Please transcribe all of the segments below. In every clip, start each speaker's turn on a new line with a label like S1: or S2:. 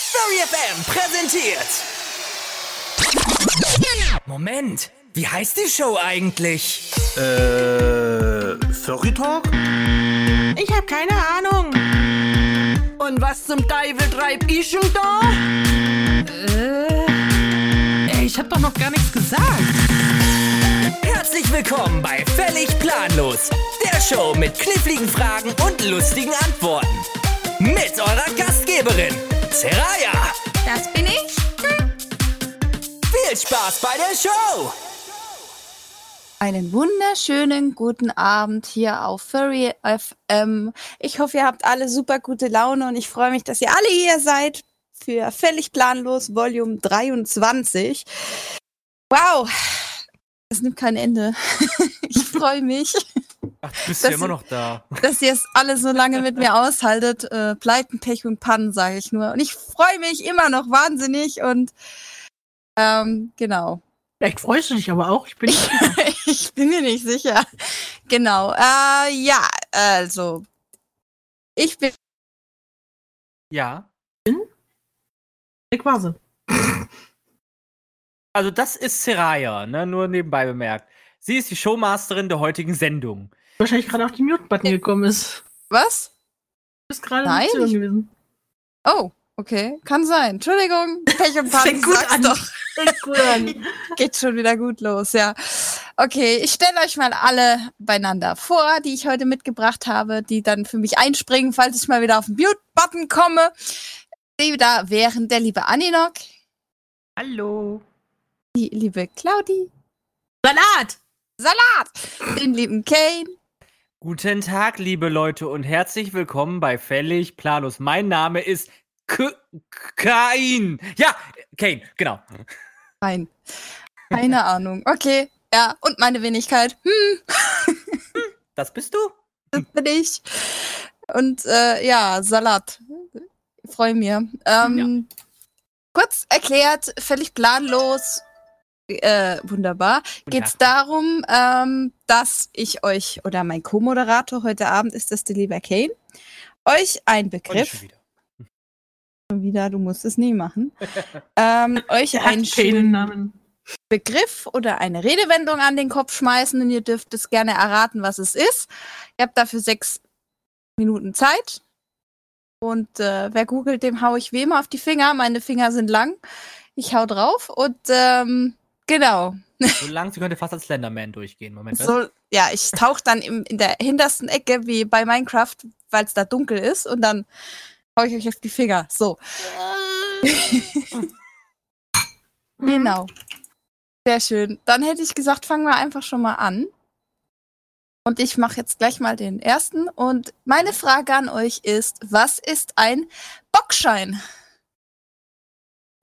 S1: Story FM präsentiert. Moment, wie heißt die Show eigentlich?
S2: Äh, Furry Talk?
S3: Ich hab keine Ahnung.
S4: Und was zum Teufel treib ich schon da?
S3: Äh, ey, ich hab doch noch gar nichts gesagt.
S1: Herzlich willkommen bei Völlig Planlos, der Show mit kniffligen Fragen und lustigen Antworten. Mit eurer Gastgeberin, Seraya.
S5: Das bin ich.
S1: Viel Spaß bei der Show.
S5: Einen wunderschönen guten Abend hier auf Furry FM. Ich hoffe, ihr habt alle super gute Laune und ich freue mich, dass ihr alle hier seid für Völlig Planlos Volume 23. Wow, es nimmt kein Ende. Ich freue mich,
S6: Ach, du bist ja
S5: Das-
S6: immer noch da.
S5: dass ihr es alle so lange mit mir aushaltet. Äh, Pleiten, Pech und Pannen, sage ich nur. Und ich freue mich immer noch wahnsinnig und ähm, genau.
S3: Vielleicht freust du dich aber auch. Ich bin
S5: ich bin mir nicht sicher. Genau. Äh, ja, also. Ich bin.
S6: Ja.
S3: Nick Vase.
S6: Also das ist Seraya, ne? nur nebenbei bemerkt. Sie ist die Showmasterin der heutigen Sendung.
S3: Wahrscheinlich gerade auf den Mute-Button gekommen ist.
S5: Was?
S3: Du bist gerade
S5: Nein,
S3: nicht
S5: ich-
S3: gewesen.
S5: Oh, okay. Kann sein. Entschuldigung. Pech und Pannen.
S3: Fängt gut
S5: sag's
S3: an.
S5: doch. Geht schon wieder gut los, ja. Okay, ich stelle euch mal alle beieinander vor, die ich heute mitgebracht habe, die dann für mich einspringen, falls ich mal wieder auf den Mute-Button komme. Die Da wären der liebe Aninok,
S3: Hallo.
S5: die liebe Claudi,
S3: Salat!
S5: den lieben Kane,
S6: Guten Tag, liebe Leute, und herzlich willkommen bei Fällig Planus. Mein Name ist K Kain. Ja, Kane, genau.
S5: Nein. Keine Ahnung. Okay. Ja, und meine Wenigkeit. Hm,
S6: Das bist du?
S5: bin ich. Und äh, ja, Salat. Freue mir. Ähm, Kurz erklärt, völlig planlos. Äh, wunderbar. Geht es
S6: Tag.
S5: darum, ähm, dass ich euch oder mein Co-Moderator heute Abend ist das der lieber Kane, euch ein
S6: Und ich schon
S5: Begriff,
S6: wieder.
S5: schon wieder, du musst es nie machen, ähm, euch
S3: Der hat
S5: einen schönen
S3: keinen Namen.
S5: Begriff oder eine Redewendung an den Kopf schmeißen und ihr dürft es gerne erraten, was es ist. Ihr habt dafür sechs Minuten Zeit. Und äh, wer googelt, dem hau ich wie immer auf die Finger. Meine Finger sind lang. Ich hau drauf und ähm, genau.
S6: So lang, sie könnte fast als Slenderman durchgehen. Moment. was?
S5: So, ja, ich tauche dann im, in der hintersten Ecke wie bei Minecraft, weil es da dunkel ist und dann hau ich euch auf die Finger. So, genau. Sehr schön. Dann hätte ich gesagt, fangen wir einfach schon mal an. Und ich mache jetzt gleich mal den ersten. Und meine Frage an euch ist, was ist ein Bockschein?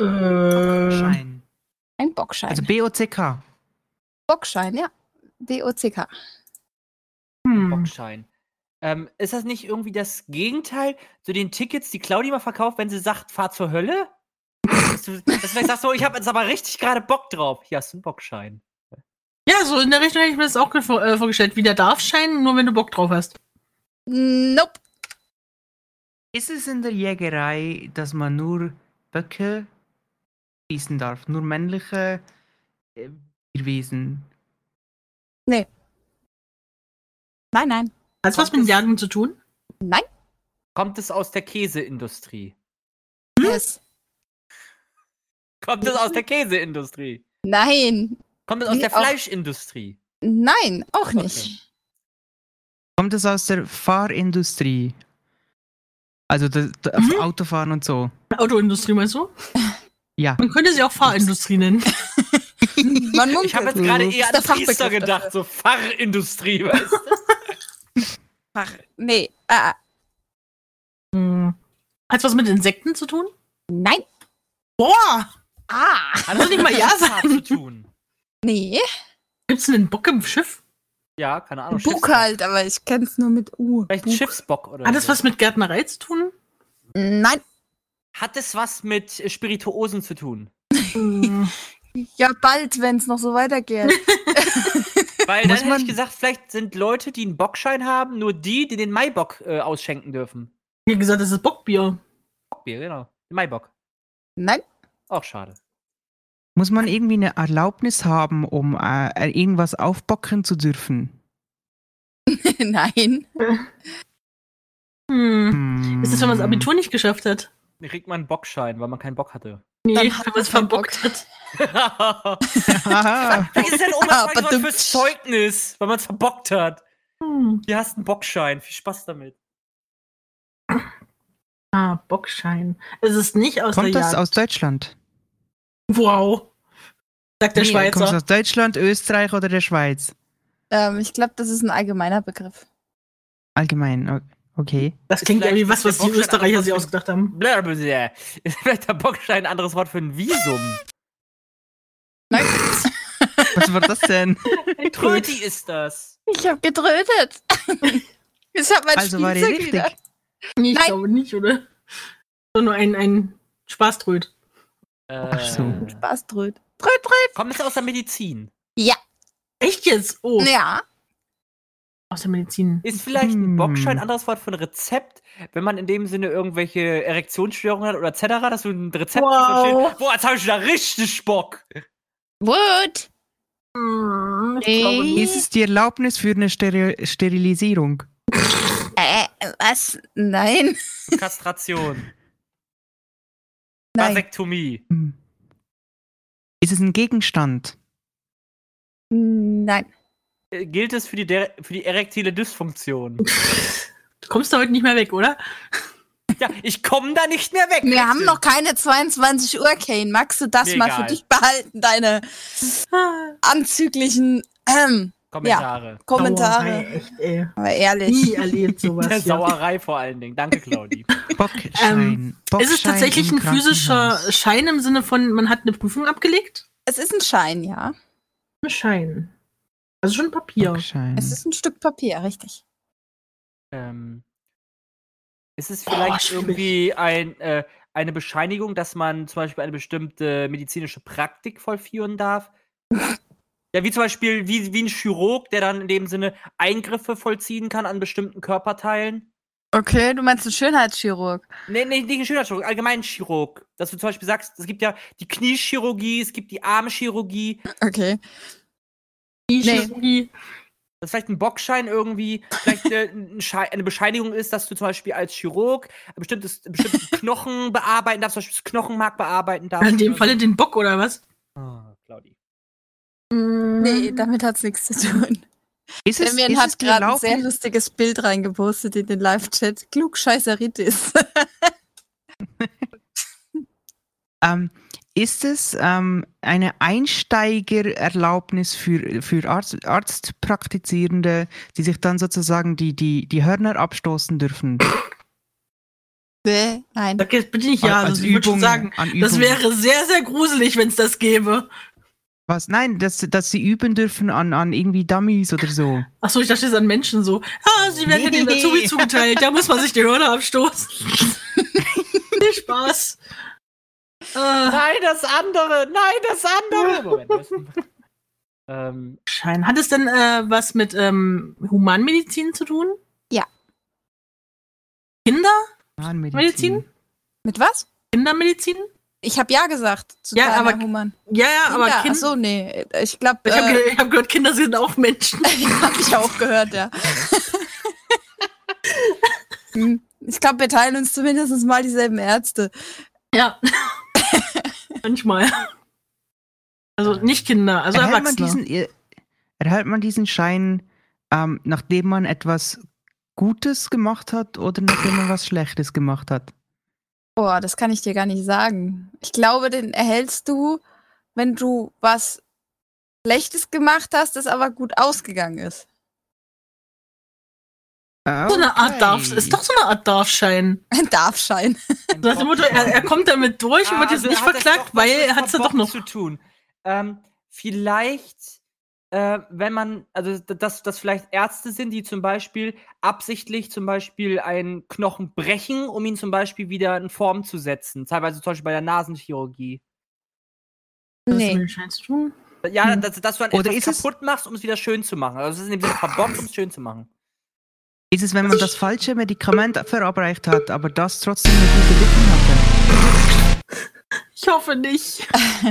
S3: Äh,
S7: Schein.
S5: Ein Bockschein.
S7: Also BOCK.
S5: Bockschein, ja. B-O-C-K.
S3: hm.
S6: Bockschein. Ähm, ist das nicht irgendwie das Gegenteil zu den Tickets, die Claudia mal verkauft, wenn sie sagt, fahr zur Hölle? Dass du- dass du sagst, so, ich habe jetzt aber richtig gerade Bock drauf. Hier hast du einen Bockschein.
S3: Ja, so in der Richtung hätte ich mir das auch ge- vor- äh, vorgestellt. Wie der darf scheinen, nur wenn du Bock drauf hast.
S5: Nope.
S7: Ist es in der Jägerei, dass man nur Böcke schießen darf? Nur männliche äh, Tierwesen?
S5: Nein, nein.
S3: Hat was mit Jagen zu tun?
S5: Nein.
S6: Kommt es aus der Käseindustrie?
S5: Yes.
S6: Kommt es aus der Käseindustrie?
S5: Nein.
S6: Kommt es aus
S5: Wie
S6: der
S5: auch-
S6: Fleischindustrie?
S5: Nein, auch nicht.
S7: Kommt es aus der Fahrindustrie? Also das, das
S3: Mhm.
S7: Autofahren und so?
S3: Autoindustrie meinst du?
S7: Ja.
S3: Man könnte sie auch Fahrindustrie nennen.
S5: Man munkelt.
S6: Ich habe jetzt gerade eher
S5: Mhm. Ist der
S6: an Priester
S5: Fachbegriff
S6: gedacht,
S5: dafür.
S6: so Pfarrindustrie, weißt du?
S5: Fach- Nee. Äh,
S3: Hm. Hat was mit Insekten zu tun?
S5: nein.
S3: Boah!
S5: Ah.
S6: Hat das
S3: nicht mal Ja
S6: mit Pfarr zu tun?
S5: Nee.
S3: Gibt's denn einen Bock im Schiff?
S6: Ja, keine Ahnung.
S5: Bug
S6: Schiffsbock.
S5: halt, aber ich kenn's nur mit U.
S6: Oh, Vielleicht ein Schiffsbock oder
S3: Hat das
S6: so.
S3: was mit Gärtnerei zu tun?
S5: Nein.
S6: Hat es was mit äh, Spirituosen zu tun?
S3: Hm.
S5: Ja, bald, wenn's noch so weitergeht.
S6: Weil dann
S7: Muss
S6: hätte
S7: man-
S6: ich gesagt, vielleicht sind Leute, die einen Bockschein haben, nur die, die den Maibock äh, ausschenken dürfen.
S3: Wie gesagt, das ist Bockbier.
S6: Bockbier, genau. Den Maibock.
S5: Nein.
S6: Auch schade.
S7: Muss man irgendwie eine Erlaubnis haben, um äh, irgendwas aufbocken zu dürfen?
S5: Nein.
S3: Hm.
S7: Hm.
S3: Ist das, wenn man das Abitur nicht geschafft hat?
S6: Dann kriegt man einen Bockschein, weil man keinen Bock hatte.
S3: Nee,
S5: Dann
S3: wenn
S5: hat
S3: man
S5: man
S3: es
S5: keinen
S3: verbockt hat.
S6: Vielleicht
S7: Aha.
S6: ist denn
S5: Ah,
S6: Oma
S5: badum.
S6: fürs Zeugnis, weil man es verbockt hat.
S3: Hm.
S6: Hier hast du einen Bockschein. Viel Spaß damit.
S3: Ah, Bockschein. Es ist nicht aus
S7: Kommt
S3: der
S7: das
S3: Jagd.
S7: aus Deutschland?
S3: wow. Sagt der
S7: Nee,
S3: Schweizer.
S7: Kommt das aus Deutschland, Österreich oder der Schweiz?
S5: Ähm, ich glaube, das ist ein allgemeiner Begriff.
S7: Allgemein, o- okay.
S3: Das
S6: Ist
S3: klingt
S6: vielleicht-
S3: irgendwie was,
S6: ist der
S3: was die
S6: Bockstein
S3: Österreicher
S6: anders
S3: sich
S6: als-
S3: ausgedacht haben.
S6: Blablabla. Ist vielleicht der Bockschein ein anderes Wort für ein Visum?
S5: Nein.
S7: Was war das denn?
S6: Tröti ist das.
S5: ich habe gedrötet. Jetzt hat mein
S7: also war die
S5: Spielzeug
S7: richtig.
S5: wieder.
S3: Nee, ich
S5: Nein.
S3: glaube nicht, oder? So nur ein, ein Spaßtröd.
S6: Ach
S7: so.
S5: Spaß dröt. Dröt, dröt.
S6: Äh, Kommt es aus der Medizin?
S3: Echt jetzt? Oh,
S5: Ja.
S3: aus der Medizin.
S6: Ist vielleicht ein
S7: Hm.
S6: Bockschein ein anderes Wort für ein Rezept, wenn man in dem Sinne irgendwelche Erektionsstörungen hat oder etc., dass du ein Rezept
S3: Wow.
S6: hast und steht, boah, jetzt habe ich da richtig Bock.
S5: Wood.
S3: Hm,
S5: Nee.
S3: Ich glaube nicht.
S7: Ist es die Erlaubnis für eine Steri Sterilisierung?
S5: Äh, was? Nein.
S6: Kastration,
S5: Nein.
S6: Vasektomie.
S7: Hm. Ist es ein Gegenstand?
S5: Nein.
S6: Äh, Gilt es für die, der für die erektile Dysfunktion?
S3: Du kommst da heute nicht mehr weg, oder?
S6: ja, ich komme da nicht mehr weg.
S5: Wir haben noch keine 22 Uhr, Kane. Magst du das
S6: Mir
S5: mal
S6: egal.
S5: für dich behalten, deine
S3: Ah,
S5: anzüglichen ähm,
S6: Kommentare.
S5: Kommentare?
S3: Sauerei, echt, ey.
S5: Aber ehrlich.
S3: Nie erlebt sowas.
S6: Der
S3: hier.
S6: Sauerei vor allen Dingen. Danke, Claudi.
S7: Bockschein. Bockschein
S3: Ähm, Ist es tatsächlich
S7: im
S3: ein physischer
S7: Krankenhaus.
S3: Schein im Sinne von, man hat eine Prüfung abgelegt?
S5: Es ist ein Schein, ja.
S3: Ein Schein. Also schon Papier.
S7: Bockschein.
S5: Es ist ein Stück Papier, richtig.
S6: Ähm, ist es
S3: Boah,
S6: vielleicht
S3: schwierig.
S6: irgendwie ein, äh, eine Bescheinigung, dass man zum Beispiel eine bestimmte medizinische Praktik vollführen darf? Ja, wie zum Beispiel wie, wie ein Chirurg, der dann in dem Sinne Eingriffe vollziehen kann an bestimmten Körperteilen.
S5: Okay, du meinst einen Schönheitschirurg.
S6: Nee, nee, nicht ein schöner Chirurg, allgemein Chirurg. Dass du zum Beispiel sagst, es gibt ja die Kniechirurgie, es gibt die Armchirurgie.
S5: Okay.
S3: Die
S5: Nee.
S3: Chirurgie.
S6: dass vielleicht ein Bockschein irgendwie, vielleicht eine, ein Schei- eine Bescheinigung ist, dass du zum Beispiel als Chirurg ein bestimmtes, einen bestimmten Knochen bearbeiten darfst, zum Beispiel das Knochenmark bearbeiten darfst.
S3: In dem
S6: oder so.
S3: Falle den Bock, oder was?
S6: Ah, Claudi.
S3: Hm.
S5: Nee, damit hat's nichts zu tun.
S7: Ist es,
S5: Damien
S7: ist es
S5: hat
S7: die
S5: gerade ein sehr
S7: Erlaubnis?
S5: lustiges Bild reingepostet in den Live-Chat. Klugscheißeritis.
S7: Ähm, ist es ähm, eine Einsteigererlaubnis für, für Arzt, Arztpraktizierende, die sich dann sozusagen die, die, die Hörner abstoßen dürfen?
S5: Bäh, Nein.
S3: Sag jetzt bitte nicht ja,
S7: Als
S3: also ich würde schon sagen.
S7: an Übung.
S3: Das wäre sehr, sehr gruselig, wenn es das gäbe.
S7: Was? Nein, dass, dass sie üben dürfen an, an irgendwie Dummies oder so.
S3: Achso, ich dachte es ist an Menschen so. Ah, sie werden
S7: Nee.
S3: dem Azubi zugeteilt, da muss man sich die Hörner abstoßen. Viel Spaß. Äh,
S6: Nein, das andere! Nein, das andere! Moment, das ähm,
S3: Schein. Hat es denn äh, was mit ähm, Humanmedizin zu tun?
S5: Ja.
S3: Kinder?
S7: Humanmedizin.
S5: Mit was?
S3: Kindermedizin?
S5: Ich habe ja gesagt zu
S3: Ja,
S5: deiner
S3: aber-
S5: Human.
S3: Ja, ja, aber
S5: Kinder,
S3: Kinder.
S5: Achso, nee. Ich glaube,
S3: Ich habe
S5: äh,
S3: ge ich hab gehört, Kinder sind auch Menschen.
S5: hab ich auch gehört, ja. Hm, ich glaube, wir teilen uns zumindest mal dieselben Ärzte.
S3: Ja. Manchmal. Also
S6: Äh,
S3: nicht Kinder, also
S7: erhält, man
S3: Erwachsene.
S7: diesen, er- erhält man diesen Schein, ähm, nachdem man etwas Gutes gemacht hat oder nachdem man was Schlechtes gemacht hat?
S5: Boah, das kann ich dir gar nicht sagen. Ich glaube, den erhältst du, wenn du was Schlechtes gemacht hast, das aber gut ausgegangen ist.
S3: so eine Art Darf, ist doch so eine Art Darfschein.
S5: Ein Darfschein.
S6: ein
S3: So nach dem Motto, er, er kommt damit durch und wird jetzt
S6: also
S3: nicht
S6: hat das
S3: verklagt,
S6: doch was
S3: weil
S6: mit
S3: er hat es ja doch
S6: Verbot
S3: noch.
S6: zu tun. Ähm, vielleicht, äh, wenn man, also d- dass das vielleicht Ärzte sind, die zum Beispiel absichtlich zum Beispiel einen Knochen brechen, um ihn zum Beispiel wieder in Form zu setzen. Teilweise zum Beispiel bei der Nasenchirurgie.
S3: Was hat das
S5: Nee.
S3: mit dem Schein zu tun?
S6: Ja,
S7: Hm.
S6: dass, dass du dann
S7: Oder
S6: etwas
S7: ist es-
S6: kaputt machst, um es wieder schön zu machen. Also es ist in dem Sinne verbockt, um es schön zu machen.
S7: Ist es, wenn
S3: Also
S7: man das falsche Medikament verabreicht hat, aber das trotzdem eine gute Wirkung hatte?
S3: Ich hoffe nicht.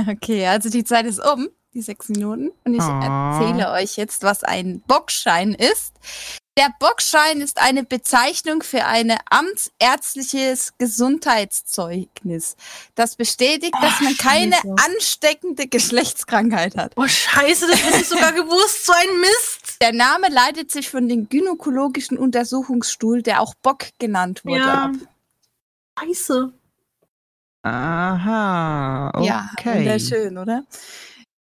S5: Okay, also die Zeit ist um, die sechs Minuten. Und ich
S7: Ah.
S5: erzähle euch jetzt, was ein Bockschein ist. Der Bockschein ist eine Bezeichnung für ein amtsärztliches Gesundheitszeugnis. Das bestätigt, dass man keine ansteckende Geschlechtskrankheit hat.
S3: Oh, scheiße, das hätte ich sogar gewusst. So ein Mist.
S5: Der Name leitet sich von dem gynäkologischen Untersuchungsstuhl, der auch Bock genannt wurde,
S3: Ja.
S5: ab.
S3: Scheiße.
S7: Aha,
S5: Ja,
S7: okay.
S5: wunderschön, oder?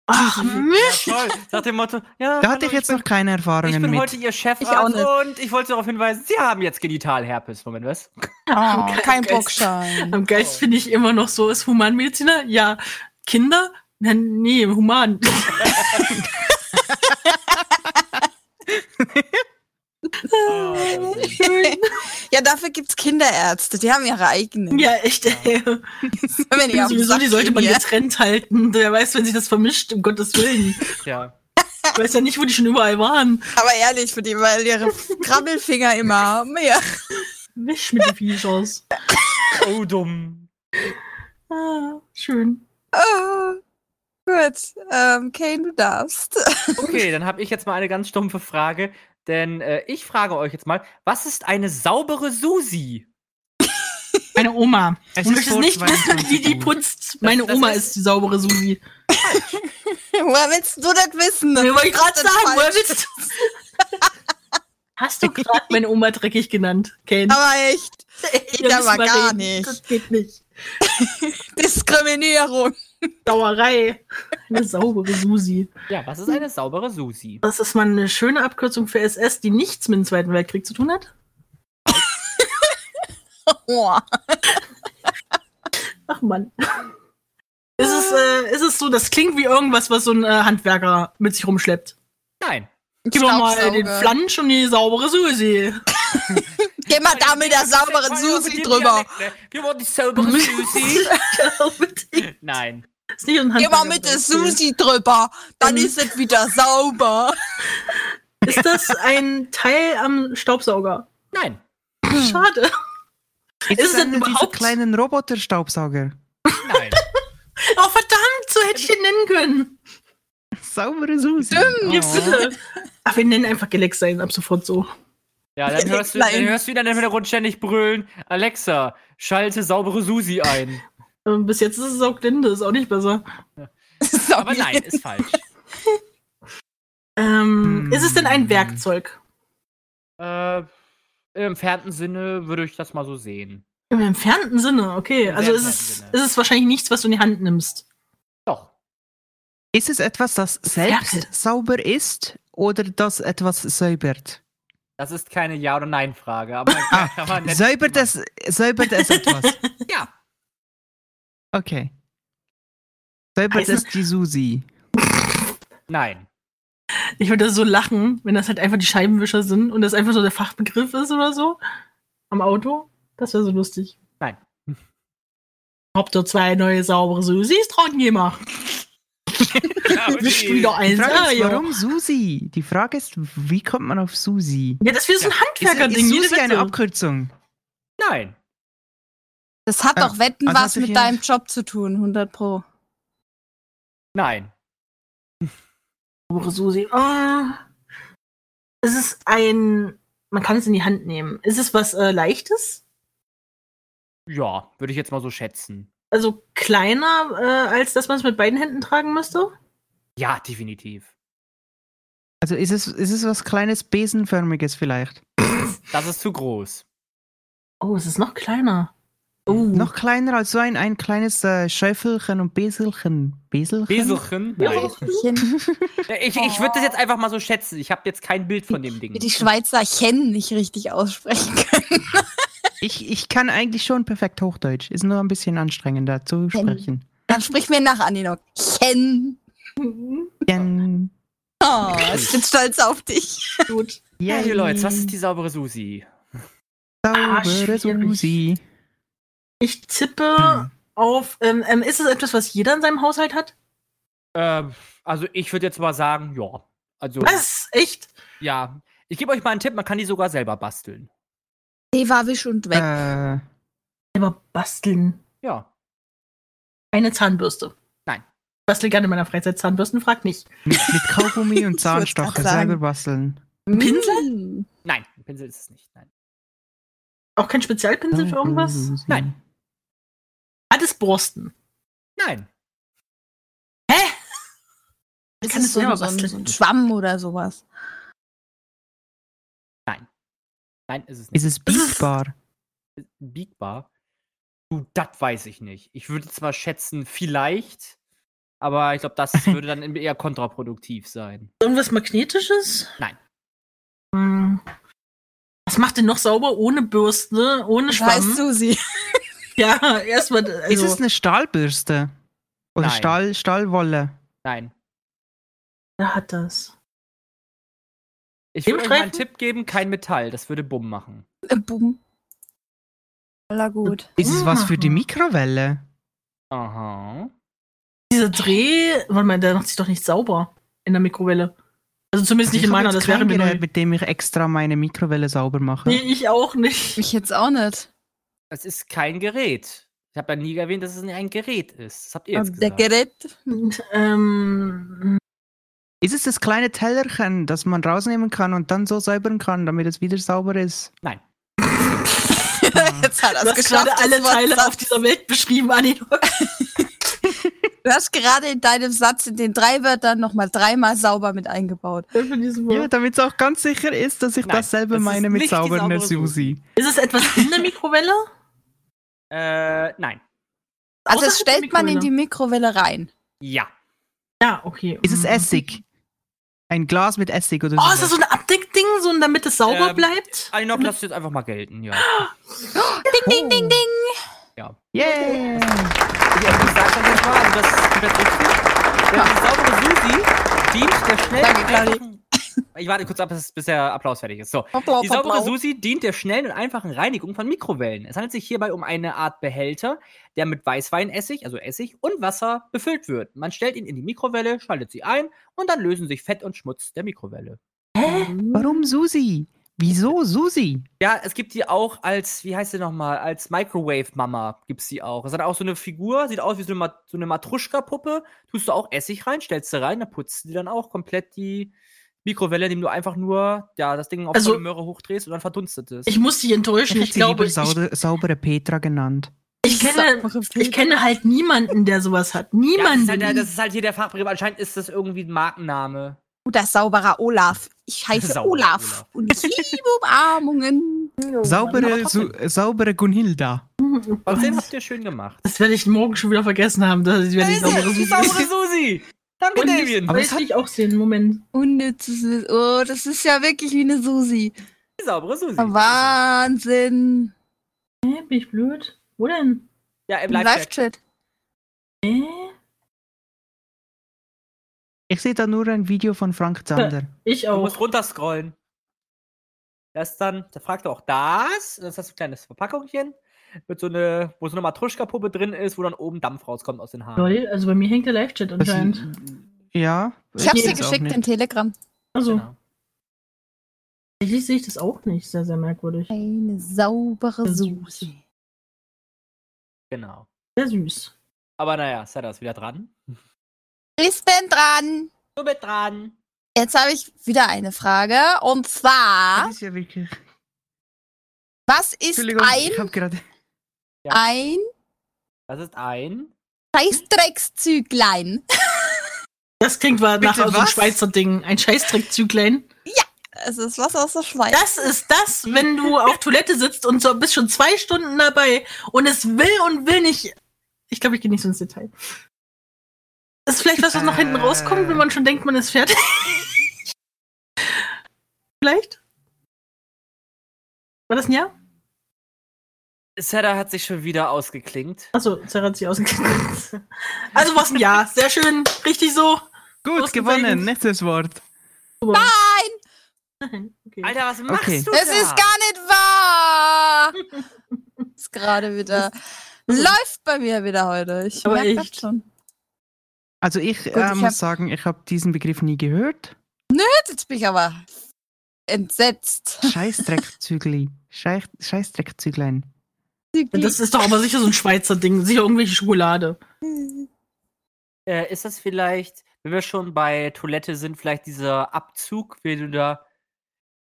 S3: Ach, Mist.
S6: Toll. Nach dem Motto, ja,
S7: da hatte
S6: hallo,
S7: ich jetzt
S6: bin,
S7: noch keine
S6: Ich
S7: Erfahrungen
S6: bin
S7: mit.
S6: heute Ihr
S5: Ich auch
S6: Chefarzt
S5: nicht.
S6: und ich wollte darauf hinweisen, Sie haben jetzt Genitalherpes. Moment, was?
S5: Oh, kein
S3: Geist.
S5: Bockschein.
S3: Am geilsten finde ich immer noch so, ist Humanmediziner? Ja. Kinder? Na, nee, human.
S5: Ja, dafür gibt's Kinderärzte, die haben ihre eigenen.
S3: ja, echt. Ey.
S5: Wenn ihr auf den
S3: Sowieso,
S5: Sack
S3: die sollte man
S5: geht, ja.
S3: getrennt halten. Wer weiß, wenn sich das vermischt, um Gottes Willen.
S6: Ja.
S3: Ich weiß ja nicht, wo die schon überall waren.
S5: Aber ehrlich, für die, weil ihre Krabbelfinger immer haben. Ja.
S3: Misch mit den Viechers.
S6: Oh, dumm.
S3: Ah, schön.
S5: Oh, gut. Ähm, Kane, du darfst.
S6: Okay, dann habe ich jetzt mal eine ganz stumpfe Frage, denn äh, ich frage euch jetzt mal, was ist eine saubere Susi?
S3: Meine Oma.
S7: Es
S3: Du möchtest
S7: vor
S3: nicht wissen,
S7: 22
S3: wie die
S7: Uhr.
S3: putzt. Meine
S6: das
S3: Oma
S6: ist-
S3: ist die saubere Susi.
S5: Woher willst du das wissen?
S3: Wir wollen gerade
S5: Das ist
S3: sagen, woher
S5: falsch.
S3: willst du das? Hast du gerade meine Oma dreckig genannt, Kane?
S5: Aber echt,
S3: Da
S5: geht aber
S3: müssen wir
S5: gar
S3: reden.
S5: nicht.
S3: Das geht nicht.
S5: Diskriminierung.
S3: Sauerei. Eine saubere Susi.
S6: Ja, was ist eine saubere Susi?
S3: Das ist mal eine schöne Abkürzung für SS, die nichts mit dem Zweiten Weltkrieg zu tun hat.
S5: Oh.
S3: Ach Mann. Ist es, äh, ist es so, das klingt wie irgendwas, was so ein äh, Handwerker mit sich rumschleppt.
S6: Nein.
S3: Gib doch mal den
S5: Staubsauger.
S3: Flansch und die saubere Susi.
S5: Geh mal da mit der sauberen Susi drüber.
S6: ne? Wir wollen die saubere Susi.
S3: ist
S6: Nein.
S3: nicht ein
S5: Geh
S3: Handwerker.
S5: mal mit der Susi drüber. Dann
S3: Ähm.
S5: ist es wieder sauber.
S3: Ist das ein Teil am Staubsauger?
S6: Nein.
S5: Hm.
S3: Schade. es
S7: Ist es
S3: denn
S7: denn diese
S3: überhaupt-
S7: kleinen Roboterstaubsauger?
S6: Nein.
S3: Oh, verdammt, so hätte ich ihn nennen können.
S7: Saubere Susi.
S3: Ja,
S7: Oh.
S3: bitte. Ach, wir nennen einfach Galaxy ab sofort so.
S6: Ja, dann hörst, du, dann
S5: Nein.
S6: hörst du wieder im Hintergrund ständig brüllen. Alexa, schalte saubere Susi ein.
S3: Ähm, Bis jetzt ist es auch Glinde, ist auch nicht besser.
S6: Aber nein, ist falsch.
S3: Ähm,
S7: Hm.
S3: Ist es denn ein Werkzeug?
S6: äh, Im entfernten Sinne würde ich das mal so sehen.
S3: Im entfernten Sinne, okay.
S6: Im
S3: Also
S6: sehr
S3: ist es,
S6: entfernten
S3: ist es wahrscheinlich nichts, was du in die Hand nimmst.
S6: Doch.
S7: Ist es etwas, das selbst
S3: Ferkel.
S7: sauber ist oder das etwas säubert?
S6: Das ist keine Ja- oder Nein-Frage. Aber, aber nett
S7: Säubert
S6: gemacht.
S7: es, säubert es etwas?
S6: Ja.
S7: Okay. Säubert
S3: Heißen-
S7: es die Susi?
S6: Nein.
S3: Ich würde so lachen, wenn das halt einfach die Scheibenwischer sind und das einfach so der Fachbegriff ist oder so. Am Auto. Das wäre so lustig.
S6: Nein.
S3: Habt ihr zwei neue saubere Susis dran gemacht? Wisch wieder
S7: Die
S3: eins.
S7: Frage
S3: Ah,
S7: ist,
S3: ja.
S7: warum Susi? Die Frage ist, wie kommt man auf Susi?
S3: ja, das wäre so ein
S7: Ist, ist
S3: Handwerkerding. jede
S7: Susi eine
S3: Wette.
S7: Abkürzung?
S6: Nein.
S5: Das hat doch Wetten
S7: also
S5: Ähm, was
S7: hast du
S5: mit
S7: hier-
S5: deinem Job zu tun, 100 Pro.
S6: Nein.
S3: saubere Susi. Ah. Es ist ein. Man kann es in die Hand nehmen. Ist es was äh, Leichtes?
S6: Ja, würde ich jetzt mal so schätzen.
S3: Also kleiner, äh, als dass man es mit beiden Händen tragen müsste?
S6: Ja, definitiv.
S7: Also ist es, ist es was kleines Besenförmiges vielleicht?
S6: Das ist zu groß.
S3: Oh, es ist noch kleiner. Oh.
S7: Noch kleiner als so ein, ein kleines äh, Schäufelchen und Beselchen. Beselchen?
S6: Besuchen? Nein.
S5: Chen-
S6: Ja, Ich, ich würde das jetzt einfach mal so schätzen. Ich habe jetzt kein Bild von dem
S3: Hm,
S6: Ding.
S5: Wie die Schweizer Chen nicht richtig aussprechen können.
S7: Ich, ich kann eigentlich schon perfekt Hochdeutsch. Ist nur ein bisschen anstrengender zu sprechen.
S5: Dann sprich mir nach, Aninok. Chen.
S7: Jen.
S5: Oh, ich bin stolz auf dich.
S3: Gut.
S6: Ja,
S7: Yay.
S6: ihr Leute, was ist die saubere Susi?
S3: Ah,
S7: saubere
S3: schwierig.
S7: Susi?
S3: Ich tippe auf. Ähm, ähm, ist es etwas, was jeder in seinem Haushalt hat?
S6: Ähm, also ich würde jetzt mal sagen, ja. Also,
S3: Was? Echt?
S6: ja. Ich gebe euch mal einen Tipp, man kann die sogar selber basteln.
S5: Eva, wisch und weg.
S7: Äh,
S3: Selber basteln.
S6: Ja.
S3: eine Zahnbürste?
S6: Nein.
S3: Bastel gerne in meiner Freizeit Zahnbürsten, fragt nicht.
S7: Mit, mit Kaugummi und Zahnstocher
S5: grad sagen.
S7: selber basteln.
S3: Äh, Pinsel?
S5: Hm.
S6: Nein, ein Pinsel ist es nicht. Nein.
S3: Auch kein Spezialpinsel für irgendwas?
S7: Äh,
S6: Nein.
S3: Hat es Borsten?
S6: Nein.
S5: Ist
S3: kann
S5: es
S3: es
S5: so,
S3: selber
S5: ein- so, ein,
S3: basteln.
S5: so ein Schwamm oder sowas?
S6: Nein, ist es nicht.
S7: Ist es biegbar?
S6: biegbar? Du, das weiß ich nicht. Ich würde zwar schätzen, vielleicht, aber ich glaube, das würde dann eher kontraproduktiv sein.
S3: Irgendwas Magnetisches?
S6: Nein.
S3: Hm. Was macht denn noch sauber ohne Bürste, ohne
S5: Das
S3: Schwamm?
S5: heißt Susi.
S3: Ja, erstmal. Also,
S7: ist es eine Stahlbürste? Oder
S6: Nein.
S7: Stahl, Stahlwolle?
S6: Nein.
S3: wer hat das?
S6: Ich würde euch mal einen
S3: Filmstreifen?
S6: Tipp geben, kein Metall, das würde Bumm machen.
S5: Äh, Bumm. Aller gut.
S7: Ist es was für die
S3: Mhm.
S7: Mikrowelle?
S6: Aha.
S3: Dieser Dreh, warte mal, der macht sich doch nicht sauber in der Mikrowelle. Also zumindest nicht
S7: Ich
S3: in
S7: hab
S3: meiner,
S7: jetzt
S3: das wäre
S7: kein
S3: mir
S7: Gerät,
S3: neu.
S7: mit dem ich extra meine Mikrowelle sauber mache.
S3: Nee, ich auch nicht.
S5: Ich jetzt auch nicht.
S6: Es ist kein Gerät. Ich habe ja nie erwähnt, dass es nicht ein Gerät ist. Das habt ihr jetzt
S5: Der
S6: gesagt.
S5: Gerät.
S3: ähm,
S7: Ist es das kleine Tellerchen, das man rausnehmen kann und dann so säubern kann, damit es wieder sauber ist?
S6: Nein.
S5: Jetzt hat
S3: du
S5: er es
S3: hast
S5: geschafft.
S3: gerade alle
S5: das Wort
S3: Teile
S5: sagt-
S3: auf dieser Welt beschrieben, Anni.
S5: Du hast gerade in deinem Satz in den drei Wörtern nochmal dreimal sauber mit eingebaut.
S7: Ja, damit es auch ganz sicher ist, dass ich
S6: Nein,
S7: dasselbe
S6: das ist
S7: meine mit
S6: nicht die
S7: sauberner
S6: saubere
S7: Susi.
S3: Ist es etwas in der Mikrowelle?
S6: Äh, nein.
S5: Also das
S3: Außerhalb der
S5: stellt man in
S3: Mikrowelle?
S5: die Mikrowelle rein.
S6: Ja.
S3: Ja, okay.
S7: Ist
S6: Mhm.
S7: es
S3: Hm.
S7: Essig? Ein Glas mit Essig oder
S3: Oh, ist das so ein Abdeckding, so, damit es sauber
S6: Ähm,
S3: bleibt?
S6: Einok, lass es jetzt einfach mal gelten, ja.
S5: Ding, ding, ding, ding.
S3: Oh.
S7: Yeah!
S6: Ich sage das jetzt mal, also das ist komplett richtig. Denn Die saubere Susi dient der schnellen.
S5: Danke, Claudi.
S6: einfachen- Ich warte kurz ab, bis, bis der Applaus fertig ist. So.
S5: Hopp, hopp,
S6: Die
S5: hopp,
S6: saubere
S5: hopp.
S6: Susi dient der schnellen und einfachen Reinigung von Mikrowellen. Es handelt sich hierbei um eine Art Behälter, der mit Weißweinessig, also Essig und Wasser befüllt wird. Man stellt ihn in die Mikrowelle, schaltet sie ein und dann lösen sich Fett und Schmutz der Mikrowelle.
S7: Warum Susi? Wieso Susi?
S6: Ja, es gibt die auch als, wie heißt sie nochmal, als Microwave-Mama gibt's die auch. Es hat auch so eine Figur, sieht aus wie so eine, Mat- so eine Matruschka-Puppe. Tust du auch Essig rein, stellst sie rein, dann putzt die dann auch komplett die Mikrowelle, indem du einfach nur ja, das Ding auf
S3: Also-
S6: volle Möhre hochdrehst und dann verdunstet es.
S3: Ich muss dich enttäuschen. Ich,
S7: hätte sie
S3: glaube,
S7: lieber
S3: ich,
S7: saude- saubere Petra genannt.
S3: ich, kenne, ich kenne halt niemanden, der sowas hat.
S6: ja, das,
S3: Niemanden.
S6: ist halt, der- das ist halt hier der Fachbegriff. Anscheinend ist das irgendwie ein Markenname.
S5: Guter sauberer Olaf. Ich heiße
S6: Sauberer
S5: Olaf.
S6: Olaf.
S5: Und ich liebe Umarmungen.
S6: aber
S7: Saubere,
S6: trotzdem.
S7: Su äh, saubere Gunhilda.
S6: Trotzdem habt ihr schön gemacht.
S3: das werde ich morgen schon wieder vergessen haben. Das werde ich
S6: Da ist
S3: saubere
S6: sie, die
S3: Susi.
S6: saubere Susi! Danke,
S3: Und
S6: Damien!
S7: Aber
S3: Aber
S7: es
S3: das
S7: hat-
S3: will ich auch sehen. Moment.
S5: Unnützes. Oh, das ist ja wirklich wie eine Susi.
S6: Die saubere Susi.
S5: Wahnsinn.
S3: Hä, bin ich blöd? Wo denn?
S6: Ja, im
S5: Im
S6: Live-Chat.
S5: Live-Chat.
S3: Hä?
S7: Ich sehe da nur ein Video von Frank Zander.
S3: Ich
S6: Du musst
S3: auch.
S6: runterscrollen. Das dann, da fragt er auch das. Das hast du ein kleines Verpackungchen. Mit so eine, wo so eine Matruschka-Puppe drin ist, wo dann oben Dampf rauskommt aus den Haaren.
S3: Lol, also bei mir hängt der Live-Chat
S7: Das-
S3: anscheinend.
S7: Ja.
S5: Ich hab's dir
S7: weiß auch
S5: geschickt
S7: nicht.
S5: in Telegram.
S3: Also,
S6: Genau.
S3: tatsächlich sehe ich das auch nicht. Sehr, sehr merkwürdig.
S5: Eine saubere Susi.
S6: genau.
S3: Sehr süß.
S6: Aber naja, Sarah ist wieder dran.
S5: Ich bin dran.
S6: Du bist dran.
S5: Jetzt habe ich wieder eine Frage. Und zwar,
S7: Das ist ja wirklich.
S5: was ist
S7: Entschuldigung,
S5: ein,
S7: ich hab gerade.
S5: ein
S6: Das ist ein.
S5: Scheißdreckszüglein?
S3: Das klingt war nach
S7: Bitte
S3: so einem
S7: was?
S3: Schweizer Ding. Ein Scheißdreckzüglein.
S5: Es ist was aus der Schweiz.
S3: Das ist das, wenn du auf Toilette sitzt und so bist schon zwei Stunden dabei und es will und will nicht. Ich glaube, ich gehe nicht so ins Detail. Das ist vielleicht was, was nach hinten
S7: Äh.
S3: rauskommt, wenn man schon denkt, man ist fertig. vielleicht? War das ein Ja?
S6: Sarah hat sich schon wieder ausgeklingt.
S3: Achso, Sarah hat sich ausgekriegt. Also war es ein Ja. Sehr schön. Richtig so.
S7: Gut,
S3: Ausgezeichnet.
S7: gewonnen. Nächstes Wort.
S3: Nein. Okay.
S6: Alter, was machst
S7: Okay.
S6: du
S5: Es
S6: da?
S5: ist gar nicht wahr. ist gerade wieder. Also- Läuft bei mir wieder heute. Ich
S3: Aber
S5: merke
S3: echt.
S5: das schon.
S7: Also ich,
S5: Gut,
S7: äh,
S5: ich hab-
S7: muss sagen, ich habe diesen Begriff nie gehört.
S5: Jetzt, jetzt bin ich aber entsetzt.
S7: Scheißdreckzügli. Schei- Scheißdreckzüglein.
S3: Das ist doch aber sicher so ein Schweizer Ding. Sicher irgendwelche Schokolade.
S6: Äh, ist das vielleicht, wenn wir schon bei Toilette sind, vielleicht dieser Abzug, wenn du da.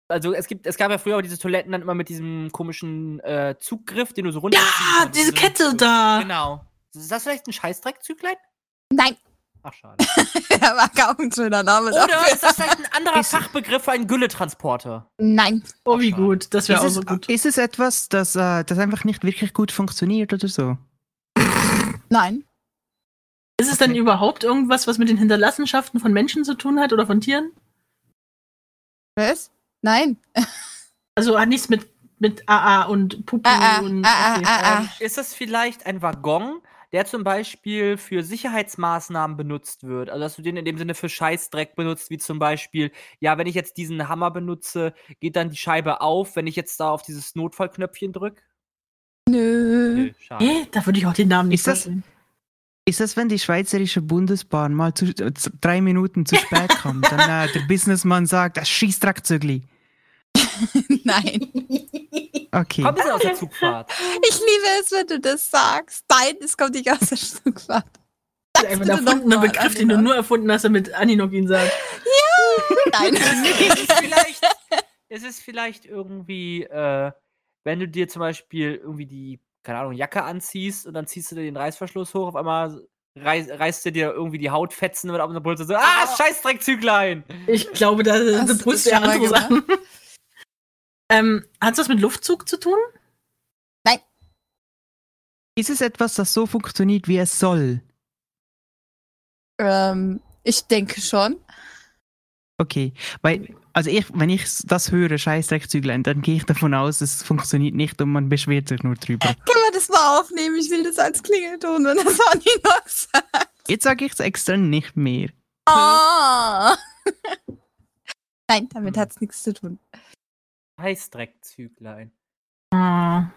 S6: Also es gibt, es gab ja früher auch diese Toiletten dann immer mit diesem komischen äh, Zuggriff, den du so runter.
S3: Ah, diese Kette da.
S6: Genau. Ist das vielleicht ein Scheißdreckzüglein?
S5: Nein,
S6: Ach schade.
S5: da war gar kein schöner Name
S6: Oder
S5: dafür.
S6: ist das vielleicht ein anderer Fachbegriff für einen Gülletransporter?
S5: Nein,
S3: Oh, wie gut. Das wäre
S7: Ist
S3: auch
S7: es,
S3: so gut.
S7: ist es etwas, das, äh, das einfach nicht wirklich gut funktioniert oder so?
S5: nein,
S3: Ist es denn überhaupt irgendwas, was mit den Hinterlassenschaften von Menschen zu tun hat oder von Tieren?
S5: was? Nein.
S3: Also hat nichts mit, mit AA und Puppen
S5: Ah, ah,
S3: und.
S5: ah, ah, ah, ah.
S6: Ähm, Ist das vielleicht ein Waggon, der zum Beispiel für Sicherheitsmaßnahmen benutzt wird? Also, dass du den in dem Sinne für Scheißdreck benutzt, wie zum Beispiel, ja, wenn ich jetzt diesen Hammer benutze, geht dann die Scheibe auf, wenn ich jetzt da auf dieses Notfallknöpfchen drücke?
S5: Nö. Hm.
S6: Nö, schade.
S3: Hey, da würde ich auch den Namen nicht
S7: Ist das-
S3: vorstellen.
S7: Ist das, wenn die Schweizerische Bundesbahn mal zu, äh, zu, drei Minuten zu spät kommt, dann äh, der Businessmann sagt, das Schießtrackzügli.
S5: Nein.
S7: Okay.
S6: Kommt es aus der Zugfahrt?
S5: Ich liebe es, wenn du das sagst. Nein, es kommt nicht aus der Stückfahrt.
S3: Das ist einfach ein
S5: bitte
S3: erfundener
S5: noch mal,
S3: Begriff, den du
S5: Aninok.
S3: nur erfunden hast, damit Aninok ihn sagt.
S5: Nein.
S6: ist es vielleicht, ist es vielleicht irgendwie, äh, wenn du dir zum Beispiel irgendwie die, keine Ahnung, Jacke anziehst und dann ziehst du dir den Reißverschluss hoch, auf einmal reiß, reißt du dir irgendwie die Hautfetzen mit auf der Brust und so, ah, Scheißdreckzüglein!
S3: Ich glaube, da
S5: Hast
S3: sind
S5: du
S3: Brust
S5: das
S3: ja
S5: schon mal
S3: andere
S5: gemacht?
S3: Sachen. Ähm, hat es was mit Luftzug zu tun?
S7: Ist es etwas, das so funktioniert, wie es soll?
S5: ähm, ich denke schon.
S7: Okay. Weil, also ich, wenn ich das höre, Scheißdreckzüglein, dann gehe ich davon aus, es funktioniert nicht und man beschwert sich nur drüber.
S5: Können wir das mal aufnehmen? Ich will das als Klingelton, wenn das Annie noch sagt.
S7: Jetzt sage ich es extra nicht mehr.
S5: Oh. Nein, damit hat es nichts zu tun.
S6: Scheißdreckzüglein.
S3: Ah,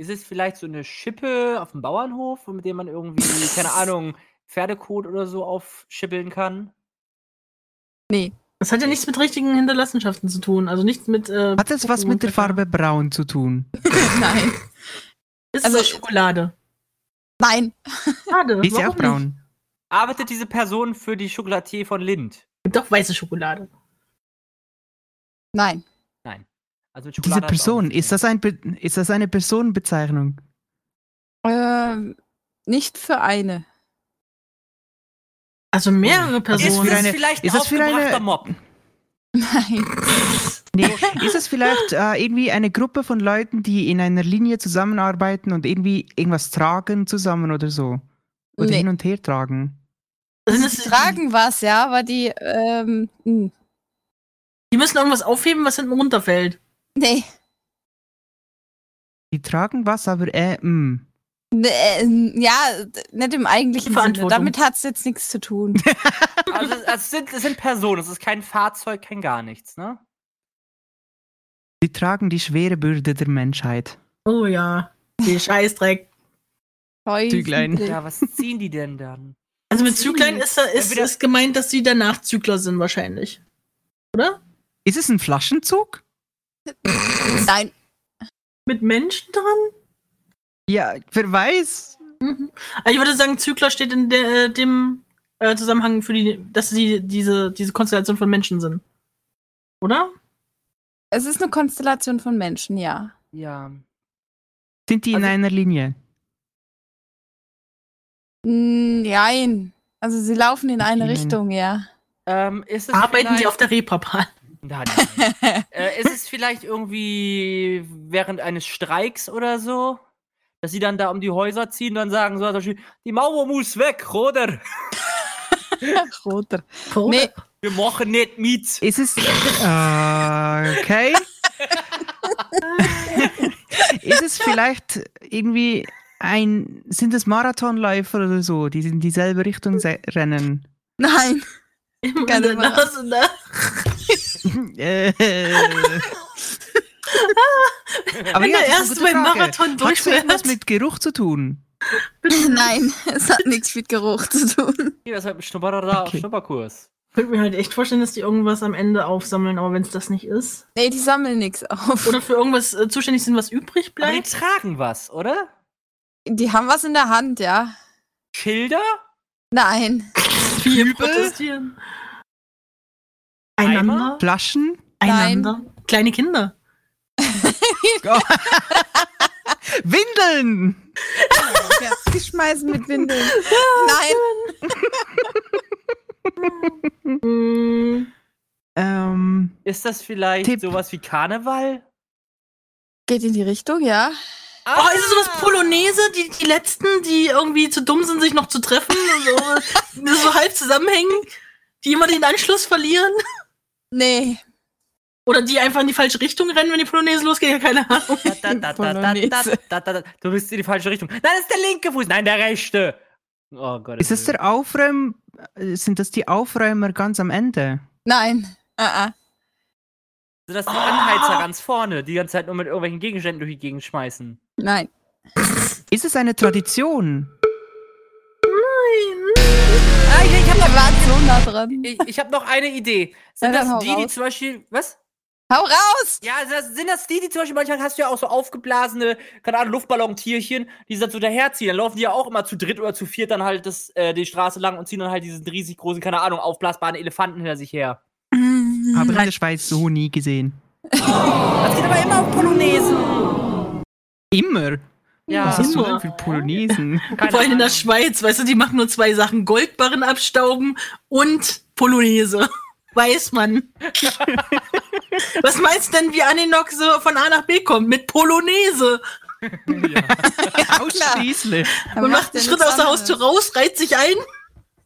S6: Ist es vielleicht so eine Schippe auf dem Bauernhof, mit der man irgendwie, keine Ahnung, Pferdekot oder so aufschippeln kann?
S3: Das hat ja nichts mit richtigen Hinterlassenschaften zu tun. Also nichts mit. Äh,
S7: Hat es was mit der Farbe braun zu tun?
S5: Nein.
S3: Ist
S5: Also-
S3: also Schokolade.
S5: Nein.
S3: Schade.
S7: Die ist ja
S3: warum
S7: auch braun.
S6: Arbeitet diese Person für die Chocolatier von Lind?
S3: Nicht? Doch weiße Schokolade.
S5: Nein.
S6: Also mit
S7: Diese
S6: Schokolade hat es auch
S7: Person,
S6: nichts
S7: ist
S6: zu
S7: das, ein, Be- ist das eine Personenbezeichnung?
S5: Ähm, nicht für eine.
S3: Also mehrere
S6: tun.
S7: Also
S3: Personen.
S7: für
S6: ist
S7: eine-
S6: das vielleicht
S7: ist
S6: ein
S7: das für eine-
S6: aufgebrachter Mob?
S5: Nein.
S7: Nee, ist es vielleicht äh, irgendwie eine Gruppe von Leuten, die in einer Linie zusammenarbeiten und irgendwie irgendwas tragen zusammen oder so? Oder
S5: Nee.
S7: hin und her tragen?
S3: Sind
S5: Die
S3: es-
S5: tragen was, ja, aber die, ähm, mh.
S3: Die müssen irgendwas aufheben, was hinten runterfällt.
S5: nee.
S7: Die tragen was, aber äh, mh.
S5: Nee, äh, ja, d- nicht im eigentlichen Sinne.
S3: Verantwortung.
S5: Damit hat es jetzt nichts zu tun.
S6: Also es, es, sind, es sind Personen, es ist kein Fahrzeug, kein gar nichts, ne?
S7: Die tragen die schwere Bürde der Menschheit.
S3: Oh ja. Die Scheißdreck.
S7: Züglein.
S5: Ja.
S6: Ja, was ziehen die denn dann?
S3: Also mit Züglein ist, da- ist,
S6: Entweder-
S3: ist gemeint, dass sie danach Zügler sind wahrscheinlich. Oder?
S7: Ist es ein Flaschenzug?
S5: Nein.
S3: Mit Menschen dran?
S7: Ja, wer weiß.
S3: Also ich würde sagen, Zügler steht in der, äh, dem äh, Zusammenhang für die, dass sie diese, diese Konstellation von Menschen sind. Oder?
S5: Es ist eine Konstellation von Menschen, ja.
S6: Ja.
S7: Sind die in
S6: Also-
S7: einer Linie?
S5: Mm, Nein. Also sie laufen in eine
S7: Ihnen.
S5: Richtung, ja.
S6: Ähm, ist es
S3: Arbeiten
S6: vielleicht,
S3: die auf der Reeperbahn?
S6: Nein, nein, nein. äh, Ist es vielleicht irgendwie während eines Streiks oder so? Dass sie dann da um die Häuser ziehen und dann sagen so, zum Beispiel, die Mauer muss weg, oder?
S5: Roter.
S3: Oder?
S5: Nee.
S6: Wir machen nicht mit.
S7: Ist es. Äh, okay. ist es vielleicht irgendwie ein. Sind es Marathonläufer oder so, die in dieselbe Richtung se- rennen?
S5: Nein. Keine
S3: Keine Nase, ne?
S7: Äh. Aber
S3: Wenn
S7: ja,
S3: der
S7: das ist eine
S3: Erste
S7: gute
S3: beim
S7: Frage.
S3: Marathon
S7: Hat's
S3: durchfährt.
S7: irgendwas mit Geruch zu tun?
S5: Nein. Es hat nichts mit Geruch zu tun.
S6: Hier ist halt ein Schnupperer
S7: Okay.
S6: Schnupperkurs.
S3: Ich könnte mir halt echt vorstellen, dass die irgendwas am Ende aufsammeln, aber wenn es das nicht ist.
S5: Nee, die sammeln nichts auf.
S3: Oder für irgendwas äh, zuständig sind, was übrig
S6: Aber die
S3: bleibt.
S6: tragen was, oder?
S5: Die haben was in der Hand, ja.
S6: Schilder?
S5: Nein.
S3: Wir protestieren. Einander?
S7: Flaschen?
S3: Einander? Kleine Kinder.
S7: Windeln!
S5: Die schmeißen mit Windeln. Nein.
S3: Oh,
S7: Ähm,
S6: Ist das vielleicht
S7: Tipp.
S6: sowas wie Karneval?
S5: Geht in die Richtung, ja?
S3: Oh, ist es sowas Polonaise? Die, die letzten, die irgendwie zu dumm sind, sich noch zu treffen und so, die so halb zusammenhängen, die immer den Anschluss verlieren
S5: Nee.
S3: oder die einfach in die falsche Richtung rennen, wenn die Polonaise losgeht, ja keine Ahnung.
S6: Da, da, da, da, da, da,
S5: Polonaise.
S6: da, da, da. Du bist in die falsche Richtung. Nein, das ist der linke Fuß. Nein, der rechte. Oh Gott.
S7: ist das der Aufräum... äh, Sind das die Aufräumer ganz am Ende?
S5: Nein. Ah, ah.
S6: Also das sind
S7: Ah!
S6: Anheizer ganz vorne, die ganze Zeit nur mit irgendwelchen Gegenständen durch die Gegend schmeißen.
S5: Nein.
S7: Ist es eine Tradition?
S5: Ah, ich ich hab da war so nah dran.
S6: Ich, ich habe noch eine Idee. Sind
S5: Ja, dann hau
S6: das die, die
S5: raus.
S6: zum Beispiel. Was?
S5: Hau raus!
S6: Ja, sind das, sind das die, die zum Beispiel manchmal hast du ja auch so aufgeblasene, keine Ahnung, Luftballontierchen, die sie dann so daherziehen. Dann laufen die ja auch immer zu dritt oder zu viert dann halt das, äh, die Straße lang und ziehen dann halt diesen riesig großen, keine Ahnung, aufblasbaren Elefanten hinter sich her.
S7: Habe ich in der Schweiz so nie gesehen.
S6: Das geht aber immer auf Polonaise.
S7: Immer?
S6: Ja,
S7: Was hast du
S3: immer.
S7: denn für Polonesen?
S6: keine
S3: Vor allem in der
S6: Ahnung.
S3: Schweiz, weißt du, die machen nur zwei Sachen: Goldbarren abstauben und Polonaise. Weiß man. Was meinst du denn, wie Aninok so von A nach B kommt? Mit Polonaise.
S7: Ausschließlich.
S3: Man macht einen Schritt aus der Haustür raus, reiht sich ein,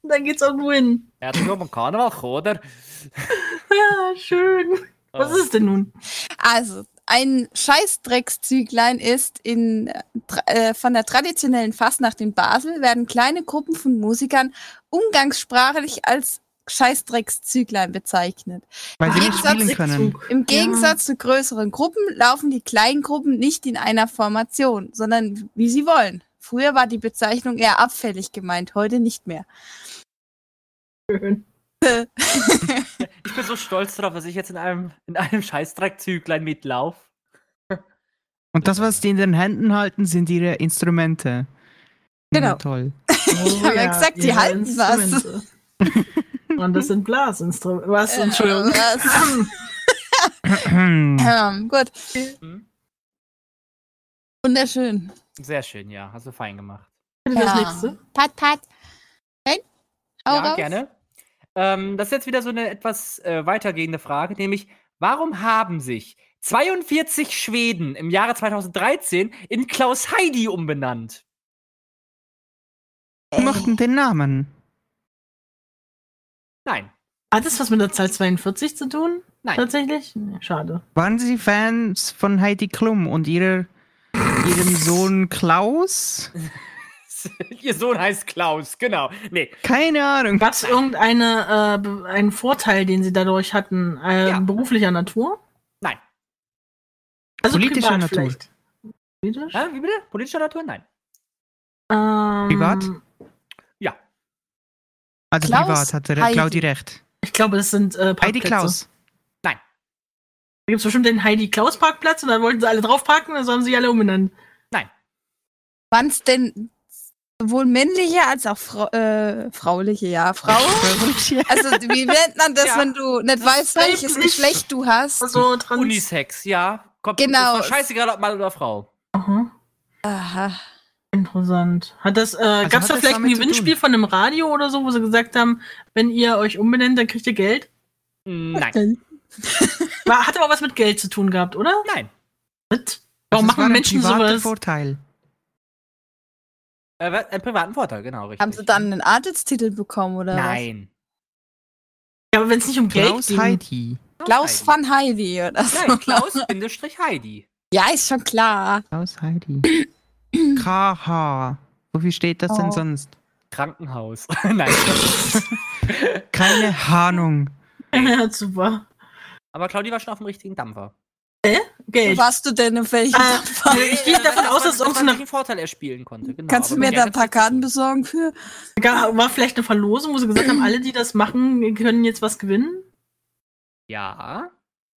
S3: und dann geht's irgendwo hin.
S6: Herzlich willkommen, Karneval, oder?
S3: Ja, schön. Was
S7: Oh.
S3: ist es denn nun?
S5: Also, ein Scheißdreckszüglein ist in, äh, tra- äh, von der traditionellen Fasnacht in Basel werden kleine Gruppen von Musikern umgangssprachlich als Scheißdreckszüglein bezeichnet.
S7: Weil sie nicht
S5: Gegensatz-
S7: spielen können.
S5: Im Gegensatz zu größeren Gruppen laufen die Kleingruppen nicht in einer Formation, sondern wie sie wollen. Früher war die Bezeichnung eher abfällig gemeint, heute nicht mehr.
S6: Ich bin so stolz darauf, dass ich jetzt in einem, in einem Scheißdreckzüglein mitlaufe.
S7: Und das, was die in den Händen halten, sind ihre Instrumente.
S5: Genau.
S7: Na, toll.
S3: Ich
S5: habe ja gesagt, die halten was.
S3: Und das sind Blasinstrumente. Was?
S5: Äh.
S3: Entschuldigung.
S5: Entschuldigung. Ähm, gut.
S6: Hm?
S5: Wunderschön.
S6: Sehr schön, ja. Hast du fein gemacht.
S3: Das
S5: Ja.
S3: nächste.
S5: Pat, pat. Nein? Hau
S6: ja,
S5: raus.
S6: gerne. Ähm, das ist jetzt wieder so eine etwas äh, weitergehende Frage, nämlich warum haben sich 42 Schweden im Jahre 2013 in Klaus Heidi umbenannt?
S7: Die mochten den Namen.
S6: Nein.
S3: Hat das was mit der Zahl 42 zu tun?
S6: Nein.
S3: Tatsächlich? Nee, Schade.
S7: Waren sie Fans von Heidi Klum und ihrer, ihrem Sohn Klaus?
S6: Ihr Sohn heißt Klaus, genau. Nee.
S7: Keine Ahnung.
S3: Gab es irgendeine, äh, be- einen Vorteil, den sie dadurch hatten, äh,
S6: Ja.
S3: beruflicher Natur?
S6: Nein.
S3: Also
S7: Politischer
S3: privat
S7: Natur.
S3: vielleicht. Politisch?
S6: Ja, wie bitte? Politischer Natur? Nein.
S3: Ähm,
S7: Privat? Also
S5: Klaus,
S7: privat hatte
S5: Heidi.
S7: Claudi recht.
S3: Ich glaube, das sind äh, Parkplätze.
S7: Heidi Klaus.
S3: Da gibt es bestimmt den Heidi Klaus Parkplatz und da wollten sie alle drauf parken, also haben sie alle umbenannt.
S5: Waren es denn sowohl männliche als auch Frau, äh, frauliche, ja. Frau? also, wie nennt man das,
S6: Ja.
S5: wenn du nicht weißt,
S3: weiblich.
S5: welches Geschlecht du hast?
S3: Also trans.
S6: Unisex, ja. Kommt,
S5: Genau.
S6: Ist doch scheißegal, ob Mann oder Frau.
S3: Aha.
S5: Aha.
S3: Interessant. Hat das, äh, gab's
S7: Also hat
S3: da
S7: das
S3: vielleicht ein
S7: damit zu
S3: Gewinnspiel
S7: tun?
S3: von einem Radio oder so, wo sie gesagt haben, wenn ihr euch umbenennt, dann kriegt ihr Geld?
S6: Nein.
S3: War, hat aber was mit Geld zu tun gehabt, oder?
S6: Nein.
S3: Was? Warum
S7: Das Also war
S3: machen
S7: ein
S3: Menschen
S7: privater
S3: sowas?
S7: Vorteil.
S6: Äh, wa- einen privaten Vorteil, genau, richtig.
S5: Haben sie dann einen Adelstitel bekommen, oder
S6: Nein.
S3: Ja, aber wenn es nicht um Geld
S7: Klaus
S3: ging.
S7: Heidi.
S5: was? Klaus
S6: Heidi.
S5: van Heidi, oder so.
S6: Nein, Klaus-Heidi.
S5: Ja, ist schon klar.
S7: Klaus Heidi. KH. Wofür steht das denn
S5: Oh.
S7: sonst?
S6: Krankenhaus. Nein.
S7: Keine Ahnung.
S3: Ja, super.
S6: Aber Claudi war schon auf dem richtigen Dampfer.
S5: Wo
S3: Geld.
S5: warst du denn auf welchem
S6: Ah.
S3: Äh,
S5: Dampfer?
S3: nee, ich gehe davon aus, dass es
S6: auch
S3: irgendeine,
S6: einen Vorteil erspielen konnte. Genau.
S5: Kannst du
S6: aber
S5: mir
S6: mit
S5: da
S6: der
S5: ein paar Karten besorgen für?
S3: gar- war vielleicht eine Verlosung, wo sie gesagt haben, alle, die das machen, können jetzt was gewinnen?
S6: Ja.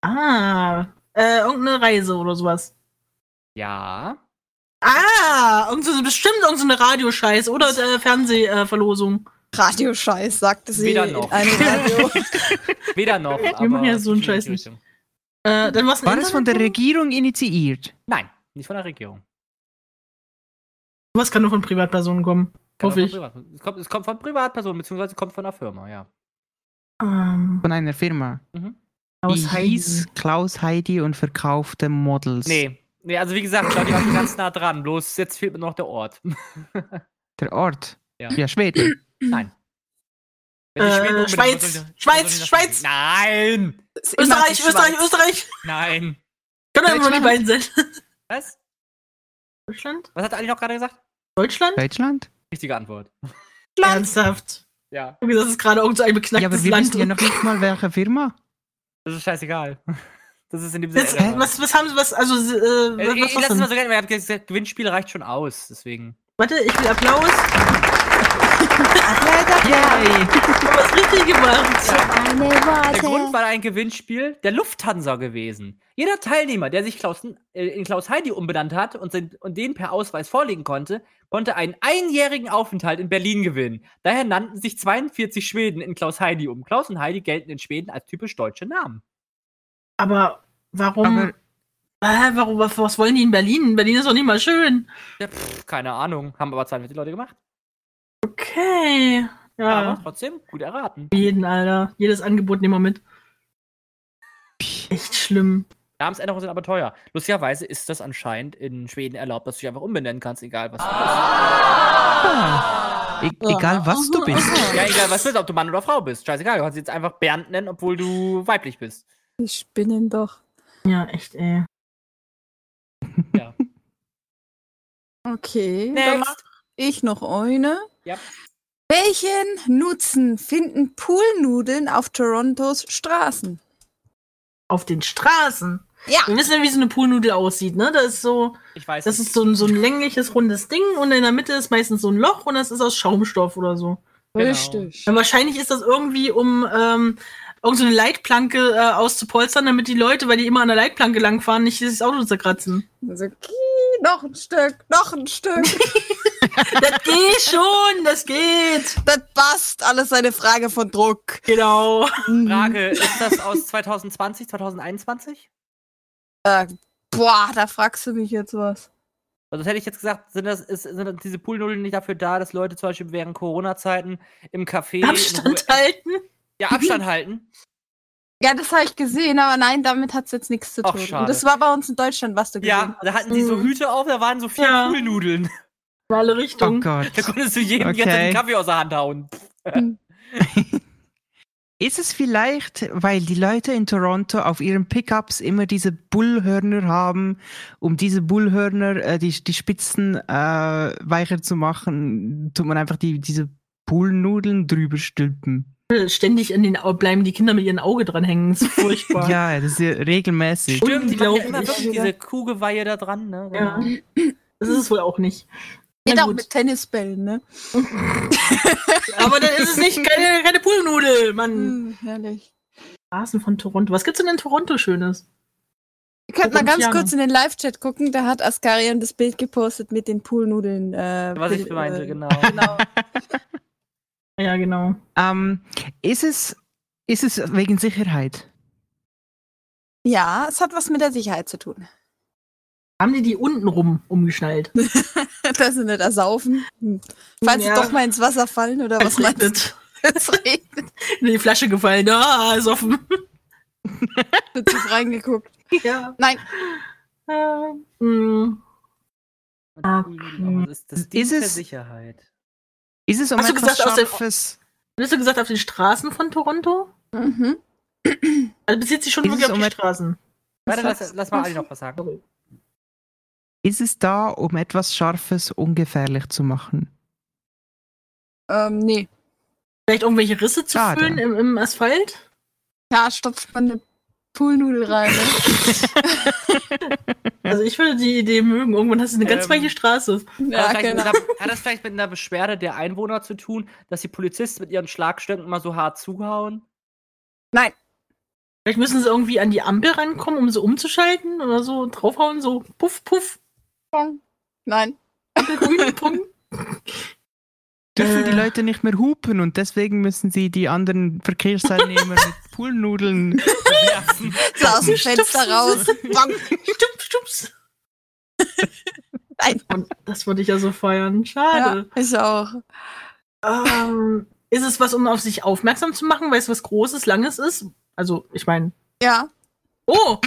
S3: Ah, äh, irgendeine Reise oder sowas.
S6: Ja.
S3: Ah, irgend so, bestimmt irgendeine Radioscheiß oder äh, Fernsehverlosung. Äh, Verlosung.
S5: Radioscheiß, sagte sie
S6: Weder
S5: in
S6: noch.
S5: einem Radio.
S6: Weder noch.
S3: Wir machen ja so einen
S6: es geht in
S3: Scheiß
S6: die
S3: nicht.
S6: Richtung.
S3: Äh, dann war's ein
S7: War das von der
S3: Internet-
S7: Regierung initiiert?
S6: Nein, nicht von der Regierung.
S3: Was kann nur von Privatpersonen kommen?
S6: Kann auch
S3: Hoffe
S6: von
S3: ich.
S6: Privatpersonen- Es kommt, es kommt von Privatpersonen, beziehungsweise kommt von einer Firma, ja.
S3: Ähm,
S7: Von einer Firma? Die
S3: aus
S7: hieß
S3: Heisen.
S7: Klaus Heidi und verkaufte Models.
S6: Nee. Nee, also wie gesagt, Claudia war schon ganz nah dran. Bloß jetzt fehlt mir noch der Ort.
S7: Der Ort?
S6: Ja.
S7: Ja, Schweden.
S6: Nein.
S3: Äh,
S6: Ich will unbedingt-
S3: Schweiz,
S6: was soll ich- was
S3: Schweiz,
S6: soll ich das-
S3: Schweiz.
S6: Nein!
S5: Das ist immer
S3: Österreich,
S5: die
S3: Österreich,
S5: Schweiz.
S3: Österreich.
S6: Nein!
S3: Können einfach nur die beiden sein.
S6: Was?
S3: Deutschland?
S6: Was hat Ali noch gerade gesagt?
S3: Deutschland?
S7: Deutschland?
S6: Richtige Antwort.
S3: Ernsthaft.
S6: Ja.
S3: Irgendwie, Das ist gerade irgend so ein
S7: ja, aber
S3: beknacktes
S7: wir
S3: Land.
S7: wissen ja noch nicht mal, welche Firma.
S6: Das ist scheißegal. Das ist in dem Sinne.
S3: Jetzt, äh,
S6: irrelevant.
S3: was, was haben sie, was, also, äh,
S6: Äh,
S3: was,
S6: ich-
S3: was,
S6: ich lass es
S3: denn?
S6: mal so gerne, weil ihr habt gesagt, Gewinnspiel reicht schon aus, deswegen.
S3: Warte, ich will Applaus.
S7: Yay!
S3: Du hast was richtig gemacht.
S5: Eine
S6: Der Grund
S5: Warte.
S6: war ein Gewinnspiel der Lufthansa gewesen. Jeder Teilnehmer, der sich Klaus, äh, in Klaus Heidi umbenannt hat und, sind, und den per Ausweis vorlegen konnte, konnte einen einjährigen Aufenthalt in Berlin gewinnen. Daher nannten sich 42 Schweden in Klaus Heidi um. Klaus und Heidi gelten in Schweden als typisch deutsche Namen.
S3: Aber warum,
S7: Aber-
S3: äh, warum, was, was wollen die in Berlin? Berlin ist doch nicht mal schön.
S6: Ja, pff, keine Ahnung, haben aber 42 Leute gemacht.
S3: Okay.
S6: Aber
S3: Ja,
S6: trotzdem, gut erraten.
S3: jeden, Alter. Jedes Angebot nehmen wir mit. Echt schlimm.
S6: Namensänderungen sind aber teuer. Lustigerweise ist das anscheinend in Schweden erlaubt, dass du dich einfach umbenennen kannst, egal was du bist.
S7: E egal, was du bist.
S6: Ja, egal, was du bist, ob du Mann oder Frau bist. Scheißegal, du kannst jetzt einfach Bernd nennen, obwohl du weiblich bist.
S5: Die spinnen doch.
S3: Ja, echt, ey.
S5: Okay. Dann mach
S6: Next.
S5: ich noch eine.
S6: Ja.
S5: Welchen Nutzen finden Poolnudeln auf Torontos Straßen?
S3: Auf den Straßen.
S5: Ja.
S3: Wir wissen ja, wie so eine Poolnudel aussieht, ne? Da ist so,
S6: Ich weiß
S3: das
S6: es.
S3: ist so ein, so ein längliches, rundes Ding und in der Mitte ist meistens so ein Loch und das ist aus Schaumstoff oder so.
S6: Genau.
S3: Ja, wahrscheinlich ist das irgendwie, um ähm, irgend so eine Leitplanke äh, auszupolstern, damit die Leute, weil die immer an der Leitplanke langfahren, nicht dieses Auto zerkratzen.
S5: Also, kii, noch ein Stück, noch ein Stück.
S3: das geht schon, das geht.
S5: das passt. Alles eine Frage von Druck. Mhm.
S3: Genau.
S6: Frage, ist das aus 2020, 2021?
S5: Äh, boah, da fragst du mich jetzt was.
S6: Also das hätte ich jetzt gesagt, sind, das, ist, sind das diese Poolnudeln nicht dafür da, dass Leute zum Beispiel während Corona-Zeiten im Café in
S3: Abstand
S6: Ruhe-
S3: halten.
S6: ja, Abstand halten?
S5: Ja, das habe ich gesehen, aber nein, damit hat es jetzt nichts zu
S6: Ach,
S5: tun.
S6: schade.
S5: Und das war bei uns in Deutschland, was du gesehen
S6: Ja,
S5: hast.
S6: da hatten die so Hüte auf, da waren so vier
S3: Ja.
S6: Poolnudeln.
S3: In alle
S7: Oh
S3: Richtungen.
S7: Gott.
S6: Da konntest du jedem die
S7: Okay.
S6: ganze Zeit den Kaffee aus der Hand hauen.
S7: Ist es vielleicht, weil die Leute in Toronto auf ihren Pickups immer diese Bullhörner haben, um diese Bullhörner, äh, die, die Spitzen äh, weicher zu machen, tut man einfach die, diese Bullnudeln drüber stülpen.
S3: Ständig in den Au bleiben die Kinder mit ihren Auge dran hängen. Das ist furchtbar.
S7: Ja, das ist ja regelmäßig.
S3: Und
S6: Stimmt, die
S3: die
S6: machen ja
S3: laufen
S6: immer
S3: nicht
S6: wirklich
S5: wieder.
S6: diese Kugelweihe da dran, ne?
S3: Ja. Das ist es wohl auch nicht.
S5: Geht
S3: Na
S5: auch
S3: gut.
S5: mit Tennisbällen, ne?
S3: Aber dann ist es nicht keine, keine Poolnudel,
S6: Mhm.
S3: Mann.
S5: Hm, herrlich.
S3: Straßen von Toronto. Was gibt's denn in Toronto Schönes?
S5: Ihr könnt mal ganz
S3: Torontianer.
S5: kurz in den Live-Chat gucken, da hat Askarion das Bild gepostet mit den Poolnudeln. Äh,
S6: Was ich
S5: Bild-
S6: meinte,
S5: äh,
S6: genau.
S5: genau.
S3: Ja, genau.
S7: Ähm, ist, es, ist es wegen Sicherheit?
S5: Ja, es hat was mit der Sicherheit zu tun.
S3: Haben die die unten rum umgeschnallt?
S5: Dass sie nicht ersaufen. Hm. Falls
S3: Ja.
S5: sie doch mal ins Wasser fallen oder was meinst du?
S3: regnet.
S5: Es regnet.
S3: In die Flasche gefallen. Ah, ist offen.
S5: Wird tief reingeguckt.
S3: Ja.
S5: Nein.
S3: Ähm, mh. Ah,
S6: Das ist das Ding
S7: Ist
S6: der
S7: es-
S6: Sicherheit.
S7: Ist es um
S3: Hast du
S7: etwas
S3: gesagt, aus dem-
S7: Scharfes?
S3: Hast du gesagt, auf den Straßen von Toronto?
S5: Mhm.
S3: Also bezieht sich schon
S7: Ist
S3: wirklich
S7: es
S3: auf die
S7: um-
S3: Straßen.
S6: Warte,
S5: Was
S6: lass, lass mal Ali noch was sagen.
S7: Ist es da, um etwas Scharfes ungefährlich zu machen?
S5: Ähm, nee.
S3: Vielleicht irgendwelche Risse zu
S7: Schade.
S3: füllen im, im Asphalt?
S5: Ja, stopft man eine Poolnudel rein. Ne?
S3: Also ich würde die Idee mögen. Irgendwann hast du eine ganz
S6: Ähm,
S3: weiche Straße.
S6: Hat das,
S5: ja,
S6: vielleicht
S5: genau.
S6: mit einer, hat das vielleicht mit einer Beschwerde der Einwohner zu tun, dass die Polizisten mit ihren Schlagstöcken immer so hart zuhauen?
S3: Vielleicht müssen sie irgendwie an die Ampel rankommen, um sie umzuschalten oder so. Draufhauen, so puff, puff.
S5: Nein.
S3: Ampel grün, pum.
S7: dürfen die Leute nicht mehr hupen und deswegen müssen sie die anderen Verkehrsteilnehmer mit Poolnudeln bewerfen.
S5: So aus dem Fenster raus. Bang.
S3: Stups, stups.
S5: Nein.
S3: Und das würde ich ja so feiern.
S5: Ja,
S3: Schade.
S5: ist auch.
S3: Ähm, ist es was, um auf sich aufmerksam zu machen, weil es was Großes, Langes ist? Also, ich meine.
S5: Ja.
S3: Oh!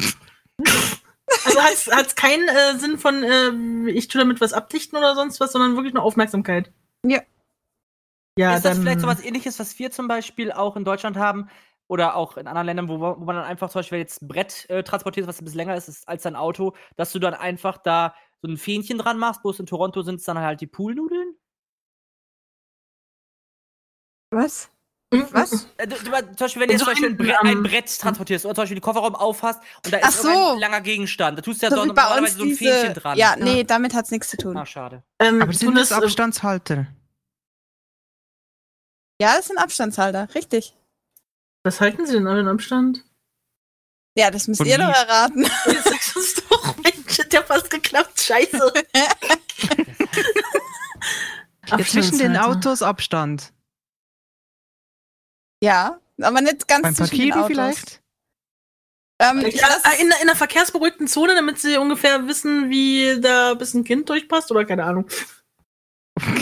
S3: Also hat es keinen äh, Sinn von, ähm, ich tue damit was abdichten oder sonst was, sondern wirklich nur Aufmerksamkeit.
S5: Ja.
S3: Ja,
S6: ist
S3: dann,
S6: das vielleicht so was ähnliches, was wir zum Beispiel auch in Deutschland haben oder auch in anderen Ländern, wo, wo man dann einfach zum Beispiel jetzt ein Brett äh, transportiert, was ein bisschen länger ist, ist als dein Auto, dass du dann einfach da so ein Fähnchen dran machst, bloß in Toronto sind es dann halt die Poolnudeln?
S5: Was?
S3: mhm,
S5: Was?
S6: Äh, du, du, zum Beispiel, wenn du jetzt zum
S3: So
S6: Beispiel ein,
S3: ein,
S6: Bre ein
S3: ähm,
S6: Brett transportierst oder zum Beispiel den Kofferraum aufhast und da
S5: Ach
S6: ist irgendein
S5: so.
S6: langer Gegenstand, da tust du ja
S5: So
S6: dort
S5: wie bei uns
S6: normalerweise so ein
S5: diese.
S6: Fähnchen dran.
S5: Ja, nee, damit hat's nichts zu tun.
S6: Ah, schade.
S3: Ähm,
S7: Aber
S3: tun
S7: sind das
S3: das, äh,
S7: Abstandshalter?
S5: Ja, das sind Abstandshalter, richtig.
S3: was halten sie denn alle in Abstand?
S5: Ja, das müsst
S7: Und
S5: ihr doch
S7: wie?
S5: erraten.
S3: Das ist doch, Mensch, hat ja fast geklappt. Scheiße.
S7: Ja, zwischen den
S3: Abstandshalter.
S7: Autos Abstand.
S5: Ja, aber nicht ganz
S7: Beim
S5: zwischen den
S7: Parkieren
S5: Autos.
S7: vielleicht?
S5: Ähm, ich
S3: Ja, äh,
S5: lass,
S3: in, in einer verkehrsberuhigten Zone, damit sie ungefähr wissen, wie da bis ein Kind durchpasst oder keine Ahnung.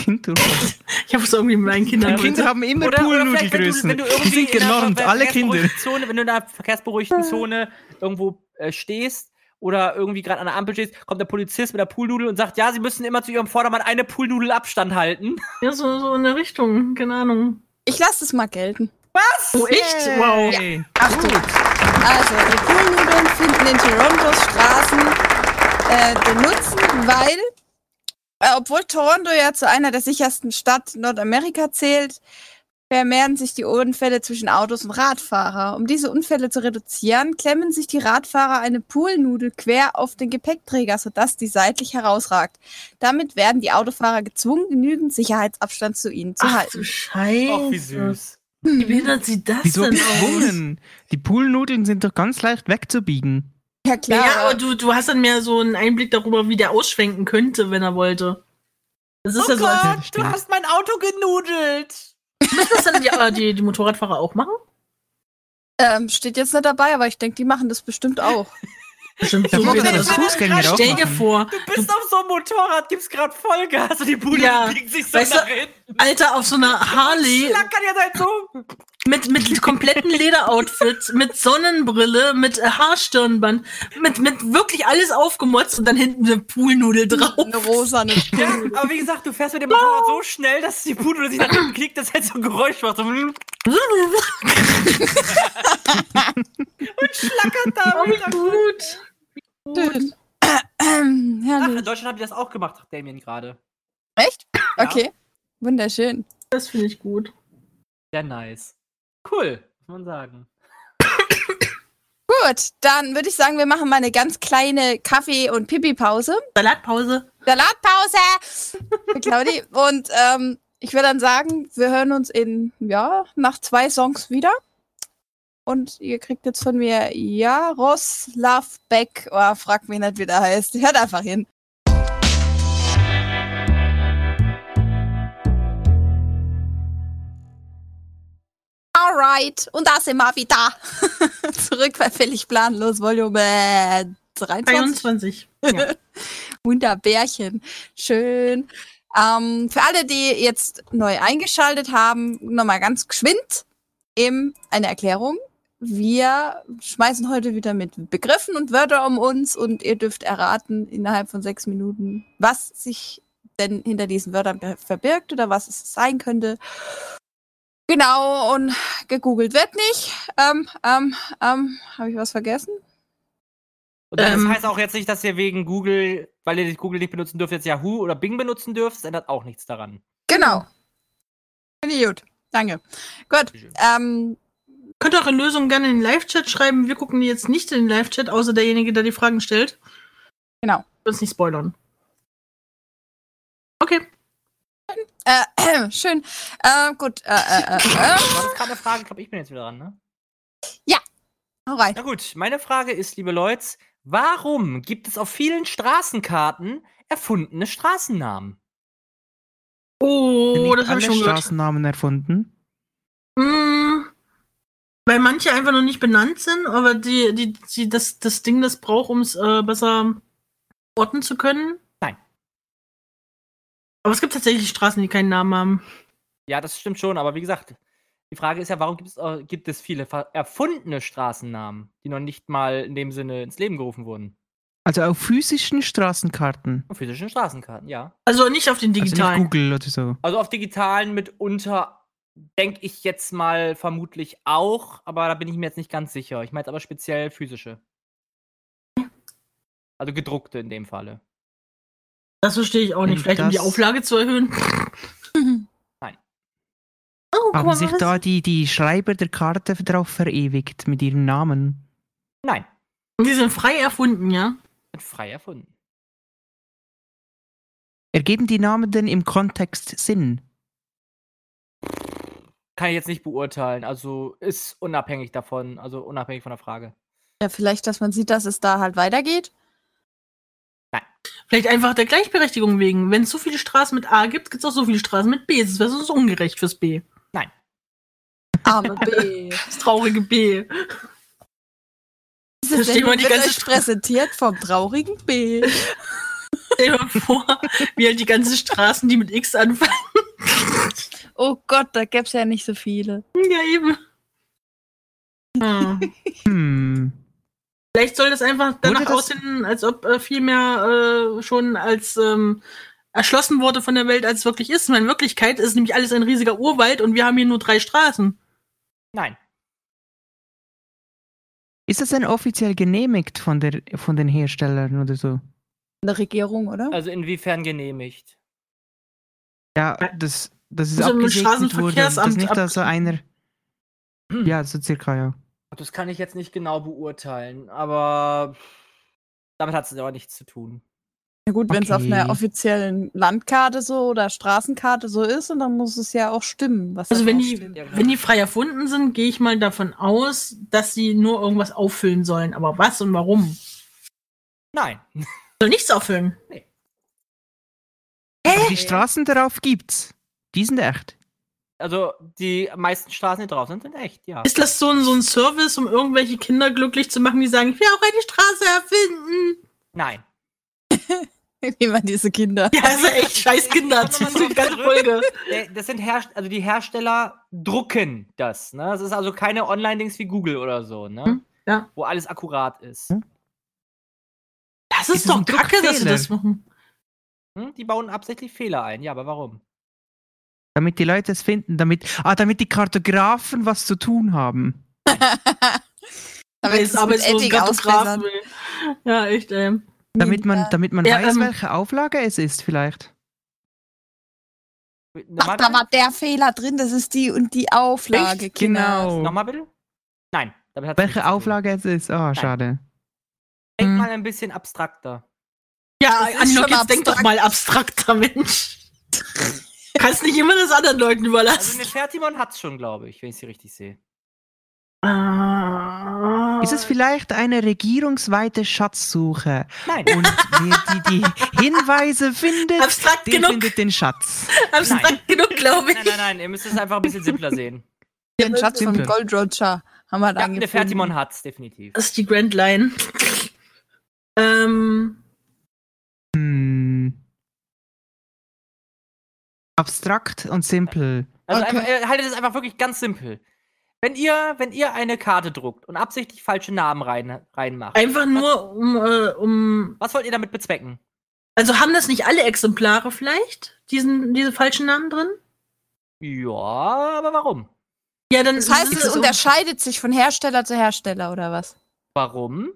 S7: Kinder.
S3: Ich habe es irgendwie mit meinen Kindern.
S7: Kinder haben immer
S6: Oder, oder vielleicht, wenn du,
S7: Poolnudelgrößen.
S6: wenn du
S7: Die
S6: irgendwie
S7: sind
S6: in einer
S7: genormt,
S6: ver-
S7: alle
S6: verkehrsberuhigten
S7: Kinder.
S6: Zone, wenn du in einer verkehrsberuhigten Zone irgendwo äh, stehst oder irgendwie gerade an der Ampel stehst, kommt der Polizist mit der Poolnudel und sagt, ja, sie müssen immer zu ihrem Vordermann eine Poolnudel Abstand halten.
S3: Ja, so, so in der Richtung, keine Ahnung.
S5: ich lass es mal gelten.
S3: Oh, echt? Wow.
S7: Hey.
S5: Achtung. Also, die Poolnudeln finden in Torontos Straßen äh, benutzen, weil, äh, obwohl Toronto ja zu einer der sichersten Stadt Nordamerika zählt, vermehren sich die Unfälle zwischen Autos und Radfahrer. Um diese Unfälle zu reduzieren, klemmen sich die Radfahrer eine Poolnudel quer auf den Gepäckträger, sodass die seitlich herausragt. Damit werden die Autofahrer gezwungen, genügend Sicherheitsabstand zu ihnen zu
S3: Ach
S5: halten.
S3: du Scheiße.
S6: Ach, wie süß.
S3: Wie behindert sie das
S7: Wieso
S3: denn aus?
S7: gezwungen? Die Poolnudeln sind doch ganz leicht wegzubiegen.
S5: Ja
S3: Ja,
S5: klar.
S3: aber du, du hast dann mehr so einen Einblick darüber, wie der ausschwenken könnte, wenn er wollte. Das
S6: Oh
S3: ist ja so, als
S7: Gott, du hast
S6: mein Auto genudelt.
S3: müssen das dann die, äh, die, die Motorradfahrer auch machen?
S5: ähm, steht jetzt nicht dabei, aber ich denke, die machen das bestimmt auch.
S3: Bestimmt
S7: Da
S3: so.
S7: muss
S3: wie
S7: man
S3: das
S7: das Fußgänger auch
S3: Stell dir
S7: machen.
S3: vor,
S6: Du bist auf so einem Motorrad, gibst gerade Vollgas und die Poolnudel
S3: Ja.
S6: biegt sich so
S3: Weißt du,
S6: nach hinten.
S3: Alter, auf so einer Harley
S6: Schlackern ja halt so.
S3: mit, mit kompletten Lederoutfit, mit Sonnenbrille, mit äh, Haarstirnband, mit, mit wirklich alles aufgemotzt und dann hinten eine Poolnudel drauf.
S5: Eine rosa, eine
S6: Ja, aber wie gesagt, du fährst mit dem Motorrad so schnell, dass die Poolnudel sich nach hinten knickt, dass halt so ein Geräusch macht. So und schlackert da. im Hintergrund.
S3: Gut.
S5: Schön. Ja,
S6: Ach,
S5: du-
S6: in Deutschland haben die das auch gemacht, sagt Damien gerade.
S5: echt? Okay. Wunderschön.
S3: Das finde ich gut.
S6: Sehr nice. Cool, muss man sagen.
S5: Gut, dann würde ich sagen, wir machen mal eine ganz kleine Kaffee- und Pipi-Pause.
S3: Salatpause.
S5: Salatpause! Für Claudi. Und ähm, ich würde dann sagen, wir hören uns in, ja, nach zwei Songs wieder. Und ihr kriegt jetzt von mir Jaroslav Beck. Oh, frag mich nicht, wie der heißt. Hört einfach hin. Alright, und da sind wir wieder. Zurück bei völlig planlos, Volume 23.
S3: 21.
S5: Wunderbärchen. Schön. Ähm, für alle, die jetzt neu eingeschaltet haben, nochmal ganz geschwind eben eine Erklärung. Wir schmeißen heute wieder mit Begriffen und Wörtern um uns und ihr dürft erraten innerhalb von sechs Minuten, was sich denn hinter diesen Wörtern be- verbirgt oder was es sein könnte. Genau, und gegoogelt wird nicht. Ähm, ähm, ähm, habe ich was vergessen?
S6: Und das
S3: Ähm.
S6: heißt auch jetzt nicht, dass ihr wegen Google, weil ihr nicht Google nicht benutzen dürft, jetzt Yahoo oder Bing benutzen dürft. Das ändert auch nichts daran.
S5: Genau. Finde ich gut. Danke. Gut.
S6: Bitte schön.
S5: Ähm,
S3: Könnt ihr eure Lösung gerne in den Live-Chat schreiben. Wir gucken die jetzt nicht in den Live-Chat, außer derjenige, der die Fragen stellt.
S5: Genau.
S3: Wir uns nicht spoilern. Okay.
S5: äh, schön. Äh, gut. Äh, äh, äh, äh.
S6: War das gerade eine Frage? Ich glaube, ich bin jetzt wieder dran, ne?
S5: Hau rein.
S6: Na gut, meine Frage ist, liebe Leute, warum gibt es auf vielen Straßenkarten erfundene Straßennamen?
S3: Oh,
S7: nicht
S3: das habe
S7: alle
S3: ich schon gehört.
S7: Straßennamen erfunden.
S3: Mm, weil manche einfach noch nicht benannt sind, aber die, die, die das, das Ding das braucht, um es äh, besser orten zu können.
S6: Nein.
S3: Aber es gibt tatsächlich Straßen, die keinen Namen haben.
S6: Ja, das stimmt schon, aber wie gesagt, die Frage ist ja, warum gibt's, äh, gibt es viele ver- erfundene Straßennamen, die noch nicht mal in dem Sinne ins Leben gerufen wurden?
S7: Also auf physischen Straßenkarten.
S6: Auf physischen Straßenkarten, ja.
S3: Also nicht auf den
S7: Also
S3: digitalen.
S7: nicht Google oder so.
S6: Also auf digitalen mitunter denke ich jetzt mal vermutlich auch, aber da bin ich mir jetzt nicht ganz sicher. Ich meine jetzt aber speziell physische. Also gedruckte in dem Falle.
S3: das verstehe ich auch nicht.
S7: Und
S3: Vielleicht um die
S7: das-
S3: Auflage zu erhöhen.
S6: Nein.
S3: Oh, guck
S7: Haben
S3: mal,
S7: sich
S3: was-
S7: da die, die Schreiber der Karte drauf verewigt mit ihrem Namen?
S6: Nein,
S3: die sind frei erfunden, ja?
S6: sind frei erfunden.
S7: Ergeben die Namen denn im Kontext Sinn?
S6: Kann ich jetzt nicht beurteilen. Also ist unabhängig davon, also unabhängig von der Frage.
S5: Ja, vielleicht, dass man sieht, dass es da halt weitergeht.
S3: Vielleicht einfach der Gleichberechtigung wegen. Wenn es so viele Straßen mit A gibt, gibt es auch so viele Straßen mit B. Das wäre sonst ungerecht fürs B.
S5: Arme B.
S3: Das traurige B. Da
S5: Dieses
S3: stehen wir
S5: Sendung
S3: die
S5: wird
S3: ganze
S5: euch
S3: Stra-
S5: präsentiert vom traurigen B.
S3: Stell dir mal vor, wie halt die ganzen Straßen, die mit X anfangen.
S5: Oh Gott, da gäbe es ja nicht so viele.
S3: Ja, eben.
S6: Ah.
S3: Ja.
S7: Hm.
S3: Vielleicht soll das einfach danach
S7: das-
S3: aussehen, als ob äh, viel mehr äh, schon als ähm, erschlossen wurde von der Welt, als es wirklich ist. Und in Wirklichkeit ist nämlich alles ein riesiger Urwald und wir haben hier nur drei Straßen.
S6: Nein,
S7: Ist das denn offiziell genehmigt von, der, von den Herstellern oder so?
S5: Eine Regierung, oder?
S7: Äh,
S6: also inwiefern genehmigt?
S7: Ja, das, das ist
S3: Also im
S7: abgesegnet wurde. Das
S3: Straßenverkehrsamt
S7: ist nicht,
S3: ab- Hm.
S7: dass so einer... Ja, so circa, ja.
S6: Das kann ich jetzt nicht genau beurteilen, aber damit hat es auch nichts zu tun.
S5: Na gut, wenn es auf einer
S7: Okay.
S5: offiziellen Landkarte so oder Straßenkarte so ist, und dann muss es ja auch stimmen. Was
S3: Also
S5: da
S3: wenn
S5: drauf
S3: die,
S5: steht.
S3: wenn die frei erfunden sind, gehe ich mal davon aus, dass sie nur irgendwas auffüllen sollen. Aber was und warum?
S6: Nein.
S3: Soll nichts auffüllen.
S7: Aber die Straßen darauf gibt's. Die sind echt.
S6: Also die meisten Straßen, die drauf sind, sind echt, ja.
S3: Ist das so ein, so ein Service, um irgendwelche Kinder glücklich zu machen, die sagen, ich will auch eine Straße erfinden?
S6: Nein.
S5: Wie man diese Kinder.
S3: Ja, also echt scheiß Kinder.
S6: Komm noch mal drauf
S3: Die ganze
S6: zurück.
S3: Folge.
S6: Äh, Das sind Herst also die Hersteller drucken das. Ne? Das ist also keine Online-Dings wie Google oder so, ne?
S3: Hm, ja.
S6: Wo alles akkurat ist.
S7: Hm.
S3: Das ist,
S7: Ist das
S3: doch
S7: ein
S3: kacke, dass sie
S7: Druckfehler?
S3: das machen.
S6: Hm? Die bauen absichtlich Fehler ein. Ja, aber warum?
S7: Damit die Leute es finden, damit, ah, damit die Kartografen was zu tun haben.
S3: Weil es
S5: es mit
S3: arbeitslosen
S5: Ethik
S3: Kartografen
S5: ausbessern.
S3: will. Ja, echt, ey.
S7: Damit man, damit man
S3: Ja,
S7: weiß,
S3: ähm.
S7: welche Auflage es ist, vielleicht.
S5: Ach, da war der Fehler drin, das ist die und die Auflage.
S7: Echt?
S5: Kinder.
S7: Genau.
S6: Nochmal bitte? Nein. Damit hat's nichts
S7: Welche
S6: zu tun.
S7: Auflage es ist? Ah, schade.
S6: Denk mal ein bisschen abstrakter.
S3: Ja,
S5: Das ist
S3: Anlock,
S5: schon
S3: jetzt denk doch
S5: abstrakt.
S3: mal abstrakter, Mensch. Kannst nicht immer das anderen Leuten
S6: Also
S3: überlassen.
S6: eine Fertimon hat's schon, glaube ich, wenn ich sie richtig sehe.
S3: Ah.
S7: Ist es vielleicht eine regierungsweite Schatzsuche?
S6: Nein.
S7: Und wer die, die Hinweise findet,
S3: abstrakt
S7: der
S3: genug?
S7: findet den Schatz.
S3: Abstrakt
S6: Nein.
S3: genug, glaube ich.
S6: Nein, nein, nein, ihr müsst es einfach ein bisschen simpler sehen.
S5: Den Schatz vom
S7: Simpel.
S5: Gold Roger haben wir da
S6: Ja,
S5: ja,
S6: eine Fertimon hat's definitiv.
S3: Das ist die Grand Line. ähm,
S7: Hm. Abstrakt und simpel.
S6: Also
S5: Okay.
S6: einfach, äh, haltet es einfach wirklich ganz simpel. Wenn ihr, wenn ihr eine Karte druckt und absichtlich falsche Namen rein, reinmacht,
S3: einfach nur um, äh, um.
S6: was wollt ihr damit bezwecken?
S3: Also haben das nicht alle Exemplare vielleicht? Diesen, diese falschen Namen drin?
S6: Ja, aber warum?
S3: Ja, dann um.
S5: Das heißt,
S3: sind
S5: es
S7: Also,
S5: unterscheidet sich von Hersteller zu Hersteller oder was?
S6: Warum?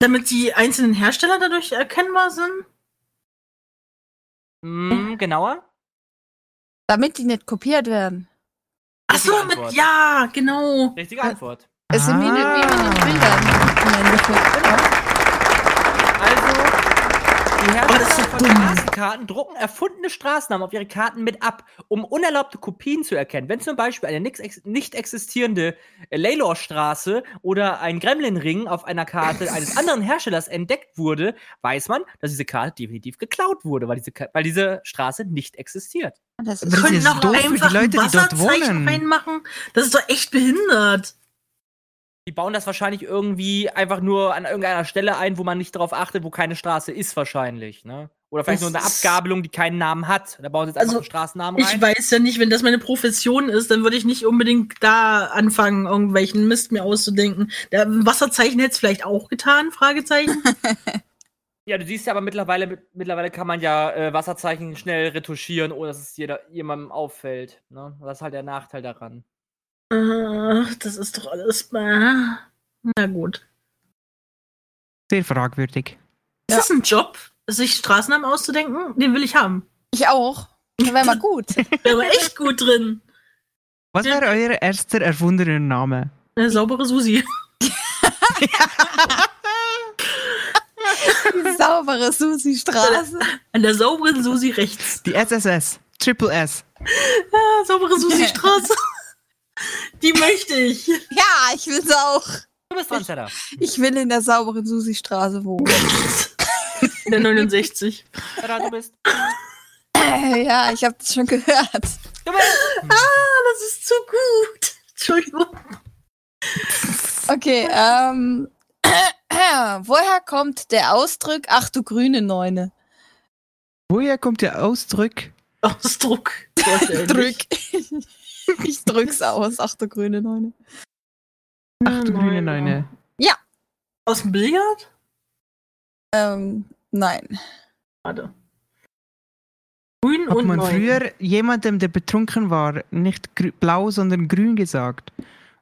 S3: damit die einzelnen Hersteller dadurch erkennbar sind?
S6: Hm, genauer?
S5: Damit die nicht kopiert werden.
S3: Ach so,
S6: Richtige
S3: mit
S6: Antwort.
S3: ja, genau.
S6: Richtige Antwort.
S5: Es sind wie, in den-
S7: Ah.
S5: wie in den Bildern. im Endeffekt.
S6: Also, die Die Hersteller von Straßenkarten drucken erfundene Straßennamen auf ihre Karten mit ab, um unerlaubte Kopien zu erkennen. Wenn zum Beispiel eine nix ex nicht existierende äh, Laylor-Straße oder ein Gremlin-Ring auf einer Karte eines anderen Herstellers entdeckt wurde, weiß man, dass diese Karte definitiv geklaut wurde, weil diese, Ka- weil diese Straße nicht existiert.
S5: Das
S7: Das
S5: ist
S7: ist
S3: Können doch
S7: doof für die
S3: einfach
S7: Leute,
S3: ein
S7: die dort wohnen.
S3: Wasserzeichen reinmachen. Das ist doch echt behindert.
S6: Die bauen das wahrscheinlich irgendwie einfach nur an irgendeiner Stelle ein, wo man nicht darauf achtet, wo keine Straße ist wahrscheinlich, ne? Oder vielleicht
S3: Das
S6: nur eine
S3: ist-
S6: Abgabelung, die keinen Namen hat. Da bauen sie jetzt einfach
S3: Also,
S6: einen Straßennamen rein.
S3: Ich weiß ja nicht, wenn das meine Profession ist, dann würde ich nicht unbedingt da anfangen, irgendwelchen Mist mir auszudenken. Der ein Wasserzeichen hätte es vielleicht auch getan, Fragezeichen.
S6: Ja, du siehst ja aber mittlerweile, mit- mittlerweile kann man ja äh, Wasserzeichen schnell retuschieren, ohne dass es jeder, jemandem auffällt. Ne? Das ist halt der Nachteil daran.
S3: Ach, das ist doch alles. ah. Na gut.
S7: Sehr fragwürdig.
S3: Ist das ein Job, sich Straßennamen auszudenken? Den will ich haben.
S5: ich auch. Wäre mal gut.
S3: Wäre aber echt gut drin.
S7: Was wäre euer erster erfundener Name?
S3: Eine saubere Susi.
S5: Die saubere Susi-Straße.
S3: An der sauberen Susi rechts.
S7: Die SSS. Triple S.
S3: Ah, saubere Susi-Straße. Die möchte ich.
S5: Ja, ich will's auch.
S6: Du bist dran, Cheddar.
S5: Ich will in der sauberen Susi-Straße wohnen.
S3: In der 69.
S6: Cheddar, du bist.
S5: Äh, ja, ich habe das schon gehört.
S6: Du bist.
S3: Das ist zu gut. Entschuldigung.
S5: Okay, ähm. Woher kommt der Ausdruck, ach du grüne Neune?
S7: Woher kommt der Ausdruck?
S3: Ausdruck.
S5: Drück. Ich drück's aus, ach du grüne Neune.
S7: Ach du grüne Neune.
S3: Aus dem Billard?
S5: Ähm, nein.
S3: Warte. Grün
S7: Hat
S3: und
S7: man
S3: neun.
S7: früher jemandem, der betrunken war, nicht grü- blau, sondern grün gesagt.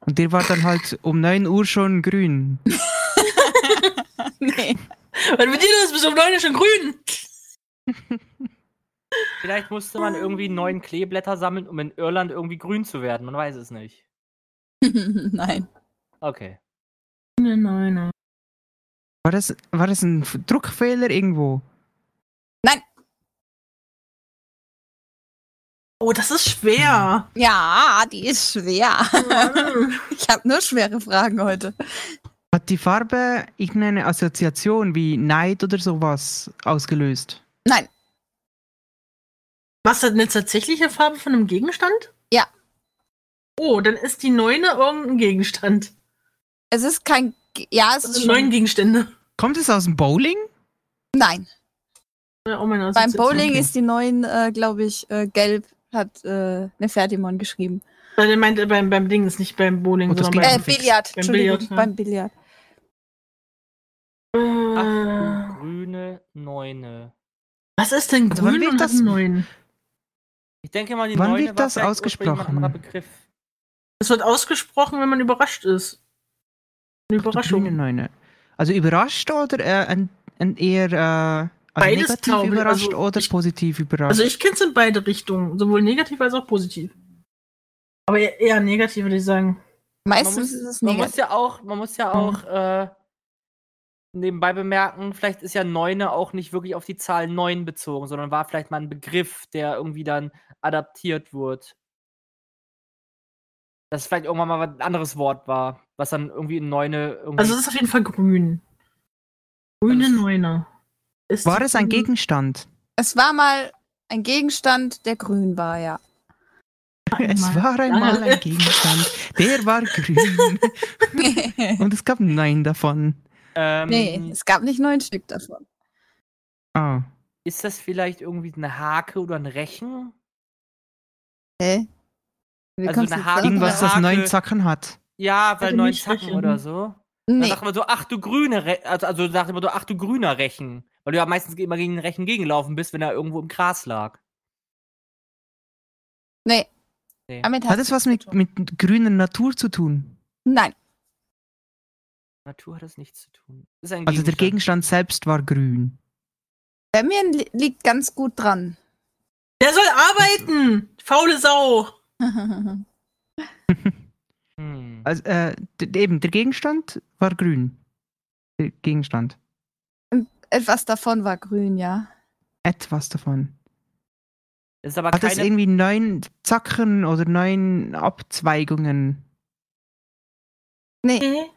S7: Und der war dann halt um 9 Uhr schon grün.
S5: Nee.
S3: Weil mit dir das bis um neun ist schon grün.
S6: Vielleicht musste man irgendwie neun Kleeblätter sammeln, um in Irland irgendwie grün zu werden. Man weiß es nicht.
S5: nein.
S6: Okay.
S3: Nein, nein, nein.
S7: War das, war das ein F- Druckfehler irgendwo?
S3: Oh, das ist schwer.
S5: Ja, die ist schwer. Ich habe nur schwere Fragen heute.
S7: Hat die Farbe irgendeine Assoziation wie Neid oder sowas ausgelöst?
S3: Was hat eine tatsächliche Farbe von einem Gegenstand?
S5: Ja.
S3: Oh, dann ist die neune irgendein Gegenstand.
S5: Es ist kein. Ge- Ja, es ist
S3: Also
S5: schon.
S3: neun Gegenstände.
S7: Kommt es aus dem Bowling?
S5: Nein.
S3: Ja, Oh, meine
S5: Beim
S3: Assoziation.
S5: Bowling ist die neuen, äh, glaube ich, äh, gelb, hat äh, eine Ferdimon geschrieben.
S3: Nein, der meint, äh, beim, beim Ding ist nicht beim Bowling,
S7: Oh, das
S3: sondern
S5: Äh,
S3: beim.
S7: ging-
S5: Billard,
S3: Beim
S5: Entschuldigung,
S3: Billard, ja.
S5: beim Billard.
S6: Ach,
S3: Äh,
S6: du grüne Neune.
S3: was ist denn
S7: Also wann
S3: grün
S7: wird
S3: und
S7: das-
S3: das neun?
S6: Ich denke mal, die
S7: Wann
S6: Neune
S7: wird das
S6: vielleicht ursprünglich mal ein anderer
S7: ausgesprochen?
S6: Begriff.
S3: Das wird ausgesprochen, wenn man überrascht ist. Eine
S7: Die grüne
S3: Überraschung.
S7: Neune. Also überrascht oder äh, ein, ein eher äh, also
S3: Beides,
S7: negativ
S3: glaube ich.
S7: überrascht
S3: Also
S7: oder
S3: ich-
S7: positiv überrascht?
S3: Also ich kenne es in beide Richtungen, sowohl negativ als auch positiv. Aber eher, eher negativ würde ich sagen.
S5: Meistens
S6: Man muss-
S5: ist es
S6: Man
S5: negativ.
S6: muss ja auch, man muss
S7: Hm.
S6: ja auch äh, nebenbei bemerken, vielleicht ist ja Neune auch nicht wirklich auf die Zahl 9 bezogen, sondern war vielleicht mal ein Begriff, der irgendwie dann adaptiert wurde. Dass es vielleicht irgendwann mal was- ein anderes Wort war, was dann irgendwie in Neune irgendwie.
S3: Also es ist auf jeden Fall grün. Grüne
S6: Alles-
S3: Neune. Ist
S7: War
S3: die-
S7: es ein Gegenstand?
S5: Es war mal ein Gegenstand, der grün war, ja.
S7: Es war einmal ein Gegenstand. Der war grün. Und es gab neun davon.
S6: ähm,
S5: nee, es gab nicht neun Stück davon.
S7: Ah.
S6: Ist das vielleicht irgendwie eine Hake oder ein Rechen?
S5: Hä? Wie
S6: Also
S5: kommst
S6: eine
S5: du jetzt darauf?
S7: Irgendwas, das
S6: Hake.
S7: neun Zacken hat.
S6: Ja, weil
S3: Hatte
S6: neun
S3: Also nicht
S6: Zacken
S3: Rechen.
S6: oder so. Dann
S5: Nee,
S6: sagt man so, ach du grüne, Re also, also sagt man so, ach du grüner Rechen. Weil du ja meistens immer gegen den Rechen gegengelaufen bist, wenn er irgendwo im Gras lag.
S5: nee.
S6: Nee.
S5: Damit
S7: Hat
S5: hat
S7: es was mit, mit grüner Natur zu tun?
S5: Nein,
S6: Natur hat das nichts zu tun. Ist ein
S7: Also der Gegenstand selbst war grün.
S5: bei mir li liegt ganz gut dran.
S3: Der soll arbeiten! Faule Sau!
S6: Hm.
S7: Also, äh, d- eben, der Gegenstand war grün. Der Gegenstand.
S5: Etwas davon war grün, ja.
S7: Etwas davon.
S6: Das ist aber
S7: Hat das
S6: keine.
S7: also, irgendwie neun Zacken oder neun Abzweigungen?
S5: Nee,
S3: Okay.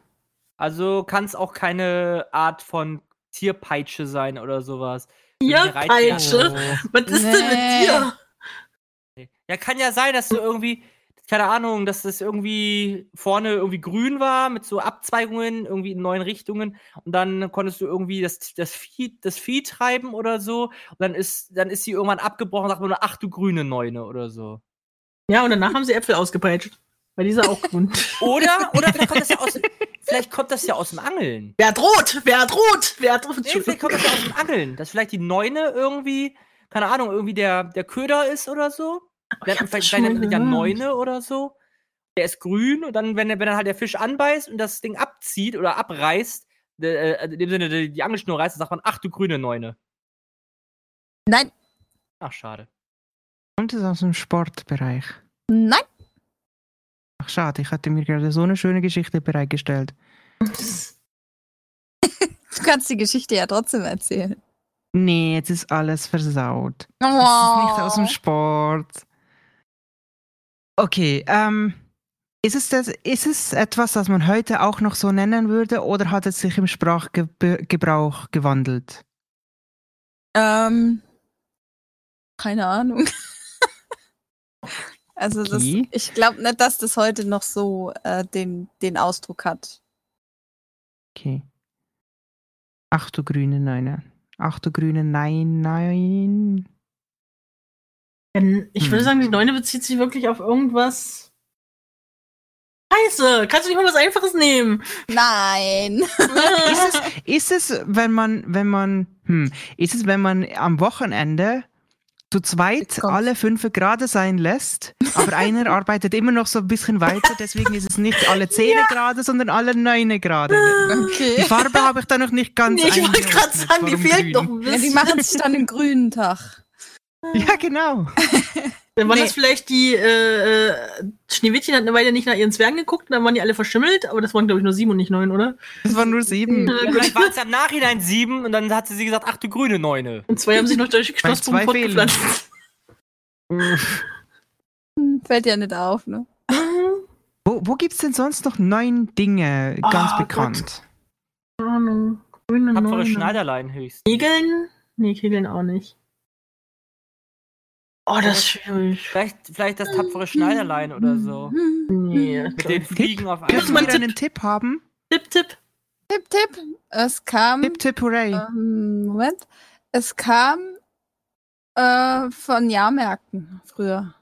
S6: Also kann es auch keine Art von Tierpeitsche sein oder sowas.
S3: Tierpeitsche? Was ist denn
S5: Nee.
S3: mit dir?
S6: Ja, kann ja sein, dass du irgendwie, keine Ahnung, dass das irgendwie vorne irgendwie grün war mit so Abzweigungen irgendwie in neuen Richtungen und dann konntest du irgendwie das, das, Vieh, das Vieh treiben oder so und dann ist, dann ist sie irgendwann abgebrochen und sagt man nur, ach du grüne Neune oder so.
S3: Ja, und danach haben sie Äpfel ausgepeitscht. Weil dieser auch grün.
S6: Oder, oder vielleicht kommt das ja aus, vielleicht kommt das ja aus dem Angeln.
S3: wer droht? Wer droht? Wer droht?
S6: Nee, vielleicht kommt
S3: Entschuldigung.
S6: das ja aus dem Angeln, dass vielleicht die Neune irgendwie, keine Ahnung, irgendwie der, der Köder ist oder so.
S3: ich
S6: Dann,
S3: hab das
S6: vielleicht
S3: schon
S6: dann
S3: mal
S6: mit der
S3: gehört.
S6: Neune oder so. Der ist grün und dann, wenn, er- wenn dann halt der Fisch anbeißt und das Ding abzieht oder abreißt, äh, äh, in dem Sinne die, die Angelschnur reißt, dann sagt man, ach du grüne Neune.
S5: nein,
S6: Ach, schade.
S7: Kommt es aus dem Sportbereich?
S5: nein.
S7: Ach schade, ich hatte mir gerade so eine schöne Geschichte bereitgestellt.
S5: Du kannst die Geschichte ja trotzdem erzählen.
S7: Nee, jetzt ist alles versaut.
S5: Oh.
S7: Es ist nicht aus dem Sport. Okay, ähm, ist es, das, ist es etwas, das man heute auch noch so nennen würde oder hat es sich im Sprachgebrauch gewandelt?
S5: Ähm, keine Ahnung. also das,
S7: Okay.
S5: ich glaube nicht, dass das heute noch so äh, den, den Ausdruck hat.
S7: Okay. Ach du grüne Neune. Ach du grüne Nein, nein.
S3: Denn ich würde
S7: Hm.
S3: sagen, die Neune bezieht sich wirklich auf irgendwas. Scheiße, kannst du nicht mal was Einfaches nehmen?
S5: Nein.
S7: Ist es, wenn man, wenn man, hm, ist es, wenn man am Wochenende zu
S5: Jetzt
S7: zweit
S5: kommt's.
S7: alle fünf gerade sein lässt, aber einer arbeitet immer noch so ein bisschen weiter, deswegen ist es nicht alle zehn gerade, sondern alle neune gerade. Die
S5: Okay.
S7: Farbe habe ich da noch nicht ganz.
S3: nee, ich wollte gerade sagen,
S7: eingeordnet,
S3: die
S7: warum
S3: fehlt
S7: grün.
S3: noch ein
S5: Ja,
S3: bisschen.
S5: die machen sich dann den grünen Tag.
S7: Ja, genau.
S3: Dann waren das
S5: Nee.
S3: vielleicht die äh, äh, Schneewittchen hat eine Weile nicht nach ihren Zwergen geguckt und dann waren die alle verschimmelt, aber das waren glaube ich nur sieben und nicht neun, oder?
S7: Das waren nur sieben.
S3: Na gut.
S6: Vielleicht war es ja im Nachhinein sieben und dann hat sie gesagt, ach du grüne Neune.
S3: Und zwei haben sich noch durch
S7: Bei zwei
S3: Knospung fortgepflanzt.
S5: Hm, Fällt ja nicht auf, ne?
S7: Wo, wo gibt es denn sonst noch neun Dinge ganz
S3: Ah, Gott.
S7: bekannt?
S3: Keine Ahnung. Grüne
S6: Tapfere
S3: Neune.
S6: Schneiderlein höchst.
S3: Kegeln? Nee, Kegeln auch nicht. Oh, das ist schwierig.
S6: Vielleicht, vielleicht das tapfere Schneiderlein oder so.
S5: Hm.
S3: Nee.
S6: Mit den Fliegen auf
S7: Dürfen
S3: man
S6: einmal.
S7: wir
S3: Tipp?
S7: einen Tipp haben?
S3: Tipp, Tipp.
S5: Tipp, Tipp. Es
S3: Hm?
S5: kam.
S7: Tipp, Tipp, hooray.
S5: Ähm, Moment. Es kam äh, von Jahrmärkten früher.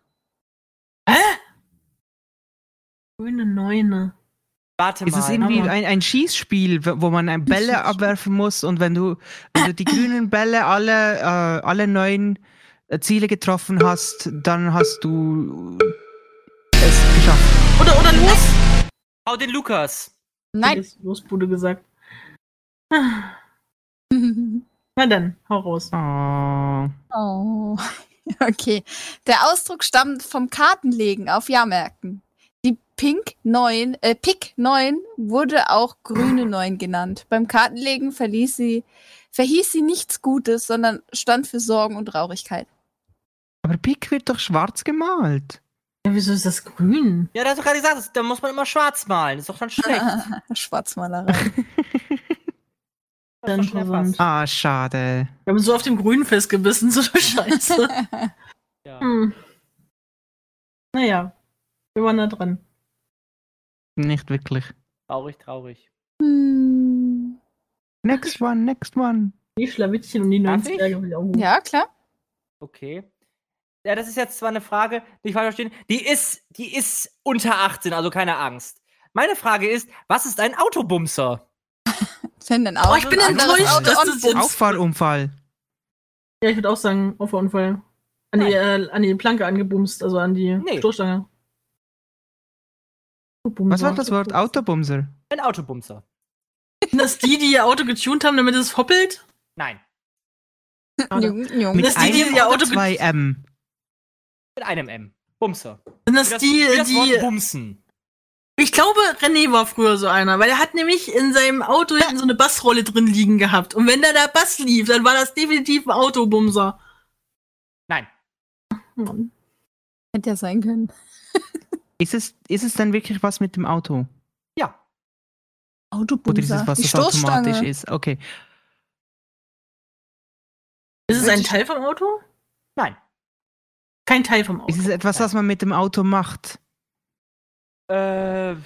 S3: Grüne Neune.
S6: Warte mal.
S7: Ist es irgendwie
S3: Hammer.
S7: ein, ein Schießspiel, wo- wo man ein Bälle abwerfen muss und wenn du, wenn du die grünen Bälle alle, äh, alle neun äh, Ziele getroffen hast, dann hast du es geschafft.
S3: Oder, oder los!
S6: Hau den Lukas.
S5: Nein.
S3: Jetzt Losbude gesagt. Na dann, hau raus.
S7: Oh.
S5: oh. Okay. Der Ausdruck stammt vom Kartenlegen auf Jahrmärkten. Die Pink 9, äh, Pik 9 wurde auch Grüne 9 genannt. Beim Kartenlegen verließ sie, verhieß sie nichts Gutes, sondern stand für Sorgen und Traurigkeit.
S7: Aber Pik wird doch schwarz gemalt.
S3: Ja, wieso ist das grün?
S6: Ja, da hast du gerade gesagt, das, da muss man immer schwarz malen. Ist doch dann schlecht.
S3: Ah,
S5: Schwarzmalerei.
S3: Dann verwandt.
S7: Ah, schade.
S3: Wir haben so auf dem Grünen festgebissen, so eine Scheiße.
S6: Ja.
S3: hm. Naja, wir waren da dran.
S7: Nicht wirklich.
S6: Traurig, traurig.
S5: Hm.
S7: Next one, next one.
S3: Die Schlawittchen und die
S6: Darf
S3: 90 Tage wieder auch
S5: ja, klar.
S6: Okay. Ja, das ist jetzt zwar eine Frage, die ich falsch verstehen. Die ist, die ist unter 18, also keine Angst. Meine Frage ist, was ist ein Autobumser?
S5: Finden ein
S3: Oh,
S5: Auto,
S3: ich bin
S5: ein anderes
S3: enttäuscht,
S5: Auto
S3: dass
S5: und
S3: das
S5: bumm.
S3: jetzt-
S7: Auffahrunfall.
S3: Ja, ich würde auch sagen, Opferunfall. An die, äh, an die Planke angebumst, also an die
S6: Nee.
S3: Stoßstange.
S7: Was war das Wort? Autobumser.
S6: Ein Autobumser.
S3: Sind das die, die ihr Auto getuned haben, damit es hoppelt?
S6: Nein,
S3: Schade.
S5: Jung, jung.
S7: Mit
S3: Das ist die, die
S7: einem
S3: ihr
S7: oder
S3: Auto ge-
S7: zwei M.
S6: mit einem M. Bumser.
S3: Sind das die,
S6: wie das Wort
S3: die.
S6: Bumsen.
S3: Ich glaube, René war früher so einer, weil er hat nämlich in seinem Auto hinten so eine Bassrolle drin liegen gehabt. Und wenn da der Bass lief, dann war das definitiv ein Autobumser.
S6: Nein.
S3: Mann.
S5: Hätte ja sein können.
S7: Ist es, ist es dann wirklich was mit dem Auto?
S6: Ja.
S7: Oder ist
S5: Autobumser.
S7: es was,
S5: Die
S7: das automatisch
S5: Stoßstange.
S7: ist? Okay.
S3: Ist es ein Teil vom Auto?
S6: Nein.
S3: Kein Teil vom Auto.
S7: Ist es etwas, was man mit dem Auto macht?
S6: Äh,
S7: Ist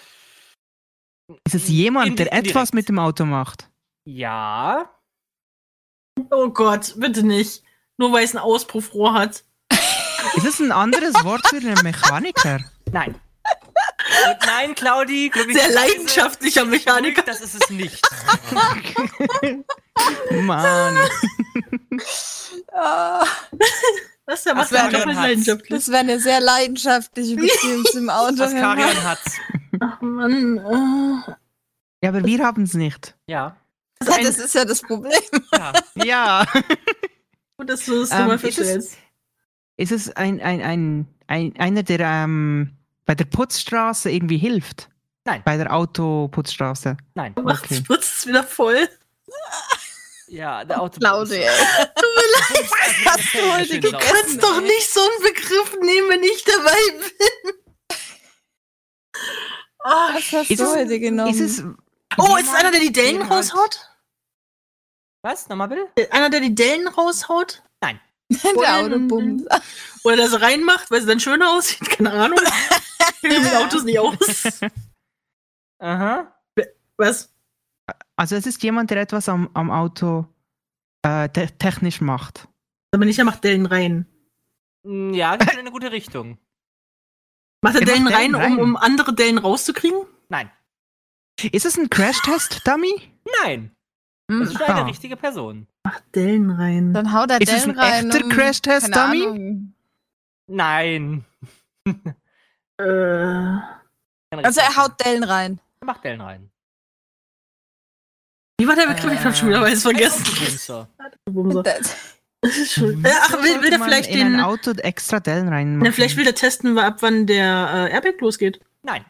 S7: es jemand, der
S6: Indirekt.
S7: etwas mit dem Auto macht?
S6: ja.
S3: Oh Gott, bitte nicht. Nur weil es ein Auspuffrohr hat.
S7: Ist es ein anderes Wort für einen Mechaniker?
S6: Nein. Und nein, Claudi,
S3: Sehr
S6: glücklicherweise-
S3: leidenschaftlicher Mechaniker.
S6: Das ist es nicht.
S7: Mann.
S5: Ah,
S3: Das ist ja was
S6: Ach,
S3: der
S6: Marion
S3: doppelt
S6: hat's.
S3: leidenschaftlich.
S5: das wäre eine sehr leidenschaftliche Beziehung zum Auto. Herr
S6: Askarion hat's.
S3: Ach Mann. äh.
S7: Ja, aber wir haben es nicht.
S6: Ja.
S5: Mann. Das ist ja das Problem.
S6: ja.
S7: Ja.
S3: Gut, dass du das
S7: Ähm,
S3: nochmal
S7: ist es-
S3: feststellst.
S7: Ist es ein, ein, ein, ein einer, der ähm, bei der Putzstraße irgendwie hilft?
S6: Nein.
S7: Bei der Autoputzstraße.
S6: Nein.
S3: Macht's
S7: okay.
S3: es wieder voll.
S6: Ja, der Auto.
S5: Claudia.
S6: hast
S5: du heute
S3: Du kannst doch nicht so einen Begriff nehmen, wenn ich dabei bin. Ah.
S5: Was hast
S7: Ist
S5: du
S7: es-
S5: heute genommen?
S7: Ist es
S3: Oh, ist es einer, der die Dellen
S6: Jemand-
S3: raushaut?
S6: Was? Nochmal bitte?
S3: Einer, der die Dellen raushaut?
S5: der Autobumser?
S3: Oder der sie reinmacht, weil sie dann schöner aussieht? Keine Ahnung. Ich mit Autos nicht aus.
S6: Aha.
S3: Was?
S7: Also es ist jemand, der etwas am, am Auto äh, te technisch macht.
S3: Aber nicht, er macht Dellen rein.
S6: Mm, Ja, das ist schon in eine gute Richtung.
S3: Macht er
S7: Er macht
S3: Dellen rein,
S7: Dellen
S3: um,
S7: rein.
S3: um andere Dellen rauszukriegen?
S6: Nein.
S7: Ist es ein Crash-Test-Dummy?
S6: Nein.
S5: Hm.
S6: Das ist schon eine
S7: Ah.
S6: richtige Person.
S3: Dellen rein.
S5: Dann haut er
S7: Ist es
S5: den
S7: ein
S5: rein.
S7: echter
S5: um-
S7: Crashtest-Dummy?
S5: keine Ahnung.
S6: Nein.
S3: Äh,
S5: Also er haut Dellen rein.
S6: Er macht Dellen rein.
S3: wie war der Begriff? Ich hab schon wieder weiß vergessen.
S6: Autobumser.
S3: Bumser.
S5: Das-
S3: Äh, Ach, will, will
S7: Mhm. Sollte
S3: der
S7: man
S3: vielleicht
S7: in
S3: den.
S7: ein Auto extra Dellen reinmachen?
S3: Na, vielleicht will der testen, ab wann der äh, Airbag losgeht.
S6: Nein.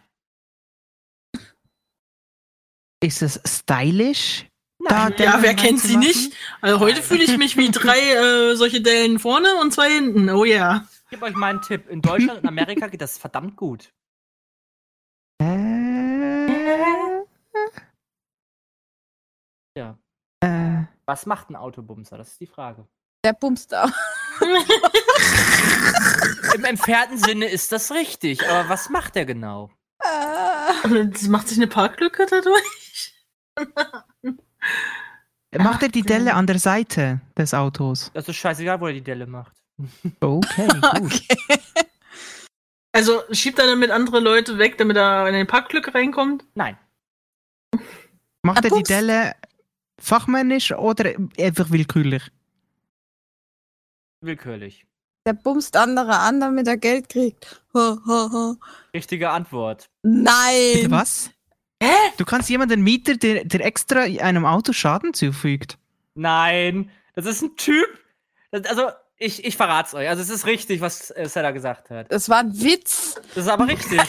S7: Ist es stylisch?
S6: Nein.
S3: Ja,
S7: Dellen
S3: wer kennt sie
S7: reinzumachen?
S3: nicht? Also heute fühle ich mich wie drei äh, solche Dellen vorne und zwei hinten. Oh ja.
S6: Ich gebe euch mal einen Tipp. In Deutschland und Amerika geht das verdammt gut.
S7: Äh,
S6: Ja.
S7: äh,
S6: Was macht ein Autobumser? Das ist die Frage.
S5: Der bumst auch.
S6: Im entfernten Sinne ist das richtig, aber was macht er genau?
S5: Ah.
S3: Also, Das macht sich eine Parklücke dadurch.
S7: macht er die
S3: genau.
S7: Delle an der Seite des Autos?
S6: Das ist scheißegal, wo er die Delle macht.
S7: Okay, gut.
S3: Also schiebt er damit andere Leute weg, damit er in eine Parklücke reinkommt?
S6: Nein.
S7: Macht
S5: Ah,
S7: er die
S5: Pups.
S7: Delle fachmännisch oder einfach willkürlich?
S6: Willkürlich.
S5: Der bumst andere an, damit er Geld kriegt. Ho, ho, ho.
S6: Richtige Antwort.
S5: Nein.
S7: Bitte was?
S3: Hä?
S7: Du kannst jemanden Mieter, der, der extra einem Auto Schaden zufügt.
S6: Nein, das ist ein Typ. Das, also, ich, ich verrat's euch. Also, es ist richtig, was äh, Sarah gesagt hat.
S5: Das war ein Witz.
S6: Das ist aber richtig.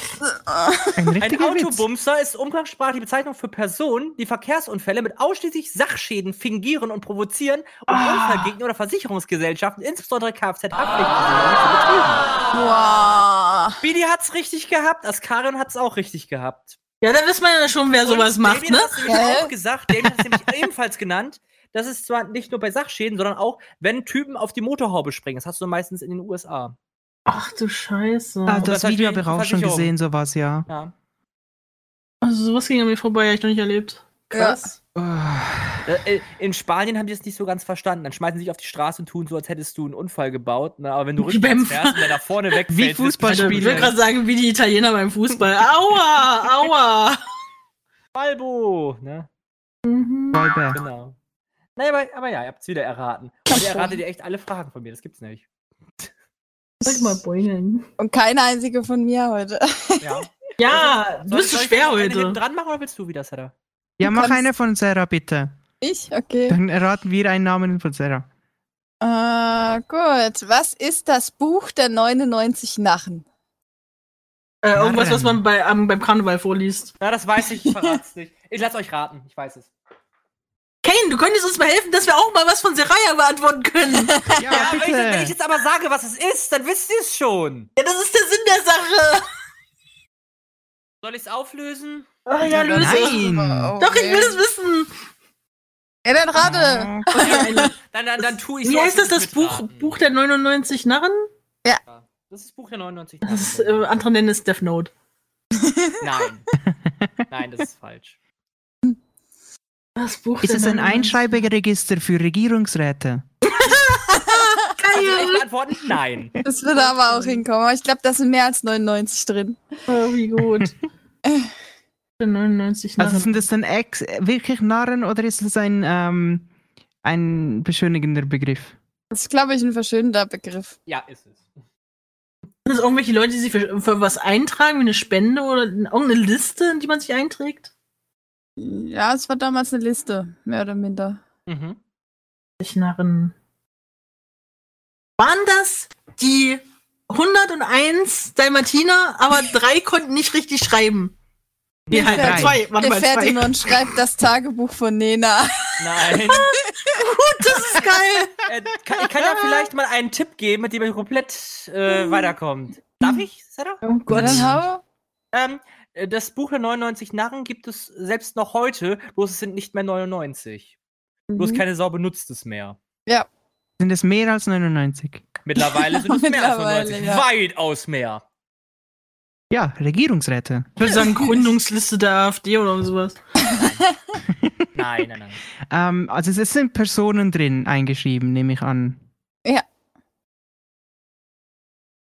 S7: Ein
S6: Ein
S7: richtiger Witz.
S6: Autobumser ist umgangssprachliche Bezeichnung für Personen, die Verkehrsunfälle mit ausschließlich Sachschäden fingieren und provozieren, um
S7: Ah.
S6: Unfallgegner oder Versicherungsgesellschaften, insbesondere Kfz-Haftpflichtversicherungen, zu betrügen.
S5: Wow.
S6: Bidi hat's richtig gehabt, Askarion hat's auch richtig gehabt.
S3: Ja, da wissen wir ja schon, wer sowas
S6: Und
S3: macht,
S6: Damien
S3: ne?
S6: hat's nämlich
S5: Hä?
S6: auch gesagt, Damien hat's nämlich ebenfalls genannt, das ist zwar nicht nur bei Sachschäden, sondern auch, wenn Typen auf die Motorhaube springen. Das hast du meistens in den USA.
S3: Ach du Scheiße.
S7: Ah,
S6: das
S7: das
S6: hat
S7: Video habe
S6: wegen
S7: ich auch schon
S6: Versicherung.
S7: gesehen, sowas, ja.
S6: Ja.
S3: Also sowas ging an mir vorbei, hab ich noch nicht erlebt.
S5: Krass.
S7: Ah.
S6: Äh, äh, In Spanien haben die das nicht so ganz verstanden. Dann schmeißen sie dich auf die Straße und tun so, als hättest du einen Unfall gebaut. Na, aber wenn du
S3: Wie
S6: rückwärts
S3: beim-
S6: fährst und der nach vorne wegfällt,
S7: Wie
S6: bist du
S3: Alter, ich will
S7: Fußballspieler.
S3: gerade sagen, wie die Italiener beim Fußball. Aua, aua.
S6: Balbo. Ne?
S7: Vollberg.
S6: Genau. Naja, aber, aber ja, ihr habt's wieder erraten. Und ihr erratet ihr echt alle Fragen von mir. Das gibt's nicht.
S3: Sag mal, Beulen.
S5: Und keine einzige von mir heute.
S6: Ja.
S3: Ja, du
S6: Soll ich-
S3: bist
S6: soll
S3: so
S6: ich
S3: schwer
S6: noch eine hinten
S3: heute.
S6: dran machen oder willst du wieder, Sarah?
S7: Ja, mach
S5: kannst-
S7: eine von Sarah, bitte.
S5: Ich? Okay.
S7: Dann erraten wir einen Namen von Sarah.
S5: Äh, gut. Was ist das Buch der 99 Nachen?
S3: Äh, irgendwas, was
S7: Narren.
S3: man bei, am- beim Karneval vorliest.
S6: Na, das weiß ich, ich verrat's nicht. Ich lass euch raten, ich weiß es.
S3: Kane, du könntest uns mal helfen, dass wir auch mal was von Seraya beantworten können.
S7: Ja,
S6: Ja, wenn, ich, wenn ich
S7: bitte.
S6: jetzt aber sage, was es ist, dann wisst ihr es schon.
S3: ja, das ist der Sinn der Sache.
S6: Soll ich es auflösen?
S3: Ach ja, löse.
S7: Nein.
S3: Doch, ich will Ah. es wissen.
S5: Ja, dann rate.
S7: Oh,
S6: Dann, dann, dann tu ich
S3: Wie heißt das, das Buch, Buch der 99 Narren?
S6: Das ist Buch der 99.
S3: Das ist, äh, andere nennen es Death Note.
S6: Nein. Nein, das ist falsch.
S3: Das Buch
S7: Ist
S3: der
S7: es ein
S3: 99?
S7: Einschreiberegister für Regierungsräte?
S6: Also, ich beantworten nein.
S5: Das würde aber auch hinkommen. Aber ich glaube, da sind mehr als 99 drin.
S3: Oh, wie gut. Der 99
S7: Also
S3: Narren.
S7: sind das denn ex wirklich Narren oder ist das ein, ähm, ein beschönigender Begriff?
S5: Das ist, glaube ich, ein verschönender Begriff.
S6: Ja, ist es.
S3: Sind das irgendwelche Leute, die sich für, für was eintragen, wie eine Spende oder in irgendeine Liste, in die man sich einträgt?
S5: Ja, es war damals eine Liste, mehr oder minder.
S6: Mhm.
S3: Ich Narren. Waren das die 101 Dalmatiner, aber drei konnten nicht richtig schreiben? Nee, halt,
S7: drei.
S3: zwei. Warte
S5: Der
S3: mal, zwei.
S5: Ferdinand schreibt das Tagebuch von Nena.
S6: Nein.
S3: Das ist geil.
S6: Äh, kann, ich kann ja vielleicht mal einen Tipp geben, mit dem ihr komplett
S5: Mhm.
S6: äh, weiterkommt. Darf ich, Sarah?
S3: Oh Gott.
S5: Dann hau.
S6: Ähm, äh, das Buch der 99 Narren gibt es selbst noch heute, bloß es sind nicht mehr 99.
S5: Mhm.
S6: Bloß keine Sau benutzt es mehr.
S7: Sind es mehr als 99?
S6: Mittlerweile sind es mehr als
S5: Mittlerweile,
S6: 99.
S5: ja.
S6: Weitaus mehr.
S7: Ja, Regierungsräte.
S3: Ich würde sagen, Gründungsliste der AfD oder sowas.
S6: Nein, nein, nein.
S7: Ähm, also es- es sind Personen drin eingeschrieben, nehme ich an.
S5: Ja.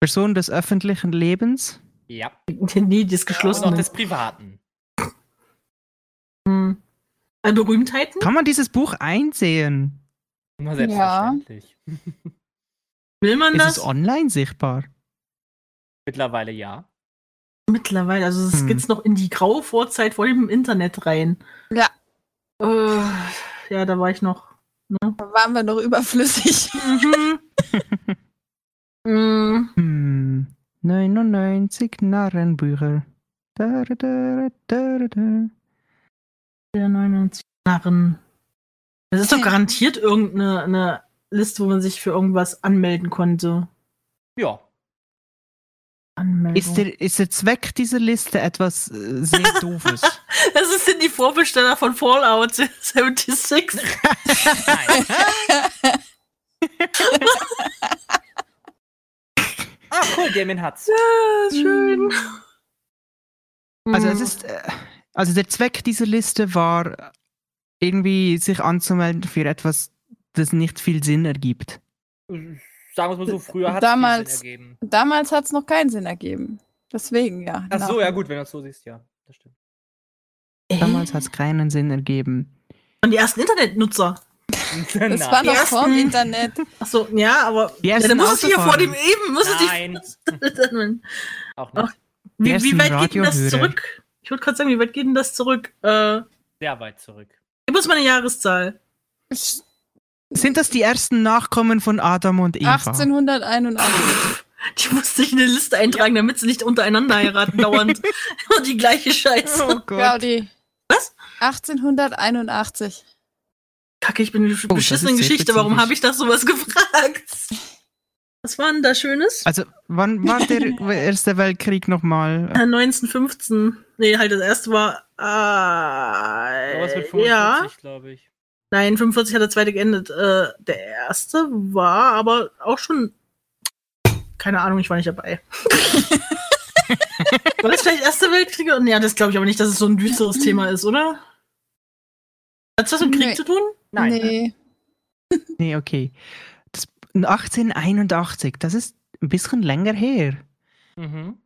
S7: Personen des öffentlichen Lebens.
S6: Ja.
S3: Nee, die
S6: Und auch
S3: ist
S5: Mhm.
S3: geschlossen.
S6: des Privaten.
S3: Hm. Äh, Berühmtheiten?
S7: Kann man dieses Buch einsehen?
S6: Immer
S5: Ja.
S6: selbstverständlich.
S3: Will man
S7: Ist es
S3: das?
S7: online sichtbar?
S6: Mittlerweile ja.
S3: Mittlerweile, also es
S7: Hm.
S3: geht's noch in die graue Vorzeit vor dem Internet rein.
S5: Ja.
S3: Äh, ja, da war ich noch. ne?
S5: Da waren wir noch überflüssig.
S3: Mhm. Mm,
S7: Hm. 99 Narrenbücher. Da, da, da, da, da, da.
S3: der 99 Narren. Das ist doch garantiert irgendeine eine Liste, wo man sich für irgendwas anmelden konnte.
S6: Ja.
S3: Anmeldung.
S7: Ist der, ist der Zweck dieser Liste etwas äh, sehr doofes?
S3: das ist denn die Vorbesteller von Fallout 76.
S6: Nein. ah, cool, Damien hat's.
S3: Das ist schön. Mm.
S7: Also
S3: Hm.
S7: es ist, äh, also der Zweck dieser Liste war äh, irgendwie sich anzumelden für etwas, das nicht viel Sinn ergibt.
S6: Sagen wir mal so, früher hat
S5: Damals-
S6: es ergeben.
S5: Damals hat es noch keinen Sinn ergeben. Deswegen, ja. genau.
S6: Ach so, ja gut, wenn du das so siehst, ja. Das stimmt.
S7: Damals hat es keinen Sinn ergeben.
S3: Und die ersten Internetnutzer.
S6: genau.
S5: Das war noch
S3: ersten-
S5: vorm Internet.
S3: Ach so, ja, aber
S7: Die
S3: ja,
S7: ersten
S3: dann muss es hier vor dem
S7: Autofahren.
S3: eben, muss
S6: Nein,
S3: es sich.
S6: auch nicht.
S7: Die
S3: wie,
S7: ersten
S3: wie weit geht denn das
S7: Radiohörer.
S3: zurück? Ich wollte gerade sagen, wie weit geht denn das zurück? Äh,
S6: Sehr weit zurück.
S3: gib uns mal eine Jahreszahl.
S7: Sind das die ersten Nachkommen von Adam und Eva?
S5: 1881.
S3: Die musste sich in eine Liste eintragen, damit sie nicht untereinander heiraten dauernd. Immer die gleiche Scheiße.
S7: Oh Gott.
S5: Gaudi.
S3: Was?
S5: 1881.
S3: Kacke, ich bin in einer
S7: Oh,
S3: beschissenen
S7: das ist sehr
S3: Geschichte. Warum
S7: spezifisch.
S3: habe ich das sowas gefragt? Was war denn da Schönes?
S7: Also wann war der Erste Weltkrieg nochmal?
S3: Äh, 1915. Nee, halt, das erste war.
S6: Sowas mit
S3: Äh,
S6: 45,
S3: ja.
S6: glaube ich.
S3: Nein, 45 hat der zweite geendet. Äh, der erste war aber auch schon. Keine Ahnung, ich war nicht dabei. war das vielleicht Erster Weltkrieg? Ja, das glaube ich aber nicht, dass es so ein düsteres Thema ist, oder? Hat das mit Krieg
S5: Nee.
S3: zu tun? ne?
S6: Nein.
S5: Nee.
S7: Nee, okay. Das, 1881, das ist ein bisschen länger her.
S6: Mhm.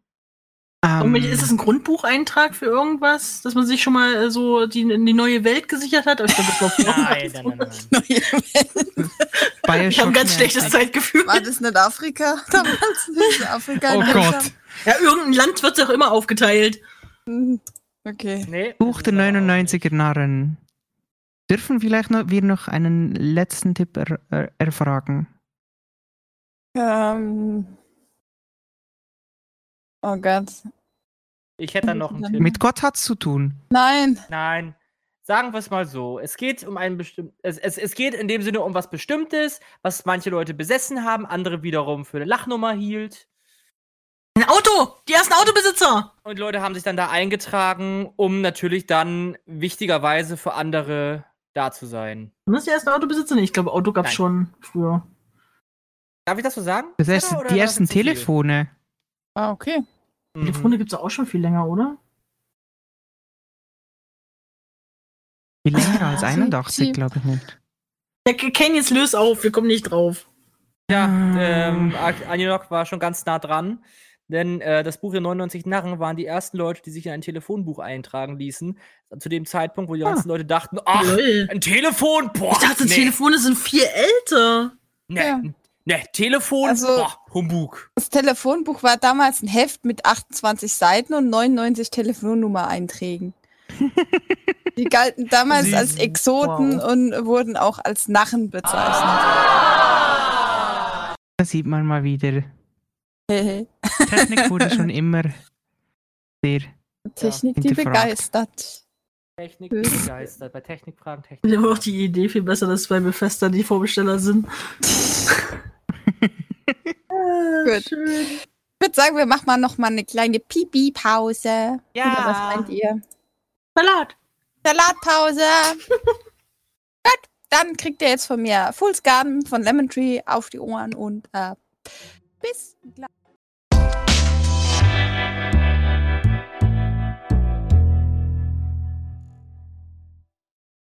S7: Ähm,
S3: Und ist das ein Grundbucheintrag für irgendwas, dass man sich schon mal äh, so die, in die neue Welt gesichert hat? Aber Ich, glaub, das war
S6: Nein,
S3: vorher.
S6: nein, nein, nein.
S3: ich habe ein ganz
S7: Bioshock
S3: schlechtes Zeitgefühl.
S5: War das nicht Afrika? Damals nicht Afrika.
S7: Oh Gott.
S3: Ja, irgendein Land wird doch immer aufgeteilt.
S5: Okay.
S6: Nee,
S7: Buch
S6: das
S7: der
S6: ist aber auch
S7: 99er
S5: genau.
S7: Narren. Dürfen vielleicht noch, wir noch einen letzten Tipp er, er, erfragen?
S5: Ähm. Oh Gott.
S6: Ich hätte dann noch einen Tipp.
S7: Mit Gott hat's zu tun.
S5: Nein.
S6: Nein. Sagen wir es mal so. Es geht um einen bestimmten. Es, es, es geht in dem Sinne um was Bestimmtes, was manche Leute besessen haben, andere wiederum für eine Lachnummer hielt.
S3: Ein Auto! Die ersten Autobesitzer!
S6: Und Leute haben sich dann da eingetragen, um natürlich dann wichtigerweise für andere da zu sein.
S3: Sind Ne, das die ersten Autobesitzer? Nee, ich glaube, Auto gab's
S6: Nein.
S3: schon früher.
S6: Darf ich das so sagen?
S7: Das erste,
S6: Sarah, oder
S7: die
S6: war
S7: ersten
S6: das zu viel?
S7: Telefone.
S5: Ah, okay.
S6: Mhm.
S3: Telefone gibt's ja auch schon viel länger, oder?
S7: Viel länger als
S5: Ah,
S7: 81,
S5: sie-
S7: glaube ich nicht.
S3: Der Ken jetzt löst auf, wir kommen nicht drauf.
S6: Ja,
S7: Ah.
S6: ähm, Ak- Anjork war schon ganz nah dran. Denn äh, das Buch der 99 Narren waren die ersten Leute, die sich in ein Telefonbuch eintragen ließen. Zu dem Zeitpunkt, wo die
S7: Ah.
S6: ganzen Leute dachten, ach,
S3: Lol.
S6: ein Telefon, boah,
S3: Ich dachte,
S6: nee,
S3: Telefone sind viel älter.
S6: nee,
S5: Ja.
S6: nee, Telefon,
S5: Also-
S6: boah, Humbug.
S5: Das Telefonbuch war damals ein Heft mit 28 Seiten und 99 Telefonnummer-Einträgen. Die galten damals
S3: Sie-
S5: als Exoten
S3: wow. Ah,
S5: und wurden auch als Narren bezeichnet.
S7: Da sieht man mal wieder. Technik wurde schon immer sehr.
S5: Technik, die
S7: hinterfragt.
S5: begeistert.
S6: Technik
S5: Äh.
S6: begeistert, bei Technikfragen, Technik.
S3: Ich habe auch die Idee viel besser, dass bei Bethesda die Vorbesteller sind.
S5: Gut. Ich würde sagen, wir machen mal noch mal eine kleine Pipi-Pause. Oder was meint ihr?
S3: Salat.
S5: Salatpause. Gut, dann kriegt ihr jetzt von mir Fool's Garden von Lemon Tree auf die Ohren und äh, bis gleich.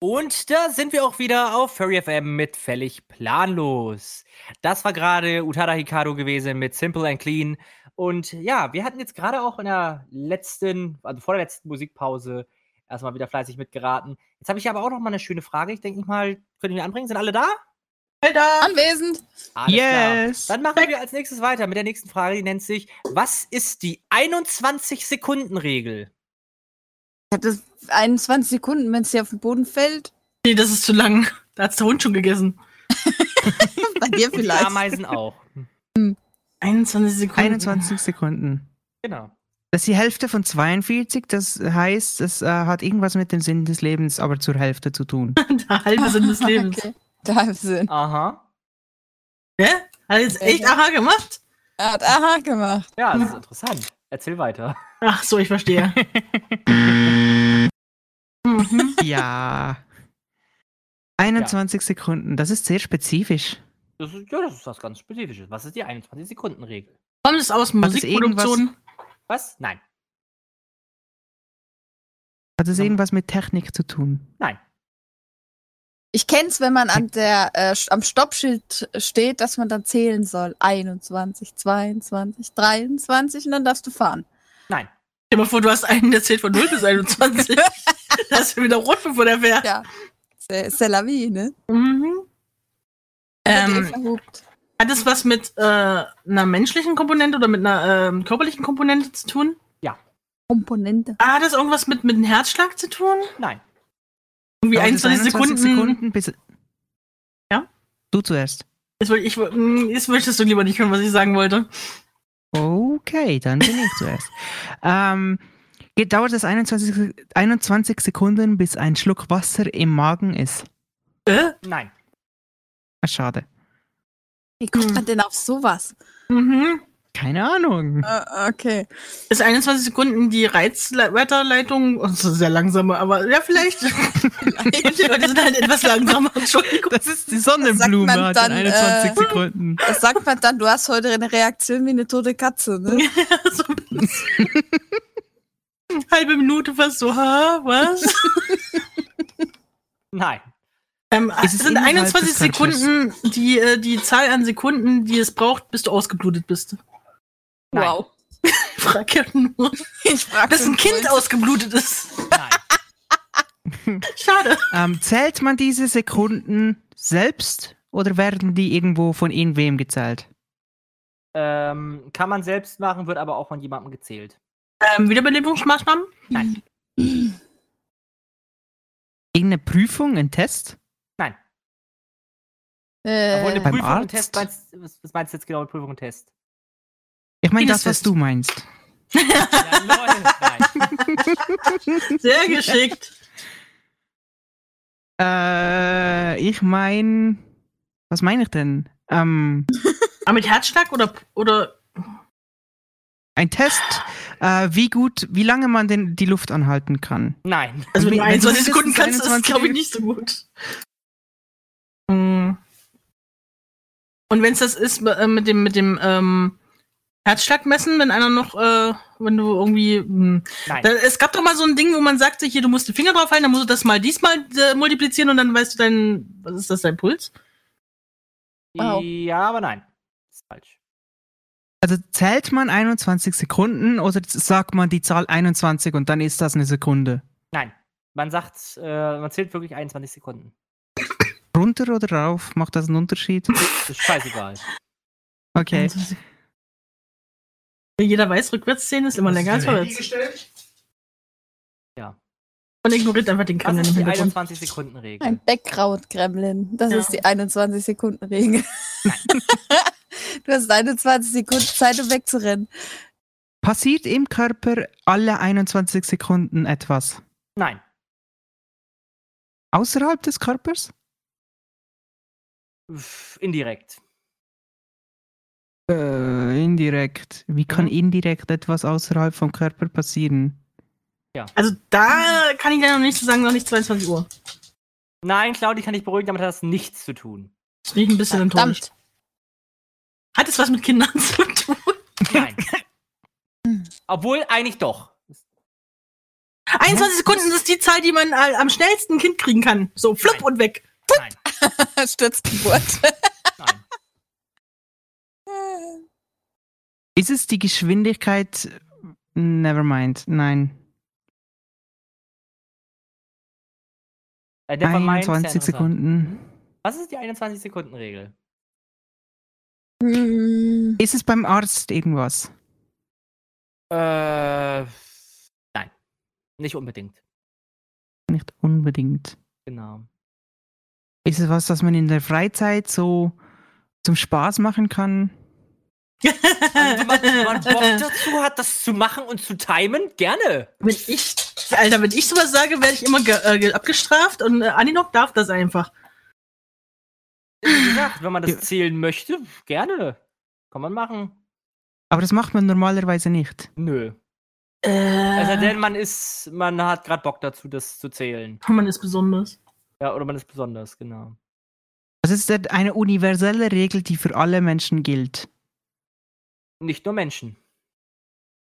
S6: Und da sind wir auch wieder auf Furry FM mit Fällig Planlos. Das war gerade Utada Hikaru gewesen mit Simple and Clean. Und ja, wir hatten jetzt gerade auch in der letzten, also vor der letzten Musikpause erstmal wieder fleißig mitgeraten. Jetzt habe ich aber auch noch mal eine schöne Frage. Ich denke mal, könnt ihr mir anbringen? Sind alle da?
S3: Alter.
S5: Anwesend.
S6: Alles
S7: Yes.
S6: Dann machen wir als nächstes weiter mit der nächsten Frage, die nennt sich, was ist die 21-Sekunden-Regel?
S5: Ich hatte 21 Sekunden, wenn es hier auf den Boden fällt.
S3: Nee, das ist zu lang. Da hat's der Hund schon gegessen.
S5: Bei dir
S6: Und die
S5: vielleicht.
S6: Ameisen auch. Hm,
S3: 21 Sekunden.
S7: 21 Sekunden.
S6: Genau.
S7: Das ist die Hälfte von 42, das heißt, es äh, hat irgendwas mit dem Sinn des Lebens, aber zur Hälfte zu tun.
S3: Der halbe Sinn des Lebens.
S5: Okay. Da sind.
S6: Aha.
S3: Hä? Hat jetzt echt aha gemacht?
S5: Er hat aha gemacht.
S6: Ja, das ist interessant. Erzähl weiter.
S3: Ach so, ich verstehe. mhm.
S7: ja. 21 Sekunden, das ist sehr spezifisch.
S6: Das ist, ja, das ist was ganz Spezifisches. Was ist die 21-Sekunden-Regel?
S3: Kommt es aus
S7: Hat es
S3: Musikproduktion?
S6: Was? Nein.
S7: Hat es
S6: Ja.
S7: irgendwas mit Technik zu tun?
S5: Ich kenn's, wenn man an der, äh, sch- am Stoppschild steht, dass man dann zählen soll. 21, 22, 23 und dann darfst du fahren.
S6: Nein.
S3: Stell dir mal vor, du hast einen, der zählt von 0 bis 21. da ist wieder rot, bevor der wäre.
S5: Ja. C'est la vie, ne?
S3: Mhm.
S5: Hat die
S3: Ähm,
S5: Eva Hupt.
S3: hat es was mit äh, einer menschlichen Komponente oder mit einer ähm, körperlichen Komponente zu tun?
S5: Komponente.
S3: Ah, hat das irgendwas mit, mit einem Herzschlag zu tun?
S6: Nein.
S3: Irgendwie
S7: Dauert es
S3: 21 Sekunden.
S7: 21 Sekunden bis.
S3: Ja?
S7: Du zuerst.
S3: Jetzt, woll- ich, woll- mm, jetzt möchtest du lieber nicht hören, was ich sagen wollte.
S7: Okay, dann bin ich zuerst. Ähm, geht, dauert es 21, Sek- 21 Sekunden, bis ein Schluck Wasser im Magen ist?
S3: Äh?
S6: Nein.
S7: Ach, schade.
S5: Wie kommt man denn auf sowas?
S3: Mhm.
S7: Keine Ahnung.
S5: Äh, okay.
S3: Ist 21 Sekunden die Reizweiterleitung? Oh, das ist sehr langsame, aber ja, vielleicht. Und die Leute sind halt etwas langsamer. Entschuldigung.
S7: Das ist die Sonnenblume,
S5: sagt man
S7: hat in
S5: dann,
S7: 21
S5: äh,
S7: Sekunden.
S5: Das sagt man dann, du hast heute eine Reaktion wie eine tote Katze, ne?
S3: so ein bisschen. Also, Halbe Minute fast so, ha, was?
S6: Nein.
S3: Ähm,
S7: Ist es
S3: sind
S7: innerhalb
S3: 21
S7: des Countries?
S3: Sekunden die, äh, die Zahl an Sekunden, die es braucht, bis du ausgeblutet bist.
S6: Nein.
S5: Wow.
S3: Ich frage ja nur,
S5: Ich frage
S3: bis ein Kind ausgeblutet ist.
S6: Nein.
S3: Schade.
S7: Ähm, zählt man diese Sekunden selbst oder werden die irgendwo von irgendwem gezählt?
S6: ähm, kann man selbst machen, wird aber auch von jemandem gezählt.
S3: Ähm, Wiederbelebungsmaßnahmen?
S5: Hm,
S6: Nein.
S7: Irgendeine Prüfung, ein Test?
S6: Obwohl eine
S5: Äh,
S7: Beim
S6: Prüfung und
S7: Arzt?
S6: Test meinst, was, was meinst du jetzt genau mit Prüfung und Test?
S7: Ich meine
S3: Penis
S7: das, was
S3: fest.
S7: du meinst.
S6: Ja, lol. Nein.
S3: Sehr geschickt.
S7: Äh, ich mein. Was meine ich denn? Ähm,
S3: Aber mit Herzschlag oder, oder
S7: ein Test, äh, wie gut, wie lange man denn die Luft anhalten kann.
S6: Nein.
S3: also
S7: Wenn-
S3: mit
S7: wenn
S3: 21
S7: mindestens
S3: Sekunden kannst du das,
S7: 21
S3: glaube ich, nicht so gut. Hm. Und wenn es das ist äh, mit dem, mit dem ähm, Herzschlag messen, wenn einer noch, äh, wenn du irgendwie. Mh,
S6: Nein.
S3: Da, es gab doch mal so ein Ding, wo man sagte, hier, du musst den Finger drauf halten, dann musst du das mal diesmal äh, multiplizieren und dann weißt du deinen, was ist das, dein Puls?
S5: Wow.
S6: Ja, aber nein. Ist falsch.
S7: Also zählt man 21 Sekunden oder sagt man die Zahl 21 und dann ist das eine Sekunde?
S6: Nein. Man sagt, äh, man zählt wirklich 21 Sekunden.
S7: Runter oder rauf? Macht das einen Unterschied?
S6: Das ist scheißegal.
S7: Okay.
S3: Wie jeder weiß, rückwärts zählen ist immer länger als vorwärts. Und ignoriert einfach den
S6: Das
S3: Kremlin im
S6: ist die
S3: Hintergrund.
S6: 21 Sekunden Regel.
S5: Ein Background-Gremlin. Das
S3: Ja.
S5: ist die 21-Sekunden-Regel. du hast 21 Sekunden Zeit, um wegzurennen.
S7: Passiert im Körper alle 21 Sekunden etwas?
S6: Nein.
S7: Außerhalb des Körpers?
S6: Pff, Indirekt.
S7: Äh, indirekt. Wie kann indirekt etwas außerhalb vom Körper passieren?
S3: Also da kann ich leider noch nicht so sagen, noch nicht 22 Uhr.
S6: Nein, Claudi kann ich beruhigen, damit hat das nichts zu tun.
S3: Das bin ich ein bisschen enttäuscht.
S5: Verdammt.
S3: Hat es was mit Kindern zu tun?
S6: Nein. Obwohl, eigentlich doch.
S3: 21 Sekunden ist die Zahl, die man äh, am schnellsten ein Kind kriegen kann. So, flupp
S6: Nein.
S3: und weg.
S6: Nein.
S5: Sturzgeburt.
S6: Nein.
S7: Ist es die Geschwindigkeit? Nevermind. Nein.
S6: Äh, der vermeint sehr
S7: 21
S6: interessant.
S7: Sekunden.
S6: Was ist die 21 Sekunden Regel?
S5: Hm.
S7: Ist es beim Arzt irgendwas?
S6: Äh, nein. Nicht unbedingt.
S7: Nicht unbedingt.
S6: Genau.
S7: Ist es was, das man in der Freizeit so zum Spaß machen kann?
S6: Also, wenn man, wenn man Bock dazu hat, das zu machen und zu timen, gerne.
S3: Wenn ich, Alter, wenn ich sowas sage, werde ich immer ge äh, ge- abgestraft und äh, Aninok darf das einfach.
S6: Wie gesagt, wenn man das
S7: Ja.
S6: zählen möchte, gerne. Kann man machen.
S7: Aber das macht man normalerweise nicht.
S6: Nö.
S3: Äh,
S6: Also denn man ist, man hat gerade Bock dazu, das zu zählen.
S3: man oh ist besonders.
S6: Ja, oder man ist besonders, genau.
S7: Das ist halt eine universelle Regel, die für alle Menschen gilt.
S6: Nicht nur Menschen.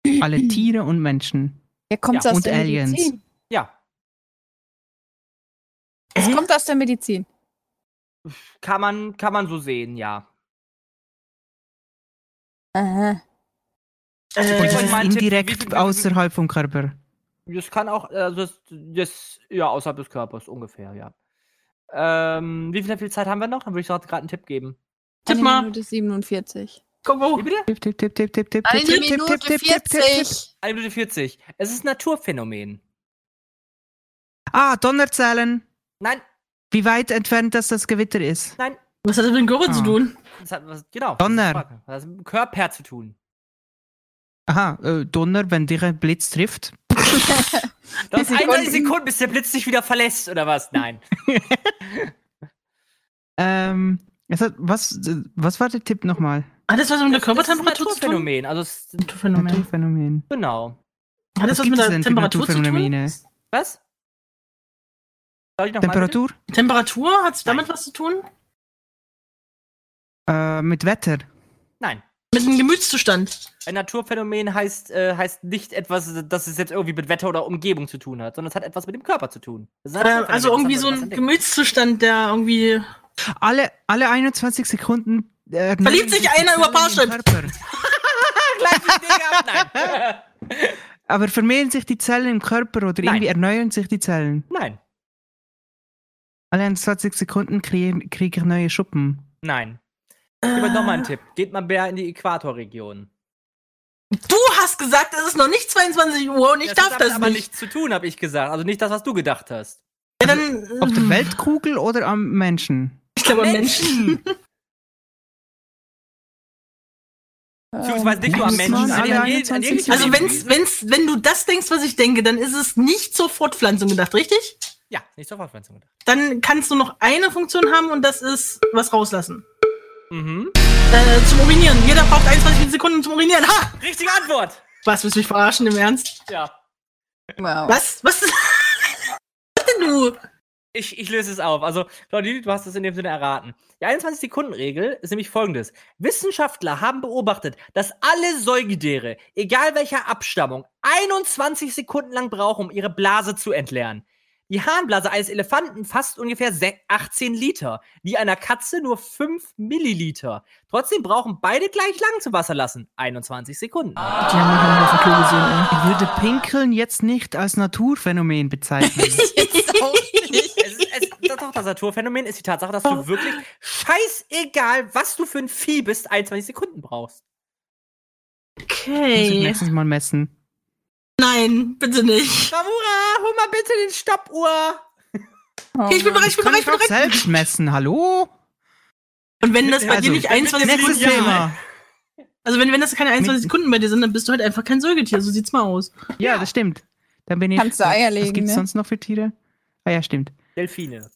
S7: Alle Tiere und Menschen.
S5: Ja, kommt's
S6: Ja,
S5: aus
S7: und
S5: der
S7: Aliens.
S5: Medizin?
S6: Ja.
S5: Es kommt aus der Medizin.
S6: Kann man, kann man so sehen, ja.
S5: Aha.
S7: Und
S6: Ich
S7: das
S6: wollte
S7: ist
S6: mal
S3: Äh,
S6: einen Tipp, wie
S7: indirekt
S6: viel-
S7: außerhalb vom Körper.
S6: Das kann auch, also das, das ja, außerhalb des Körpers ungefähr, ja. Ähm, wie viel, viel Zeit haben wir noch? Dann würde ich gerade einen Tipp geben.
S3: Tipp
S5: Eine
S3: mal.
S5: Minute 47.
S6: Wie bitte?
S7: Tipp, tipp, tipp, tipp, tipp, tipp, tipp,
S5: Eine
S7: tipp, tipp, tipp,
S5: Minute
S7: tipp, tipp, tipp.
S5: 40.
S6: 1 Minute 40. Es ist ein Naturphänomen.
S7: Ah, Donnerzellen.
S6: Nein,
S7: Wie weit entfernt das das Gewitter ist?
S6: nein.
S3: was hat das mit dem Gürtel zu
S7: Ah.
S3: tun?
S6: Das hat was, genau.
S7: Donner.
S6: Das hat was mit dem Körper zu tun.
S7: Aha, äh, Donner, wenn dich ein Blitz trifft.
S6: Du hast
S5: Sekunden.
S6: 21 Sekunden, bis der Blitz dich wieder verlässt, oder was? Nein.
S7: Ähm, es hat, was, äh, was war der Tipp nochmal?
S3: Hat das was mit
S6: Das
S3: der
S6: ist ein
S3: Körpertemperatur zu tun?
S6: Naturphänomen. Also, es-
S3: Naturphänomen.
S7: Naturphänomen.
S6: genau.
S3: Hat das was mit
S7: gibt es
S3: der
S7: denn für
S3: Temperatur zu tun?
S7: Naturphänomene?
S6: Was? Soll ich noch mal bitte?
S7: Temperatur?
S3: Temperatur? Hat es damit was zu tun?
S7: Äh, mit Wetter.
S6: Nein.
S3: Mit einem Gemütszustand.
S6: Ein Naturphänomen heißt, äh, heißt nicht etwas, dass es jetzt irgendwie mit Wetter oder Umgebung zu tun hat, sondern es hat etwas mit dem Körper zu tun. Das ist ein
S3: Äh,
S6: Naturphänomen,
S3: also
S6: das
S3: irgendwie
S6: haben
S3: so
S6: wir
S3: ein
S6: erst entdeckt.
S3: Gemütszustand, der irgendwie.
S7: Alle, alle 21 Sekunden. äh,
S3: Verliebt sich
S7: erneuern
S3: einer
S7: die
S3: über
S7: Zellen im Körper.
S6: Gleich die Dinge ab.
S7: Aber vermehren sich die Zellen im Körper oder
S6: Nein.
S7: irgendwie erneuern sich die Zellen?
S6: Nein.
S7: Alle 21 Sekunden kriege krieg ich neue Schuppen.
S6: Nein. Nein. Gib mir nochmal einen Tipp. Geht man mehr in die Äquatorregion.
S3: Du hast gesagt, es ist noch nicht 22 Uhr und ich darf
S6: hat
S3: das
S6: aber
S3: nicht. Ähm,
S6: nichts zu tun, habe ich gesagt. Also nicht das, was du gedacht hast.
S3: Ja, dann, äh,
S7: Auf der Weltkugel oder am Menschen?
S3: Ich glaube, Menschen.
S6: Beziehungsweise nicht nur am
S7: muss
S6: Menschen,
S7: man
S6: an,
S7: alle
S6: an, je- an
S7: 21
S6: jeglichen
S3: Also wenn's,
S6: Lebewesen.
S3: wenn's, wenn du das denkst, was ich denke, dann ist es nicht zur Fortpflanzung gedacht, richtig?
S6: Ja, nicht zur Fortpflanzung gedacht.
S3: Dann kannst du noch eine Funktion haben und das ist was rauslassen.
S6: Mhm.
S3: Äh, zum Urinieren. Jeder braucht 21 Sekunden zum Urinieren. Ha!
S6: Richtige Antwort!
S3: Was, willst du mich verarschen im Ernst?
S6: Ja.
S5: Oh, Wow.
S3: Was? Was? Was denn du?
S6: Ich, ich löse es auf. Also, Claudine, du hast es in dem Sinne erraten. Die 21-Sekunden-Regel ist nämlich folgendes. Wissenschaftler haben beobachtet, dass alle Säugetiere, egal welcher Abstammung, 21 Sekunden lang brauchen, um ihre Blase zu entleeren. Die Harnblase eines Elefanten fasst ungefähr se- 18 Liter, die einer Katze nur 5 Milliliter. Trotzdem brauchen beide gleich lang zu Wasser lassen. 21 Sekunden.
S7: Die haben mich noch auf dem Klo gesehen. Ich würde Pinkeln jetzt nicht als Naturphänomen bezeichnen.
S6: Es ist, es, das, doch, das Naturphänomen ist die Tatsache, dass du wirklich scheißegal, was du für ein Vieh bist, 21 Sekunden brauchst.
S7: Muss ich
S3: Okay.
S7: nächstes Mal messen.
S3: Nein, bitte nicht.
S6: Samura, hol mal bitte den Stoppuhr.
S5: Oh
S3: Okay, ich bin bereit, ich
S7: Ich
S3: bin
S7: kann
S3: bereit, ich
S7: mich
S3: bin
S7: doch
S3: bereit.
S7: selbst messen, hallo?
S3: Und wenn das bei
S7: Also,
S3: dir nicht 21
S7: Nächstes
S3: Sekunden
S7: Thema.
S3: Also wenn, wenn das keine 21 Sekunden bei dir sind, dann bist du halt einfach kein Säugetier. So sieht's mal aus.
S7: Ja, das stimmt. Dann bin ich.
S5: Kannst du Eier
S7: Was
S5: legen,
S7: gibt's
S5: ne?
S7: sonst noch für Tiere? Ah ja, stimmt.
S6: Delfine.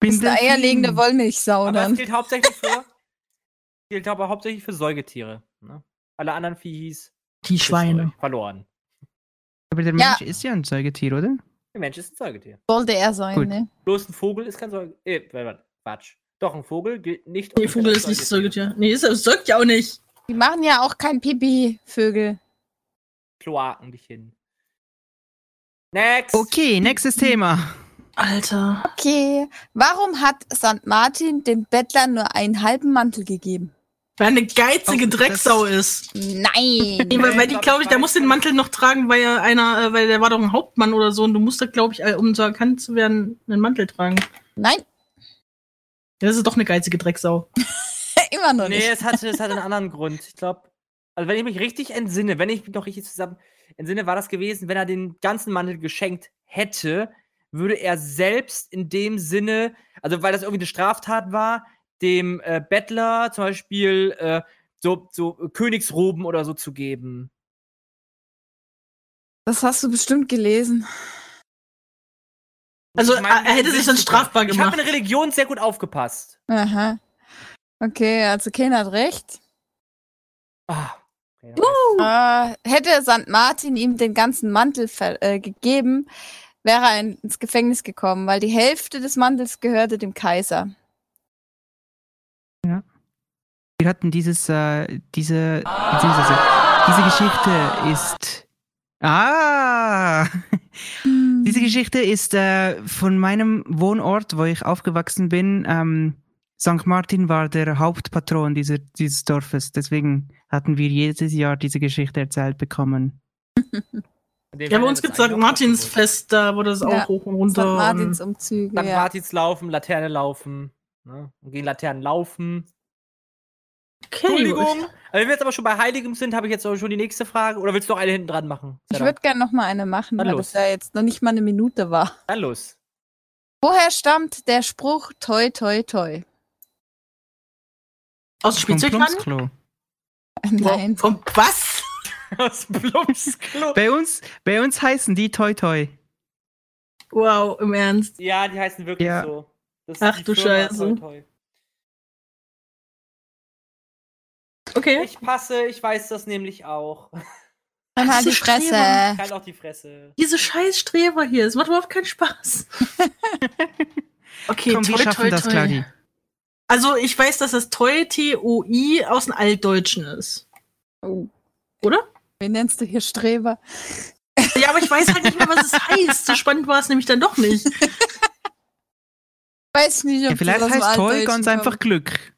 S7: Bin
S5: Das ist eine
S7: Delfin.
S5: eierlegende Wollmilchsau
S6: Aber es
S5: dann.
S6: gilt hauptsächlich für, gilt aber hauptsächlich für Säugetiere. Ne? Alle anderen Viehs
S3: Die
S6: ist Zeug, verloren.
S7: Aber der
S5: Ja.
S7: Mensch ist ja ein Säugetier, oder?
S6: Der Mensch ist ein Säugetier.
S5: Wollte er sein,
S7: Gut.
S5: ne?
S6: Bloß ein Vogel ist kein Säugetier. Äh, warte, warte, Quatsch. Doch, ein Vogel gilt nicht.
S3: Nee, Vogel ist nicht das Säugetier. Nee, ist, das säugt ja auch nicht.
S5: Die machen ja auch kein Pipi, Vögel.
S6: Kloaken dich hin. Next.
S7: Okay,
S5: Hm.
S7: nächstes Thema.
S3: Alter.
S5: Okay. Warum hat St. Martin dem Bettler nur einen halben Mantel gegeben?
S3: Weil er eine geizige
S7: Oh, das-
S3: Drecksau ist. Nee,
S5: Nein.
S3: weil, weil die, glaube ich, der muss den Mantel noch tragen, weil er einer, äh, weil der war doch ein Hauptmann oder so und du musst da, glaube ich, äh, um so erkannt zu werden, einen Mantel tragen.
S5: Nein,
S3: Ja, Das ist doch eine geizige Drecksau.
S5: immer noch
S6: Nee,
S5: nicht.
S6: es hatte, es hatte einen anderen Grund. Ich glaube, also wenn ich mich richtig entsinne, wenn ich mich noch richtig zusammen entsinne, war das gewesen, wenn er den ganzen Mantel geschenkt hätte, würde er selbst in dem Sinne, also weil das irgendwie eine Straftat war, dem äh, Bettler zum Beispiel äh, so, so äh, Königsroben oder so zu geben.
S5: Das hast du bestimmt gelesen.
S3: Also
S6: Ich mein,
S3: er er hätte sich dann strafbar
S6: Ich habe
S3: gemacht.
S6: in Religion sehr gut aufgepasst.
S5: Aha. Okay, also Ken hat recht.
S6: Ah. Okay,
S5: Äh, hätte St. Martin ihm den ganzen Mantel ver- äh, gegeben, wäre er in, ins Gefängnis gekommen, weil die Hälfte des Mantels gehörte dem Kaiser.
S7: Wir hatten dieses, äh, diese, beziehungsweise, diese Geschichte ist. Ah! Diese Geschichte ist äh, von meinem Wohnort, wo ich aufgewachsen bin. Ähm, St. Martin war der Hauptpatron dieser, dieses Dorfes. Deswegen hatten wir jedes Jahr diese Geschichte erzählt bekommen.
S6: in dem
S3: Ja, bei
S6: Fall
S3: uns
S6: hätte
S3: gibt's
S6: das
S3: St.
S6: eigentlich auch
S3: Martins
S6: passen müssen.
S3: Fest, da wurde es auch
S5: Ja,
S3: hoch und
S5: St.
S3: runter.
S5: Martins
S3: und-
S5: Umzüge.
S6: St.
S5: Ja.
S6: Martins laufen, Laterne laufen. Ne? Und gegen Laternen laufen.
S3: okay.
S6: Entschuldigung. Aber wenn wir jetzt aber schon bei Heiligem sind, habe ich jetzt auch schon die nächste Frage. Oder willst du noch eine hinten dran machen?
S5: Ich würde gerne noch mal eine machen,
S6: Na
S5: weil
S6: los.
S5: das ja jetzt noch nicht mal eine Minute war.
S6: Dann los.
S5: Woher stammt der Spruch toi toi toi?
S3: Aus dem
S7: Vom
S3: Spielzeugladen?
S7: Plumpsklo.
S5: Nein.
S3: Vom, vom was?
S6: Aus Blums Klo.
S7: Bei uns, bei uns heißen die Toi Toi.
S3: Wow, im Ernst.
S6: Ja, die heißen wirklich
S7: Ja.
S6: so. Das ist
S3: Ach
S6: die
S3: du
S6: Firma,
S3: Scheiße.
S6: toi, toi.
S3: Okay.
S6: Ich passe, ich weiß das nämlich auch.
S5: Dann halt die
S3: Diese Streber.
S5: Fresse.
S6: Kann auch die Fresse.
S3: Diese scheiß Streber hier, es macht überhaupt keinen Spaß. okay,
S7: Komm, wir
S3: toi,
S7: schaffen
S3: toi,
S7: das,
S3: toi.
S7: Claudi.
S3: Also ich weiß, dass das Toi T-O-I aus dem Altdeutschen ist.
S5: Oh.
S3: Oder?
S5: Wen nennst du hier Streber?
S3: Ja, aber ich weiß halt nicht mehr, was es heißt. So spannend war es nämlich dann doch nicht.
S5: Weiß nicht, ob
S7: Ja, vielleicht
S5: das aus dem
S7: heißt Toi
S5: Altdeutschen
S7: ganz
S5: kommt.
S7: einfach Glück.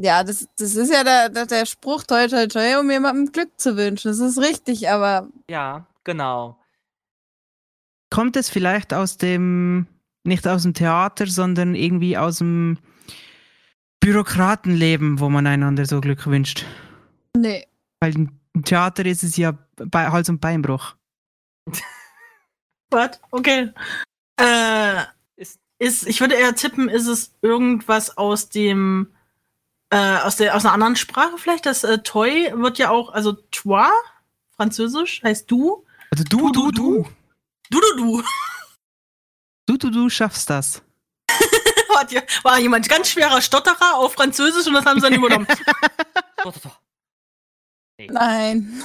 S5: Ja, das, das ist ja der, der, der Spruch toi toi toi, um jemandem Glück zu wünschen. Das ist richtig, aber
S6: Ja, genau.
S7: Kommt es vielleicht aus dem, nicht aus dem Theater, sondern irgendwie aus dem Bürokratenleben, wo man einander so Glück wünscht?
S5: nee.
S7: Weil im Theater ist es ja bei Hals- und Beinbruch.
S3: What? Okay. Äh,
S6: Ist-
S3: ist, ich würde eher tippen, ist es irgendwas aus dem äh, aus, der, aus einer anderen Sprache vielleicht. Das äh, Toy wird ja auch, also toi, französisch, heißt du.
S7: Also du, du, du.
S3: Du, du, du.
S7: Du, du, du schaffst das.
S3: Hat ja- War jemand ganz schwerer Stotterer auf Französisch und das haben sie dann übernommen.
S6: Doch, doch, doch.
S5: Nein.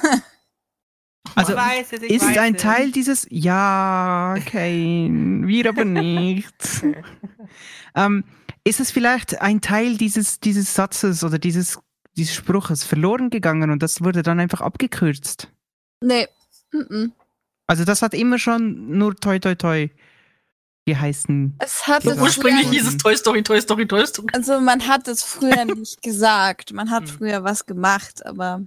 S7: Also
S6: Ich weiß es, ich
S7: ist
S6: weiß
S7: ein
S6: es.
S7: Teil dieses Ja, kein, wir aber nicht. ähm, ist es vielleicht ein Teil dieses, dieses Satzes oder dieses, dieses Spruches verloren gegangen und das wurde dann einfach abgekürzt?
S5: Nee. Mhm.
S7: Also das hat immer schon nur toi toi toi geheißen.
S5: Es hat
S7: So
S5: es
S3: Ursprünglich
S5: früher,
S3: hieß es Toy Story, Toy Story, Toy Story.
S5: also man hat es früher nicht gesagt. Man hat
S7: Mhm.
S6: Hm.
S5: früher was gemacht, aber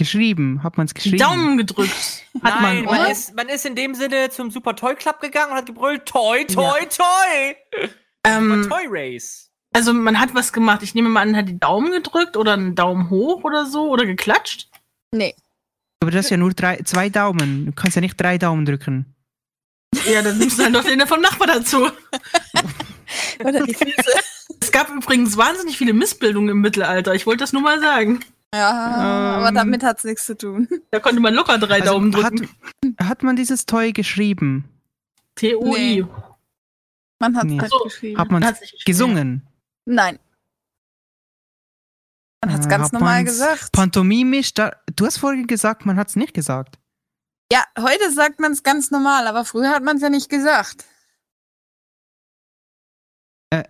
S7: Geschrieben, hat man es geschrieben.
S3: Daumen gedrückt.
S7: Hat
S6: Nein,
S7: man.
S6: man,
S5: oder?
S6: ist, man ist in dem Sinne zum Super Toy Club gegangen und hat gebrüllt, Toy, Toy, Toy!
S3: Ähm,
S7: Hm.
S6: Toy Race.
S3: Also man hat was gemacht. Ich nehme mal an, hat die Daumen gedrückt oder einen Daumen hoch oder so oder geklatscht.
S7: Aber das ist ja nur drei, zwei Daumen. Du kannst ja nicht drei Daumen drücken.
S3: Ja, dann nimmst du halt dann doch den vom Nachbar dazu.
S5: oder die Füße.
S3: Es gab übrigens wahnsinnig viele Missbildungen im Mittelalter. Ich wollte das nur mal sagen.
S5: ja, aber
S7: Ähm.
S5: damit hat es nichts zu tun.
S3: Da konnte man locker drei
S7: Also
S3: Daumen
S7: hat,
S3: drücken.
S7: hat man dieses Toy geschrieben?
S3: TOI.
S5: Nee. Man hat es
S7: Nee.
S5: halt
S3: So.
S5: geschrieben.
S7: Hat man es
S3: Hat sich
S7: gesungen?
S5: Nein. Man hat es
S7: Äh,
S5: ganz
S7: hat
S5: normal
S7: man's
S5: gesagt.
S7: Pantomimisch, da, du hast vorhin gesagt, man hat es nicht gesagt.
S5: Ja, heute sagt man es ganz normal, aber früher hat man es ja nicht gesagt.
S3: Hä?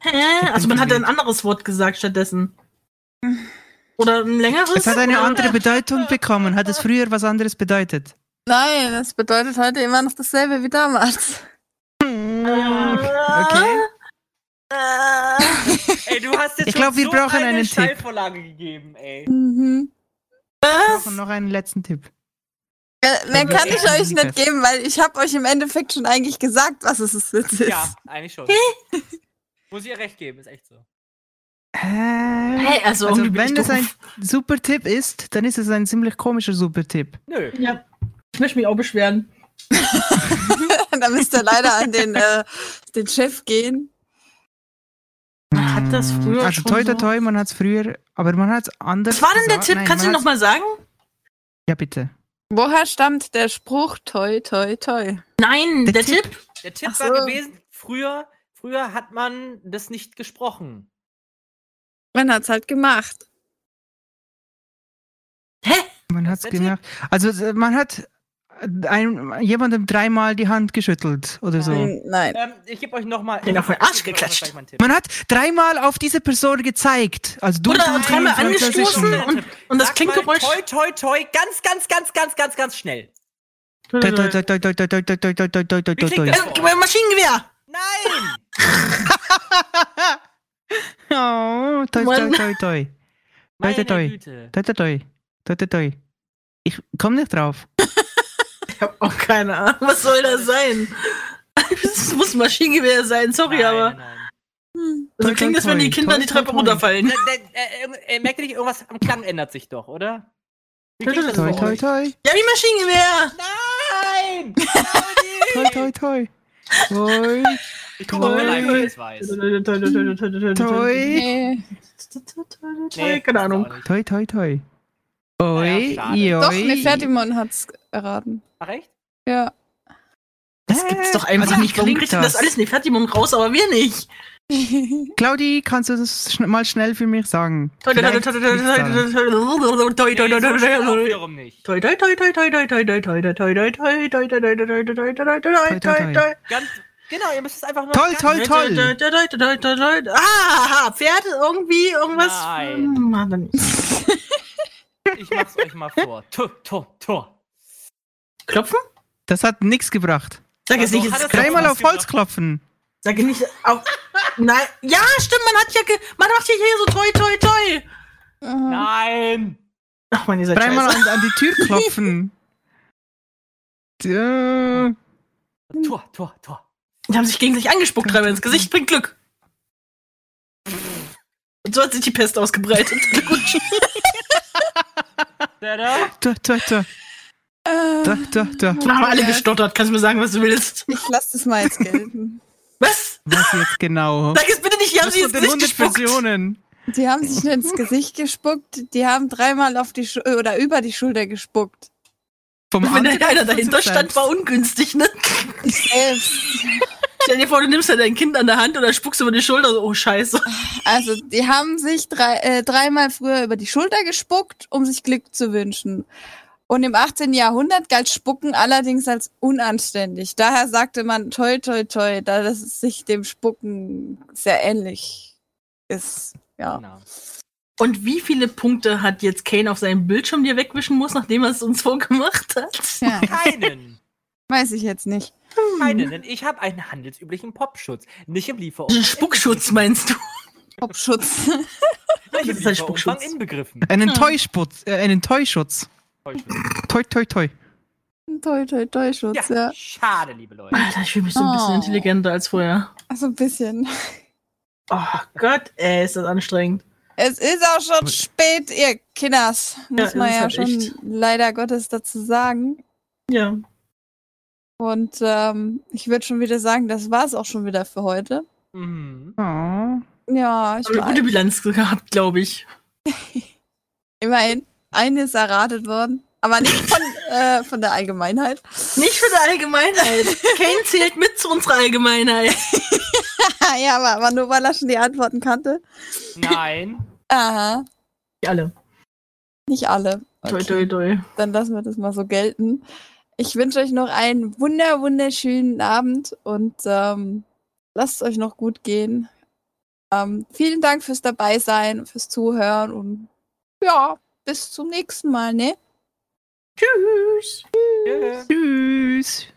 S3: Also man hat ein anderes Wort gesagt stattdessen. Oder ein längeres?
S7: Es hat eine
S3: Oder-
S7: andere Bedeutung bekommen. Hat es früher was anderes bedeutet?
S5: Nein, das bedeutet heute immer noch dasselbe wie damals.
S7: Okay.
S6: Ey, du hast jetzt
S7: Ich glaub,
S6: uns
S7: wir
S6: so
S7: brauchen
S6: eine
S7: einen Tipp.
S6: Steilvorlage gegeben, ey.
S5: Mhm.
S7: Wir brauchen noch einen letzten Tipp.
S5: Äh, Mehr
S7: Dann
S5: kann
S7: wird's
S5: ich
S7: echt
S5: euch nicht
S7: liebes.
S5: geben, weil ich habe euch im Endeffekt schon eigentlich gesagt, was es ist. jetzt ist.
S6: Ja, eigentlich schon. Muss ich ihr recht geben, ist echt so.
S3: Hey, also,
S7: Also
S3: irgendwie bin
S7: wenn
S3: ich
S7: das
S3: doof.
S7: ein super Tipp ist, dann ist es ein ziemlich komischer super Tipp.
S6: Nö.
S3: Ja. Ich möchte mich auch beschweren.
S5: da müsst ihr leider an den, äh, den Chef gehen.
S3: Man hat das früher
S7: Also
S3: schon
S7: toi toi
S3: so-
S7: toi, man hat es früher, aber man hat es anders
S3: Was war denn der
S7: gesagt.
S3: Tipp?
S7: Nein,
S3: Kannst du
S7: man
S3: ihn nochmal
S7: hat's-
S3: sagen?
S7: Ja, bitte.
S5: Woher stammt der Spruch toi toi toi?
S3: Nein,
S7: Der
S3: der,
S7: Tipp.
S3: Tipp.
S6: Der Tipp
S5: Ach
S6: war
S5: so.
S6: gewesen, früher, früher hat man das nicht gesprochen.
S5: Man hat's halt gemacht.
S7: Man
S6: Das
S7: hat es
S6: ist der
S7: gemacht. Also äh, man hat einem, jemandem dreimal die Hand geschüttelt oder so.
S5: Nein, Nein.
S6: Ähm, ich gebe euch nochmal.
S3: Den auf den Arsch geklatscht.
S7: Man hat dreimal auf diese Person gezeigt. Also du
S3: Oder
S7: hast
S3: dreimal
S7: einen französischen-
S3: angestoßen und- und das Klinkgeräusch-
S6: Toi, toi, toi, ganz, ganz, ganz, ganz, ganz, ganz schnell.
S7: Toi, toi, toi, toi, toi, toi, toi, toi, toi, toi, toi, toi, toi,
S6: Wie klingt
S7: toi.
S6: das?
S3: Äh, gib mir ein Maschinengewehr.
S6: Nein!
S7: Oh, toi, toi,
S3: Mann.
S7: toi, toi. Toi, toi,
S6: Meine
S7: toi.
S6: Güte.
S7: Toi, toi, toi. Toi, toi, toi. Ich komme nicht drauf.
S3: Ich hab auch Oh, keine Ahnung. Was soll das sein? Es muss ein Maschinengewehr sein, sorry,
S6: Nein,
S3: aber.
S6: nein.
S3: So
S7: Toi,
S3: klingt
S7: toi,
S3: es, wenn die
S7: toi.
S3: Kinder
S7: Toi,
S3: die
S7: toi,
S3: Treppe
S7: toi.
S3: runterfallen.
S6: Da- da- äh, irgend- äh, Merkt ihr nicht, irgendwas am Klang ändert sich doch, oder? Wie klingt das
S7: Toi,
S6: bei
S7: toi,
S6: euch?
S7: toi.
S3: Ja, wie ein Maschinengewehr!
S6: Nein!
S7: Toi, toi, toi. Toi,
S6: Ich guck mal, ob
S7: Toi.
S6: Leif das weiß.
S7: toi.
S5: Nee.
S6: Nee, weiß
S3: Keine Ahnung.
S6: auch nicht.
S7: Toi, toi, toi. Oi,
S6: schade.
S7: joi.
S5: Doch, Nefertimon hat's erraten.
S6: Ach, echt?
S5: Ja.
S3: Das gibt's doch einfach
S7: Also, wie
S3: nicht. Warum
S7: klingt
S3: kriegt das? das
S7: das?
S3: alles nicht fertig und raus, aber wir nicht?
S7: Claudi, kannst du das schn mal schnell für mich sagen?
S3: Toi, toi, toi,
S7: Vielleicht
S3: toi, toi,
S7: liegt's daran.
S3: toi, toi, toi,
S6: Nee,
S3: toi,
S6: so schnell auch
S3: toi, toi.
S6: wiederum nicht.
S3: Toi, toi, toi, toi, toi, toi, toi, toi, toi, toi, toi, toi, toi, toi, toi, toi, toi, toi, toi, toi, toi, toi, toi.
S6: Ganz, genau, ihr müsst es einfach nur.
S7: Toll,
S6: ganz-
S7: toll, toll.
S3: Ah, Pferd irgendwie, irgendwas.
S6: Nein.
S3: Hm, hat er nicht.
S6: Ich mach's euch mal vor. Tor, Tor, Tor.
S3: Klopfen?
S7: Das hat nichts gebracht.
S3: Sag jetzt
S6: Also,
S3: nicht, es
S6: hat
S3: ist
S6: es-
S3: Klopfen.
S7: Dreimal
S6: was
S7: auf Holz
S6: gebracht.
S7: klopfen.
S3: Sag jetzt nicht auf. Nein. Ja, stimmt, man hat ja ge man macht ja hier so toi toi toi.
S5: Mhm.
S6: Nein!
S3: Ach man, ihr seid
S7: Dreimal
S3: scheiße.
S7: an, an die Tür klopfen. Tja.
S6: Tor, Tor, Tor.
S3: Die haben sich gegenseitig angespuckt, dreimal ins Gesicht, bringt Glück. Und so hat sich die Pest ausgebreitet. Glückwunsch.
S6: Da, da.
S7: Da, da, da,
S5: Äh,
S7: da, da, da.
S3: Dann haben alle gestottert, kannst du mir sagen, was du willst.
S5: Ich lasse das mal jetzt gelten.
S3: Was?
S7: Was jetzt genau?
S3: Sag jetzt bitte nicht, die haben
S7: Das
S3: sich
S7: von
S3: ins Gesicht gespuckt.
S7: Versionen.
S5: Die haben sich nur ins Gesicht gespuckt, die haben dreimal auf die Schu oder über die Schulter gespuckt.
S7: Vom
S3: Wenn da
S7: Antidote
S3: einer
S7: von
S3: dahinter
S7: sich
S3: stand,
S7: selbst.
S3: war ungünstig, ne?
S5: Ich selbst.
S3: Stell dir vor, du nimmst ja dein Kind an der Hand oder spuckst über die Schulter, so, oh Scheiße.
S5: Also, die haben sich drei, äh, dreimal früher über die Schulter gespuckt, um sich Glück zu wünschen. Und im 18. Jahrhundert galt Spucken allerdings als unanständig. Daher sagte man toi, toi, toi, da das es sich dem Spucken sehr ähnlich ist. Ja.
S6: Na.
S3: Und wie viele Punkte hat jetzt Kane auf seinem Bildschirm, die er wegwischen muss, nachdem er es uns vorgemacht hat?
S5: ja.
S6: Keinen.
S5: Weiß ich jetzt nicht.
S6: Keinen, denn ich habe einen handelsüblichen Popschutz. Nicht im Lieferumfang.
S3: Ein Spuckschutz meinst du?
S5: Popschutz.
S6: Nicht im
S3: Das ist ein
S6: Lieferumfang
S3: Spuckschutz.
S6: inbegriffen.
S3: Hm.
S7: Einen Teuschutz. Äh, einen Teuschutz.
S6: Vollschutz.
S7: Toi, toi, toi.
S5: toi, toi, toi, Schutz, ja.
S6: Ja, schade, liebe Leute.
S3: Alter, ich fühle mich so ein bisschen
S5: Oh.
S3: intelligenter als vorher.
S5: So Also ein bisschen.
S3: Oh Gott, ey, ist das anstrengend.
S5: Es ist auch schon spät, ihr Kinders. Muss
S3: es
S5: man
S3: ist
S5: ja
S3: halt
S5: schon
S3: echt.
S5: leider Gottes dazu sagen.
S3: Ja.
S5: Und ähm, ich würde schon wieder sagen, das war's auch schon wieder für heute.
S6: Mhm.
S7: Oh.
S5: Ja, ich
S3: Haben eine gute Bilanz gehabt, glaube ich.
S5: immerhin. Eine ist erratet worden, aber nicht von, äh, von der Allgemeinheit.
S3: Nicht für die Allgemeinheit. Kane zählt mit zu unserer Allgemeinheit.
S5: ja, aber, aber nur weil er schon die Antworten kannte.
S6: Nein.
S5: Aha,
S3: Nicht alle.
S5: nicht alle.
S3: Toi, toi, toi.
S5: Dann lassen wir das mal so gelten. Ich wünsche euch noch einen wunder wunderschönen Abend und ähm, lasst es euch noch gut gehen. Ähm, vielen Dank fürs Dabeisein, fürs Zuhören und ja, bis zum nächsten Mal, ne?
S6: Tschö.
S7: Tschüss.